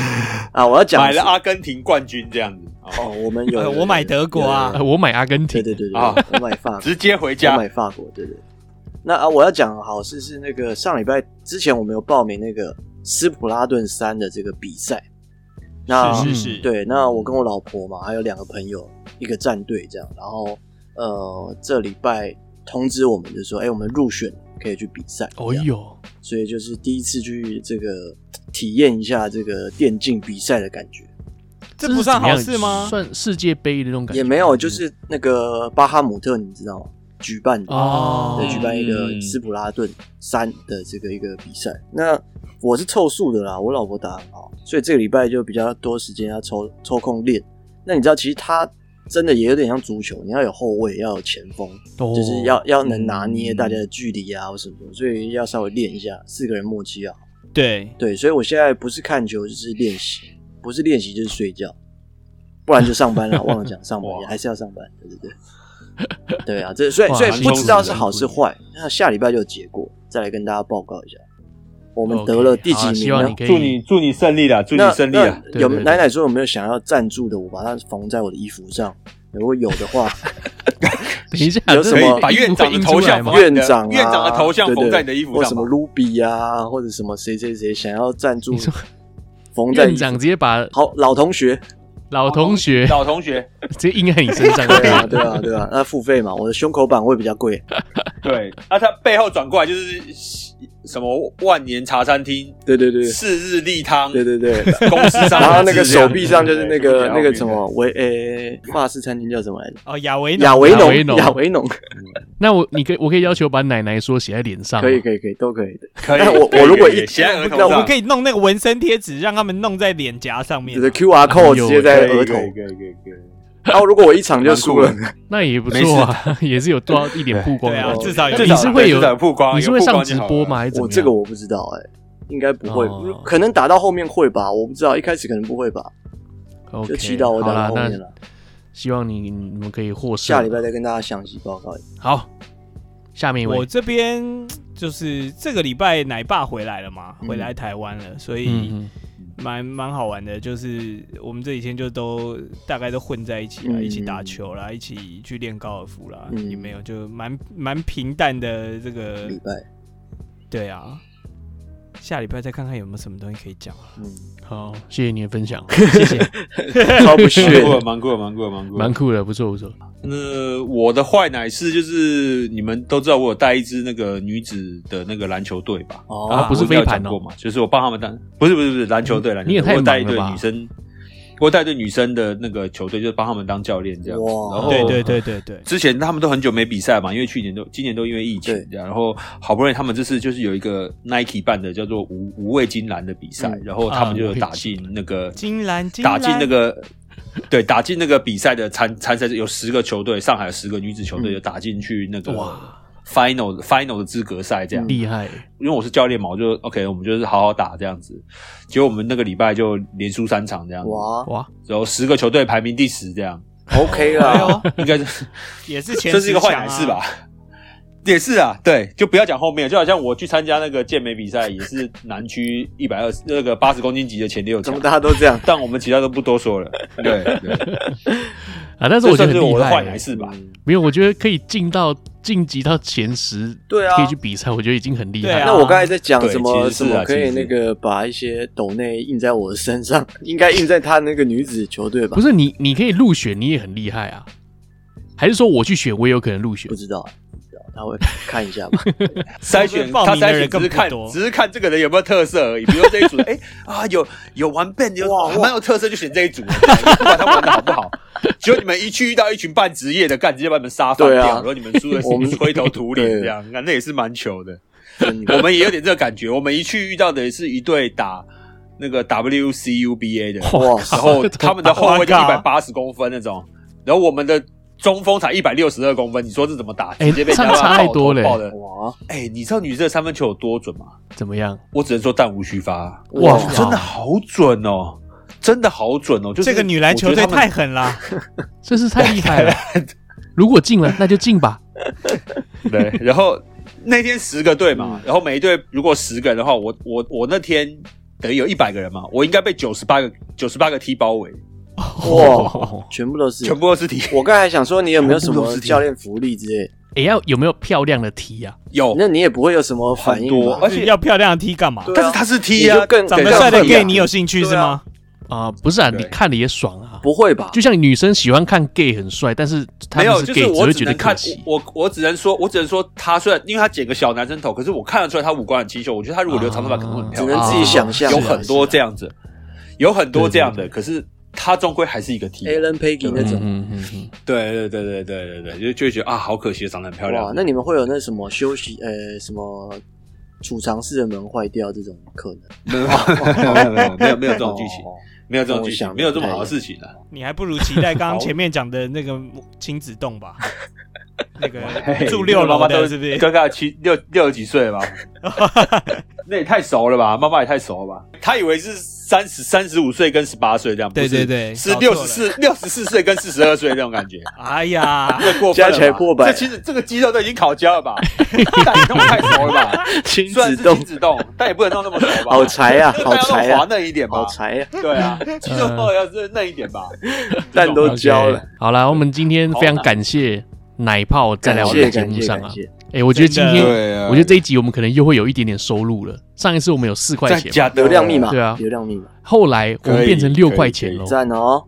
Speaker 3: 啊！我要讲
Speaker 2: 买
Speaker 3: 的是
Speaker 2: 了阿根廷冠军这样子，
Speaker 3: 哦
Speaker 2: 哦，，
Speaker 3: 我们有
Speaker 1: 呃
Speaker 3: 有
Speaker 1: 我买德国啊
Speaker 3: 有有有
Speaker 4: 呃，我买阿根
Speaker 3: 对，
Speaker 4: 廷
Speaker 3: 对对对，
Speaker 2: 啊
Speaker 3: 我买法国，
Speaker 2: 直接回
Speaker 3: 我
Speaker 2: 家。
Speaker 3: 买法国，对对。那啊，我要讲的好事是那个上礼拜之前我们有报名那个斯普拉顿三的这个比赛，那
Speaker 1: 是是
Speaker 4: 嗯
Speaker 1: 是，
Speaker 3: 对，那我跟我老婆嘛，还有两个朋友，一个战队这样。然后呃，这礼拜通知我们就说，哎、我们入选可以去比赛。
Speaker 4: 哦
Speaker 3: 这样，
Speaker 4: 哟，
Speaker 3: 所以就是第一次去这个体验一下这个电竞比赛的感觉，
Speaker 1: 这不
Speaker 4: 是怎
Speaker 1: 算好
Speaker 4: 么样
Speaker 1: 事吗？
Speaker 4: 算世界杯的那种感觉，嗯
Speaker 3: 也没有就是那个巴哈姆特，你知道吗？举办的
Speaker 4: 哦
Speaker 3: 啊对，举办一个
Speaker 2: 嗯
Speaker 3: 斯普拉顿三的这个一个比赛。那我是凑数的啦，我老婆打得很好，所以这个礼拜就比较多时间要抽抽空练。那你知道，其实它真的也有点像足球，你要有后卫，要有前锋，
Speaker 4: 哦
Speaker 3: 就是要要能拿捏
Speaker 2: 嗯
Speaker 3: 大家的距离啊或什么的，所以要稍微练一下，四个人默契啊。
Speaker 1: 对，
Speaker 3: 对，所以我现在不是看球就是练习，不是练习就是睡觉，不然就上班了。忘了讲上 班
Speaker 2: 哇
Speaker 3: 也还是要上班，对对对。对啊，这所以
Speaker 4: 哇
Speaker 3: 所以不知道是
Speaker 4: 辛苦
Speaker 3: 好是坏，那下礼拜就有结果，再来跟大家报告一下，我们
Speaker 4: OK，
Speaker 3: 得了第几
Speaker 4: 好啊希
Speaker 3: 名
Speaker 4: 望
Speaker 3: 呢
Speaker 4: 你？可
Speaker 2: 祝你
Speaker 4: 以，
Speaker 2: 祝你胜利啦！祝你
Speaker 3: 那
Speaker 2: 胜利啊啦！
Speaker 3: 那
Speaker 4: 对
Speaker 3: 有
Speaker 4: 啊对对
Speaker 3: 奶奶说有没有想要赞助的？我把它缝在我的衣服上。如果有的 话，
Speaker 4: 等一下
Speaker 3: 有
Speaker 4: 这
Speaker 3: 什么
Speaker 4: 衣服
Speaker 2: 把院长的
Speaker 4: 印出
Speaker 2: 头
Speaker 4: 来
Speaker 2: 像
Speaker 4: 吗
Speaker 2: 放
Speaker 3: 院长啊
Speaker 2: 院长的头像
Speaker 3: 对对
Speaker 2: 缝在你的衣服上吧
Speaker 3: 或什么卢比啊，或者什么谁谁谁想要赞助
Speaker 4: 你说，
Speaker 3: 缝在
Speaker 4: 院
Speaker 3: 衣服
Speaker 4: 长直接把
Speaker 3: 好老同学，
Speaker 4: 老同学
Speaker 2: 老 同学，
Speaker 4: 直接印在你身上，
Speaker 3: 啊对啊，对啊，对啊，那付费嘛，我的胸口版会比较贵。
Speaker 2: 对，那他背后转过来就是什么万年茶餐厅、
Speaker 3: 对对对
Speaker 2: 四日立汤，
Speaker 3: 对对对。
Speaker 2: 公司上的字这样，
Speaker 3: 然后那个手臂上就是那
Speaker 2: 对
Speaker 3: 个
Speaker 2: 对
Speaker 3: 那
Speaker 2: 对
Speaker 3: 个什么维诶法式餐厅叫什么来着？
Speaker 1: 哦，亚维
Speaker 3: 亚维
Speaker 4: 亚维
Speaker 3: 农，
Speaker 4: 农
Speaker 3: 亚维农，
Speaker 4: 那我你可以我可以要求把奶奶说写在脸上吗，啊
Speaker 3: 可以可以可以，都可以的。
Speaker 2: 可以，
Speaker 3: 那我
Speaker 2: 可以
Speaker 3: 我如果
Speaker 2: 可以
Speaker 3: 一
Speaker 2: 写在额头
Speaker 3: 那
Speaker 2: 上，
Speaker 3: 我
Speaker 1: 我们可以弄那个纹身贴纸，让他们弄在脸颊上面
Speaker 3: 你。的 QR code 直接
Speaker 2: 可
Speaker 3: 在
Speaker 2: 以
Speaker 3: 额头
Speaker 2: 可。以可以可以可以。
Speaker 3: 然后如果我一场就输了，
Speaker 4: 那也不错啊， 也是有多少一点曝光
Speaker 1: 对啊
Speaker 4: 的。，
Speaker 1: 至少有
Speaker 4: 你
Speaker 2: 至少
Speaker 4: 是会有
Speaker 2: 至少有曝光
Speaker 4: 你是
Speaker 2: 有
Speaker 4: 会
Speaker 2: 曝光
Speaker 4: 上
Speaker 2: 就
Speaker 4: 直
Speaker 2: 好
Speaker 4: 播
Speaker 2: 了
Speaker 4: 吗？还是怎
Speaker 3: 我
Speaker 4: 么样
Speaker 3: 这个我不知道哎，应该不会
Speaker 4: 哦，
Speaker 3: 可能打到后面会吧，我不知道，一开始可能不会吧，就
Speaker 4: OK，
Speaker 3: 祈祷我
Speaker 4: 好
Speaker 3: 打
Speaker 4: 啦
Speaker 3: 到后
Speaker 4: 那
Speaker 3: 面了。
Speaker 4: 希望你你们可以获胜。
Speaker 3: 下礼拜再跟大家详细报告。
Speaker 4: 好，下面一
Speaker 1: 我
Speaker 4: 位，
Speaker 1: 这边就是这个礼拜奶爸回来了嘛，回来台湾了，所以
Speaker 4: 嗯，
Speaker 1: 蛮蛮好玩的。就是我们这几天就都大概都混在一起啊，
Speaker 3: 嗯
Speaker 1: 一起打球啦，一起去练高尔夫啦，
Speaker 3: 嗯
Speaker 1: 也没有就蛮蛮平淡的这个
Speaker 3: 礼。拜，
Speaker 1: 对啊，下礼拜再看看有没有什么东西可以讲啊。
Speaker 3: 嗯，
Speaker 4: 好，谢谢你的 分享，谢谢，
Speaker 3: 超不屑
Speaker 2: 蛮酷的，蛮酷的，
Speaker 3: 的
Speaker 2: 蛮酷的，蛮酷的
Speaker 4: 蛮。酷的，不错不错。
Speaker 2: 那我的坏奶是就是你们都知道我有带一支那个女子的那个篮球队吧？
Speaker 3: 哦
Speaker 2: 啊，
Speaker 4: 不是
Speaker 2: 我应该有
Speaker 4: 飞盘
Speaker 2: 讲
Speaker 4: 哦嗯
Speaker 2: 过嘛，就是我帮他们带，不是不是不是篮球队，篮球队
Speaker 4: 你也太
Speaker 2: 我有带一
Speaker 4: 忙了
Speaker 2: 队
Speaker 4: 吧
Speaker 2: 女生，我有带一队女生的那个球队，就是帮他们当教练这样子。
Speaker 3: 哇
Speaker 2: 然后
Speaker 1: 对对对对对，
Speaker 2: 之前他们都很久没比赛嘛，因为去年都今年都因为疫情
Speaker 3: 对
Speaker 2: 这样，然后好不容易他们这次就是有一个 Nike 办的叫做无无畏金篮的比赛，
Speaker 3: 嗯
Speaker 2: 然后他们就有
Speaker 4: 啊
Speaker 2: 打进那个
Speaker 1: 金兰金
Speaker 2: 打进
Speaker 1: 兰
Speaker 2: 那个。对，打进那个比赛的参参赛有十个球队，上海有十个女子球队
Speaker 3: 嗯
Speaker 2: 有打进去那个
Speaker 4: 哇
Speaker 2: final final 的资格赛这样。
Speaker 3: 嗯
Speaker 4: 厉害，
Speaker 2: 因为我是教练嘛，我就 OK，我们就是好好打这样子。结果我们那个礼拜就连输三场这样子，
Speaker 3: 哇
Speaker 4: 哇，
Speaker 2: 然后十个球队排名第十这样，哎
Speaker 3: ，OK 啦，
Speaker 2: 应该是
Speaker 1: 也是前啊
Speaker 2: 这是一个坏奶
Speaker 1: 男
Speaker 2: 事
Speaker 3: 啊
Speaker 2: 吧？？也是啊，对，就不要讲后面，就好像我去参加那个健美比赛，也是南区一百二十那个八十公斤级的前六
Speaker 3: 怎
Speaker 2: 强
Speaker 3: 么，大家都这样？
Speaker 2: 但我们其他都不多说了。对对，
Speaker 4: 啊，但是
Speaker 2: 这
Speaker 4: 我觉
Speaker 2: 算
Speaker 4: 得
Speaker 2: 是
Speaker 4: 很
Speaker 2: 我
Speaker 4: 厉
Speaker 2: 的坏
Speaker 4: 害
Speaker 2: 奶
Speaker 4: 欸，
Speaker 2: 事吧？
Speaker 4: 没有，我觉得可以进到晋级到前十，
Speaker 3: 对啊
Speaker 4: 可以去比赛，我觉得已经很厉害
Speaker 1: 对啊
Speaker 4: 了。
Speaker 3: 那我刚才在讲什么
Speaker 2: 对其实
Speaker 3: 什
Speaker 2: 是啊
Speaker 3: 么可以
Speaker 2: 其实
Speaker 3: 那
Speaker 2: 是
Speaker 3: 个把一些斗内印在我的身上， 应该印在他那个女子球队吧？
Speaker 4: 不是你，你可以入选，你也很厉害啊。还是说我去选，我也有可能入选
Speaker 3: 不？知道，不知道，他会看一 下吧。
Speaker 2: 筛选
Speaker 1: 报
Speaker 2: 他
Speaker 1: 名的
Speaker 2: 筛
Speaker 1: 人
Speaker 2: 选只
Speaker 1: 更
Speaker 2: 是看
Speaker 1: 不多
Speaker 2: 只是看这个人有没有特色而已。比如说这一组，哎、啊有有玩 band 有
Speaker 3: 哇哇
Speaker 2: 蛮有特色，就选这一组，不管他玩的好不好。结果你们一去遇到一群半职业的，干直接把你们杀翻
Speaker 3: 对
Speaker 2: 掉，
Speaker 3: 啊
Speaker 2: 然后你们输的
Speaker 3: 我们
Speaker 2: 灰头土脸
Speaker 3: 对
Speaker 2: 这样，啊那那也是蛮糗的。
Speaker 3: 真的
Speaker 2: 我们也有点这个感觉，我们一去遇到的是一队打那个 WCUBA 的，
Speaker 3: 哇
Speaker 2: 然后他们的后卫就
Speaker 1: 哇
Speaker 2: 一
Speaker 1: 靠
Speaker 2: 百八十公分那种，然后我们的中锋才一百六十二公分，你说这怎么打？
Speaker 4: 哎
Speaker 2: 直接被人家
Speaker 4: 差差太
Speaker 2: 爆头
Speaker 4: 多了
Speaker 2: 爆的
Speaker 3: 哇
Speaker 2: 哎、你知道女生的三分球有多准吗？
Speaker 4: 怎么样？
Speaker 2: 我只能说弹无虚发，
Speaker 4: 哇
Speaker 2: 真的好准哦，真的好准哦！就是
Speaker 1: 这个女篮球队太狠了，
Speaker 4: 这是太厉害了！如果进了，那就进吧。
Speaker 2: 我觉得他们对，然后那天十个队
Speaker 1: 嗯
Speaker 2: 嘛，然后每一队如果十个人的话，我我我那天等于有一百个人嘛，我应该被九十八个九十八个 T 包围，
Speaker 3: 哇，全部都是，
Speaker 2: 全部都是 T。
Speaker 3: 我刚才想说，你有没有什
Speaker 2: 全部都
Speaker 3: 么
Speaker 2: 是
Speaker 3: 教练福利之类？
Speaker 4: 哎，要有没有漂亮的踢啊？
Speaker 2: 有，
Speaker 3: 那你也不会有什么反应
Speaker 2: 哦很多哎
Speaker 3: 吧
Speaker 2: 而？且
Speaker 1: 要漂亮的 T 干嘛？
Speaker 3: 对啊
Speaker 2: 但是他是 T
Speaker 3: 你
Speaker 2: 啊，
Speaker 3: 就更
Speaker 1: 长
Speaker 2: 对
Speaker 1: 得帅的
Speaker 2: 更
Speaker 1: gay
Speaker 2: 啊
Speaker 1: 你有兴趣是吗？
Speaker 4: 啊，不是啊，
Speaker 2: 对
Speaker 4: 你看了也爽啊。
Speaker 3: 不会吧？
Speaker 4: 就像女生喜欢看 gay 很帅，但是他
Speaker 2: 没
Speaker 4: 们
Speaker 2: 有，
Speaker 4: 是
Speaker 2: 就
Speaker 4: gay 只
Speaker 2: 我
Speaker 4: 会
Speaker 2: 只
Speaker 4: 觉
Speaker 2: 能
Speaker 4: 得
Speaker 2: 看
Speaker 4: 可惜。
Speaker 2: 我我我只能说，我只能说他虽然因为他剪个小男生头，可是我看得出来他五官很清秀。我觉得他如果留长头发可能会很
Speaker 4: 啊
Speaker 2: 漂
Speaker 3: 只
Speaker 2: 亮，
Speaker 3: 能自己想象，
Speaker 2: 有
Speaker 4: 是啊
Speaker 2: 很多这样子，有很多这样
Speaker 4: 对
Speaker 2: 的，可是他终归还是一个 T。
Speaker 3: Alan Peggy 那种。
Speaker 4: 嗯嗯嗯
Speaker 2: 对对对对对对对，就就会觉得啊，好可惜，长得很漂
Speaker 3: 哇
Speaker 2: 亮，。
Speaker 3: 那你们会有那什么休息呃什么储藏室的门坏掉这种可能？
Speaker 2: 没有没有没有没有没有这种剧情，
Speaker 3: 哦
Speaker 2: 没有这种剧
Speaker 3: 跟我想的
Speaker 2: 情，没有这么好的事情啊。
Speaker 1: 你还不如期待刚
Speaker 2: 好
Speaker 1: 刚前面讲的那个亲子洞吧，那个
Speaker 2: 嘿
Speaker 1: 住六楼啊
Speaker 2: 妈妈都
Speaker 1: 的，是不是？
Speaker 2: 大概七六六十几岁 了吧？那也太熟了吧，妈妈也太熟了吧？他以为是三十三十五岁跟十八岁这样，不是
Speaker 1: 对对对
Speaker 2: 是
Speaker 1: 搞错
Speaker 2: 六
Speaker 1: 了
Speaker 2: 十四六十四岁跟四十二岁那种感觉。
Speaker 1: 哎呀，
Speaker 2: 这过分了吧
Speaker 3: 加起来破百
Speaker 2: 这其实这个肌肉都已经烤焦了吧？但你弄得太熟了吧？
Speaker 3: 亲
Speaker 2: 虽然
Speaker 3: 子
Speaker 2: 是亲
Speaker 3: 洞，
Speaker 2: 子冻，但也不能弄那么熟吧？
Speaker 3: 好柴啊，
Speaker 2: 这个
Speaker 3: 好
Speaker 2: 蛋要
Speaker 3: 柴
Speaker 2: 弄滑
Speaker 3: 啊，
Speaker 2: 嫩一点吧
Speaker 3: 好？柴啊，
Speaker 2: 对啊，肌肉弄得要是嫩一点吧？
Speaker 3: 蛋都焦了
Speaker 4: OK，。好啦，我们今天非常感谢奶泡再来
Speaker 3: 感
Speaker 4: 我们
Speaker 3: 谢
Speaker 4: 的节
Speaker 3: 感
Speaker 4: 目
Speaker 3: 谢
Speaker 4: 上
Speaker 3: 感
Speaker 4: 啊。
Speaker 3: 谢，
Speaker 4: 哎，我觉得今
Speaker 1: 真的
Speaker 4: 天，
Speaker 2: 对啊
Speaker 4: 我觉得这一集我们可能又会有一点点收入了。上一次我们有四块
Speaker 2: 再
Speaker 4: 钱，
Speaker 2: 加
Speaker 3: 流量密码，
Speaker 4: 对啊
Speaker 3: 流量密码，
Speaker 4: 后来我
Speaker 2: 可
Speaker 4: 们
Speaker 2: 以
Speaker 4: 变成六块钱
Speaker 2: 可
Speaker 4: 喽，
Speaker 3: 赞哦。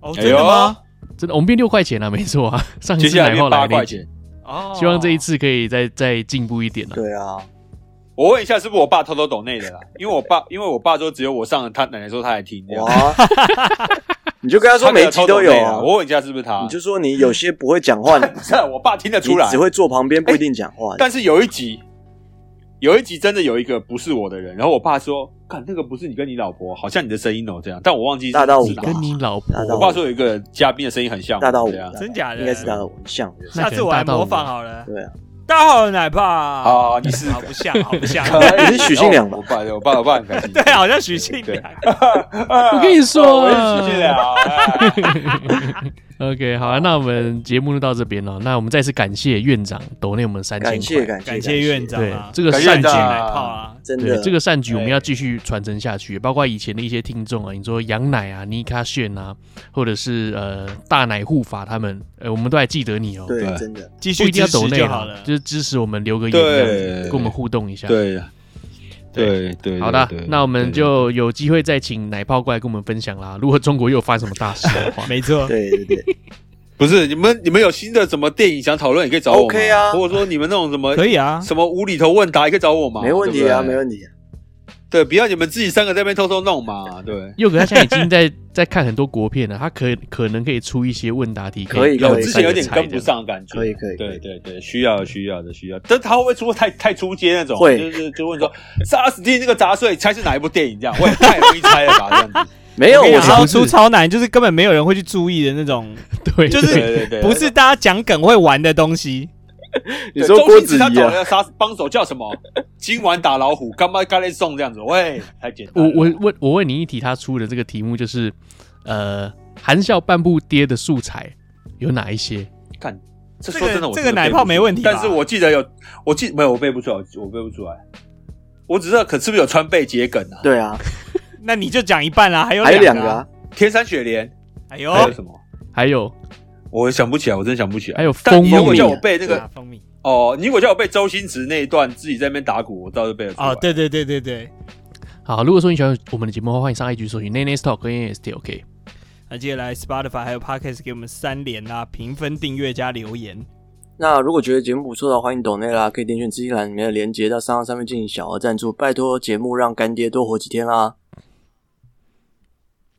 Speaker 1: 哦，
Speaker 2: 哎
Speaker 1: 真
Speaker 2: 呦
Speaker 1: 的吗？
Speaker 4: 真的，我们变六块钱了，没错啊。上一
Speaker 2: 接
Speaker 4: 次
Speaker 2: 下来
Speaker 4: 奶泡
Speaker 2: 变
Speaker 4: 来
Speaker 2: 八
Speaker 4: 了
Speaker 2: 块
Speaker 4: 一集
Speaker 2: 钱，
Speaker 1: 哦
Speaker 4: 希望这一次可以再再进步一点
Speaker 2: 哦
Speaker 4: 了。
Speaker 3: 对啊，
Speaker 2: 我问一下，是不是我爸偷偷懂内的啦？ 因为我爸，因为我爸说只有我上了他奶奶说他还听这样。
Speaker 3: 啊哇， 你就跟他
Speaker 2: 啊他
Speaker 3: 说
Speaker 2: 没
Speaker 3: 每
Speaker 2: 有
Speaker 3: 一
Speaker 2: 偷抖
Speaker 3: 集都有
Speaker 2: 内
Speaker 3: 啊
Speaker 2: 啊。我问一下是不是他？
Speaker 3: 你就说你有些不会讲话，你
Speaker 2: 不是啊 我爸听得出来，
Speaker 3: 只会坐旁边，不一定讲话。
Speaker 2: 但是有一集，有一集真的有一个不是我的人，然后我爸说：“看那个不是你跟你老婆，好像你的声音哦这样。”但我忘记是
Speaker 3: 大到
Speaker 2: 是
Speaker 3: 五
Speaker 2: 哪
Speaker 3: 吧
Speaker 4: 跟你老婆
Speaker 3: 大，到
Speaker 2: 我爸说有一个嘉宾的声音很像
Speaker 3: 大到
Speaker 2: 我
Speaker 3: 五
Speaker 2: 这样，
Speaker 1: 真假的
Speaker 3: 应该是大到五很像。就是
Speaker 1: 下次我来模仿好了。
Speaker 3: 对啊，
Speaker 1: 大家好，我是奶爸。
Speaker 2: 好啊你试试
Speaker 1: 好不像，好不像。
Speaker 3: 你是许信良吧
Speaker 2: 哦我爸，我爸，我爸很开心。
Speaker 1: 对， 啊好像许信良。
Speaker 2: 我
Speaker 4: 我跟你说
Speaker 2: 我是许信良。哎
Speaker 4: OK，好、啊，那我们节目就到这边了。那我们再次感谢院长抖内我们三千块，
Speaker 3: 啊感谢感谢
Speaker 1: 感谢院长
Speaker 4: 对
Speaker 1: 啊，
Speaker 4: 这个
Speaker 2: 感谢
Speaker 4: 善
Speaker 2: 院
Speaker 4: 举
Speaker 2: 长
Speaker 1: 奶泡啊，
Speaker 3: 真
Speaker 4: 对
Speaker 3: 的
Speaker 4: 这个善举，我们
Speaker 2: 哎
Speaker 4: 要继续传承下去，包括以前的一些听众啊，你说杨奶啊、妮卡炫啊，或者是呃大奶护法他们，呃，我们都还记得你哦。
Speaker 3: 对
Speaker 2: 对
Speaker 3: 真的
Speaker 1: 继
Speaker 4: 不
Speaker 1: 续
Speaker 4: 一定要
Speaker 1: 支
Speaker 4: 抖
Speaker 1: 持
Speaker 4: 内
Speaker 1: 就
Speaker 4: 啊
Speaker 1: 好了。，
Speaker 4: 就是支持我们留个言，
Speaker 2: 对
Speaker 4: 这样子跟我们互动一下。，
Speaker 2: 对对对，
Speaker 4: 啊好的
Speaker 2: 对，对
Speaker 4: 那我们
Speaker 2: 对
Speaker 4: 就有机会再请奶泡过来跟我们分享啦。如果中国又发生什么大事的话
Speaker 1: 没错，
Speaker 3: 对对对，
Speaker 2: 不是你们，你们有新的什么电影想讨论，也可以找我嘛
Speaker 3: OK 啊
Speaker 2: 或者说你们那种什么
Speaker 1: 可以啊。
Speaker 2: 什么无厘头问答，也可以找我嘛。
Speaker 3: 没问题啊，
Speaker 2: 对不对
Speaker 3: 没问题啊。
Speaker 2: 对，不要你们自己三个在那边偷偷弄嘛。对，
Speaker 4: 佑哥他现在已 经在在看很多国片了，他可可能可以出一些问答题，
Speaker 3: 可以
Speaker 4: 让我
Speaker 2: 有
Speaker 4: 们
Speaker 2: 之
Speaker 4: 三
Speaker 2: 前
Speaker 4: 个
Speaker 2: 有点
Speaker 4: 猜
Speaker 2: 跟不
Speaker 4: 的。
Speaker 2: 上的感觉。
Speaker 3: 可以可以可
Speaker 2: 对
Speaker 3: 以
Speaker 2: 对对，需要需要的需要。但他会不会出太太出街那种？
Speaker 3: 会
Speaker 2: 就是就问说杀死蒂那个杂碎猜是哪一部电影这样？我也太容易猜了吧这样子。
Speaker 3: 没有，
Speaker 1: 我
Speaker 3: 我
Speaker 1: 啊超
Speaker 4: 不
Speaker 1: 出
Speaker 4: 是
Speaker 1: 超难，就是根本没有人会去注意的那种，
Speaker 4: 对，
Speaker 1: 就
Speaker 2: 对
Speaker 1: 是
Speaker 2: 对对，
Speaker 1: 不是大家讲梗会玩的东西。
Speaker 3: 你
Speaker 2: 对
Speaker 3: 说
Speaker 2: 周
Speaker 3: 郭
Speaker 2: 星
Speaker 3: 子
Speaker 2: 驰他
Speaker 3: 仪
Speaker 2: 找
Speaker 3: 啊，
Speaker 2: 的杀帮手叫什么？今晚打老虎，干妈干类送这样子。喂，太简单
Speaker 4: 我
Speaker 2: 了。
Speaker 4: 我问我问你一题，他出的这个题目就是，呃，含笑半步跌的素材有哪一些？
Speaker 2: 看，这
Speaker 1: 这
Speaker 2: 说
Speaker 1: 个
Speaker 2: 真的，我
Speaker 1: 这
Speaker 2: 真
Speaker 1: 个
Speaker 2: 的
Speaker 1: 奶
Speaker 2: 背不
Speaker 1: 泡
Speaker 2: 出
Speaker 1: 没问题吧
Speaker 2: 但是我记得有，我记没有，我背不出来，我背不出来。我只知道可是不是有川贝桔梗啊，
Speaker 3: 对啊，
Speaker 1: 那你就讲一半啦，还有
Speaker 3: 还有
Speaker 1: 两
Speaker 3: 两个
Speaker 1: 啊
Speaker 3: 啊，
Speaker 2: 天山雪莲，
Speaker 1: 哎呦
Speaker 2: 还，有什么？
Speaker 4: 还有
Speaker 2: 我想不起来，我真想不起来。
Speaker 4: 还有
Speaker 2: 但你如
Speaker 4: 蜂
Speaker 2: 果
Speaker 4: 蜜
Speaker 2: 叫我背那个
Speaker 1: 啊蜂蜜
Speaker 2: 哦，你如果叫我背周星驰那一段自己在那边打鼓，我倒是背得出来。
Speaker 1: 哦，对对对对对，
Speaker 4: 好，如果说你喜欢我们的节目的话，欢迎上 IG 搜寻 Nene Talk 跟 N S T OK。
Speaker 1: 那接下来 Spotify 还有 Podcast 给我们三连啊，评分、订阅加留言。
Speaker 3: 那如果觉得节目不错的话，欢迎抖内啦，可以点选资讯栏里面的连接到三号上面进行小额赞助，拜托节目让干爹多活几天啦。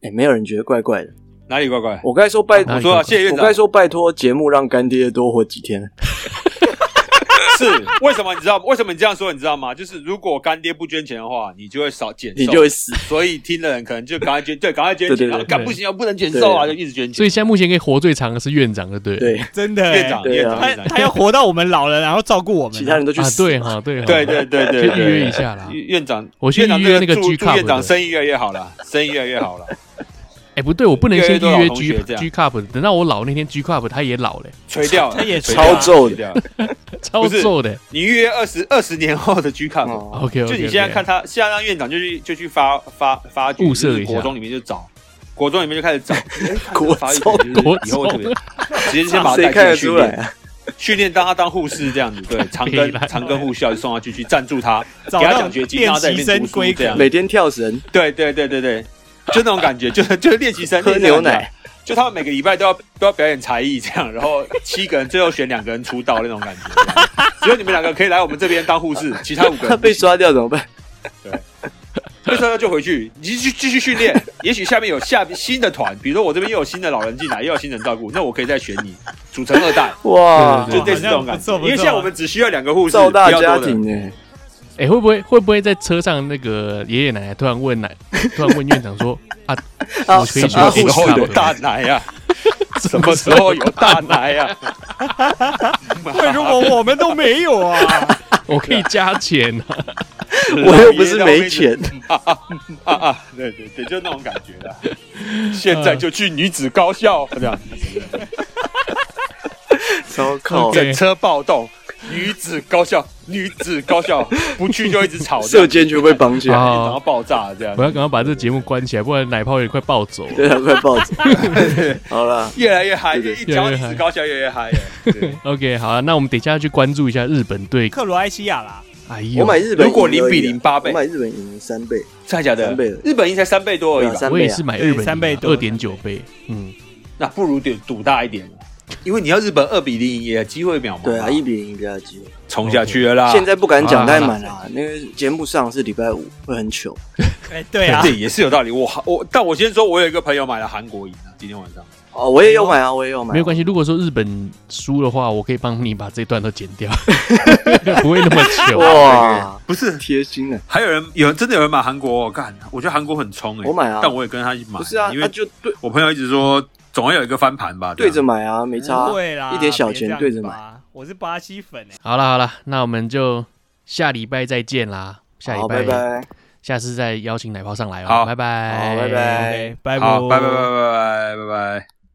Speaker 3: 哎，没有人觉得怪怪的，
Speaker 2: 哪里怪怪？
Speaker 3: 我该说拜，
Speaker 4: 哪
Speaker 2: 我
Speaker 4: 里
Speaker 2: 说啊，谢谢院
Speaker 3: 我
Speaker 2: 长
Speaker 3: 该。说拜托节目让干爹多活几天。
Speaker 2: 是为什么？你知道为什么你这样说？你知道吗？就是如果干爹不捐钱的话，你就会少减，
Speaker 3: 你就会死。
Speaker 2: 所以听的人可能就赶快捐，对，赶快捐
Speaker 3: 对
Speaker 2: 钱。
Speaker 3: 对
Speaker 2: 然后
Speaker 3: 对
Speaker 2: 干不行，我不能减寿啊，就
Speaker 3: 对
Speaker 2: 一直捐钱。
Speaker 4: 所以现在目前可以活最长的是院长的，对
Speaker 3: 对，
Speaker 1: 真的欸，
Speaker 2: 院长，
Speaker 3: 对
Speaker 2: 院
Speaker 3: 啊
Speaker 2: 长，
Speaker 1: 他
Speaker 2: 院长
Speaker 1: 他要活到我们老了，然后照顾我们啊。
Speaker 3: 其他人都去
Speaker 4: 啊，
Speaker 3: 死。
Speaker 4: 对哈，对哈，
Speaker 2: 对对对对，
Speaker 4: 先预约一下啦
Speaker 2: 对院长，
Speaker 4: 我去
Speaker 2: 院长
Speaker 4: 预
Speaker 2: 这
Speaker 4: 约那个
Speaker 2: 祝
Speaker 4: G
Speaker 2: 祝
Speaker 4: Cup
Speaker 2: 院长
Speaker 4: 的
Speaker 2: 生意越来越好了，生意越来越好了，
Speaker 4: 哎，不对，我不能先预
Speaker 2: 越来
Speaker 4: 约
Speaker 2: 越多老同
Speaker 4: G
Speaker 2: 学这样
Speaker 4: G Cup，的等到我老那天 G Cup 他也老了，
Speaker 2: 垂掉了，
Speaker 1: 他也
Speaker 2: 垂
Speaker 1: 超
Speaker 2: 掉了
Speaker 3: 皱的
Speaker 2: 垂掉了
Speaker 4: 超
Speaker 2: 不是
Speaker 4: 瘦的。
Speaker 2: 你预约二十二十年后的 G Cup，
Speaker 3: 哦
Speaker 4: OK OK，
Speaker 2: 就你现在看他，现在让院长就去就去发发发局，
Speaker 4: 物色
Speaker 2: 就是
Speaker 4: 一下
Speaker 2: 国中里面就找，国中里面就开始找，
Speaker 3: 哎国
Speaker 2: 发育
Speaker 3: 中
Speaker 4: 国
Speaker 2: 以后会特别，直接先把他
Speaker 3: 谁
Speaker 2: 带
Speaker 3: 看得
Speaker 2: 进
Speaker 3: 出
Speaker 2: 来
Speaker 3: 来
Speaker 2: 训练
Speaker 3: 啊？
Speaker 2: 训练当他当护士这样子，对， 长
Speaker 4: 北
Speaker 2: 庚
Speaker 4: 兰
Speaker 2: 长庚护校就送他去去赞助他，给
Speaker 1: 找
Speaker 2: 他
Speaker 1: 到
Speaker 2: 奖学金，
Speaker 1: 练
Speaker 2: 让他在里
Speaker 1: 习
Speaker 2: 面
Speaker 1: 生
Speaker 2: 读书
Speaker 1: 规
Speaker 2: 这
Speaker 1: 格
Speaker 2: 样，
Speaker 3: 每天跳绳，
Speaker 2: 对对对对对，就那种感觉，就是就是练习生
Speaker 3: 喝牛奶，
Speaker 2: 就他们每个礼拜都要都要表演才艺这样，然后七个人最后选两个人出道那种感觉 这样。只有你们两个可以来我们这边当护士，其他五个
Speaker 3: 他
Speaker 2: 人
Speaker 3: 被刷掉怎么办？
Speaker 2: 被刷掉就回去，你继续继续训练。也许下面有下新的团，比如说我这边又有新的老人进来，又有新人照顾，那我可以再选你组成二 代，
Speaker 3: 哇
Speaker 4: 对，
Speaker 2: 就类似这种感
Speaker 1: 好像不错不错
Speaker 2: 觉。因为现在我们只需要两个护士，
Speaker 3: 造大
Speaker 2: 不要
Speaker 3: 家
Speaker 2: 多的
Speaker 3: 庭欸呢？
Speaker 4: 哎，会不会会不会在车上那个爷爷奶奶突然问奶， 突然问院长说啊，
Speaker 3: 啊
Speaker 4: 你可以去
Speaker 3: 什
Speaker 2: 什
Speaker 3: 么
Speaker 4: 听
Speaker 2: 么时候
Speaker 4: G
Speaker 2: 哦有
Speaker 4: Cup
Speaker 2: 大
Speaker 4: 吗
Speaker 2: 奶呀、啊？什么时候有大奶呀、啊？
Speaker 1: 为什么我们都没有啊？
Speaker 4: 我可以加钱啊，
Speaker 3: 我又不是没钱。
Speaker 2: 啊啊！对对对，就那种感觉的。现在就去女子高校，这样
Speaker 3: 糟 糕，
Speaker 4: 对
Speaker 2: 整车暴动，女子高校，女子高校，不去就一直吵，这
Speaker 3: 射
Speaker 2: 样
Speaker 3: 箭就被绑起来，
Speaker 4: 啊
Speaker 2: 然后爆炸这样
Speaker 4: 我。要赶快把这节目关起来，不然奶泡有点快暴走了。
Speaker 3: 对啊，快抱走。好了，
Speaker 2: 越来越嗨，
Speaker 3: 对
Speaker 2: 一讲女子高校越来越嗨。对
Speaker 4: OK，好、啊，那我们等一下去关注一下日本队。
Speaker 1: 克罗埃西亚啦，
Speaker 4: 哎呦，
Speaker 3: 我买日本赢而已啊，
Speaker 2: 如果0比08倍
Speaker 3: 我买日本赢三倍，
Speaker 2: 真的假的
Speaker 3: 三倍了？
Speaker 2: 日本赢才三倍多而
Speaker 3: 对
Speaker 2: 已
Speaker 3: 啊，
Speaker 2: 吧？
Speaker 3: 三
Speaker 4: 我
Speaker 3: 倍
Speaker 4: 也
Speaker 3: 啊
Speaker 4: 是。买日本
Speaker 1: 对三倍
Speaker 4: 二
Speaker 1: 多
Speaker 4: 点九倍。嗯，
Speaker 2: 那不如赌赌大一点，因为你要日本二比零赢，也机会渺茫嘛。
Speaker 3: 对啊，一比零比较机会。
Speaker 2: 冲下去
Speaker 4: 啊
Speaker 2: 了啦。
Speaker 3: 现在不敢
Speaker 4: 好
Speaker 3: 讲
Speaker 4: 啦
Speaker 3: 太
Speaker 4: 好啦
Speaker 3: 满了，那个节目上是礼拜五，会很糗。
Speaker 1: 哎，对啊
Speaker 2: 这，也是有道理。我我，但我先说，我有一个朋友买了韩国赢啊，今天晚上。
Speaker 3: 哦，我也有买啊，我也有买啊。
Speaker 4: 没有关系。如果说日本输的话，我可以帮你把这段都剪掉，不会那么糗。
Speaker 3: 哇，
Speaker 2: 不是，
Speaker 3: 贴心啊！
Speaker 2: 还有人有人真的有人买韩国、哦，干，我觉得韩国很冲哎、
Speaker 3: 我买啊
Speaker 2: 但我也跟他一起买，
Speaker 3: 不是啊，
Speaker 2: 因
Speaker 3: 那
Speaker 2: 为
Speaker 3: 就对
Speaker 2: 我朋友一直说总要有一个翻盘吧，
Speaker 3: 对
Speaker 2: 这
Speaker 3: 着
Speaker 2: 样
Speaker 3: 买啊，没差啊
Speaker 1: 不。
Speaker 4: 嗯
Speaker 1: 会啦，
Speaker 3: 一点小
Speaker 1: 别
Speaker 3: 钱
Speaker 1: 这样
Speaker 3: 对着买
Speaker 1: 吧。我是巴西粉哎，
Speaker 4: 好了好了，那我们就下礼拜再见啦。下礼
Speaker 3: 好，拜拜。
Speaker 4: 下次再邀请奶泡上来哦。
Speaker 2: 好
Speaker 4: 拜拜，
Speaker 3: 好拜拜
Speaker 1: 哎，拜
Speaker 2: 好，
Speaker 1: 拜
Speaker 2: 拜拜拜拜拜拜拜拜。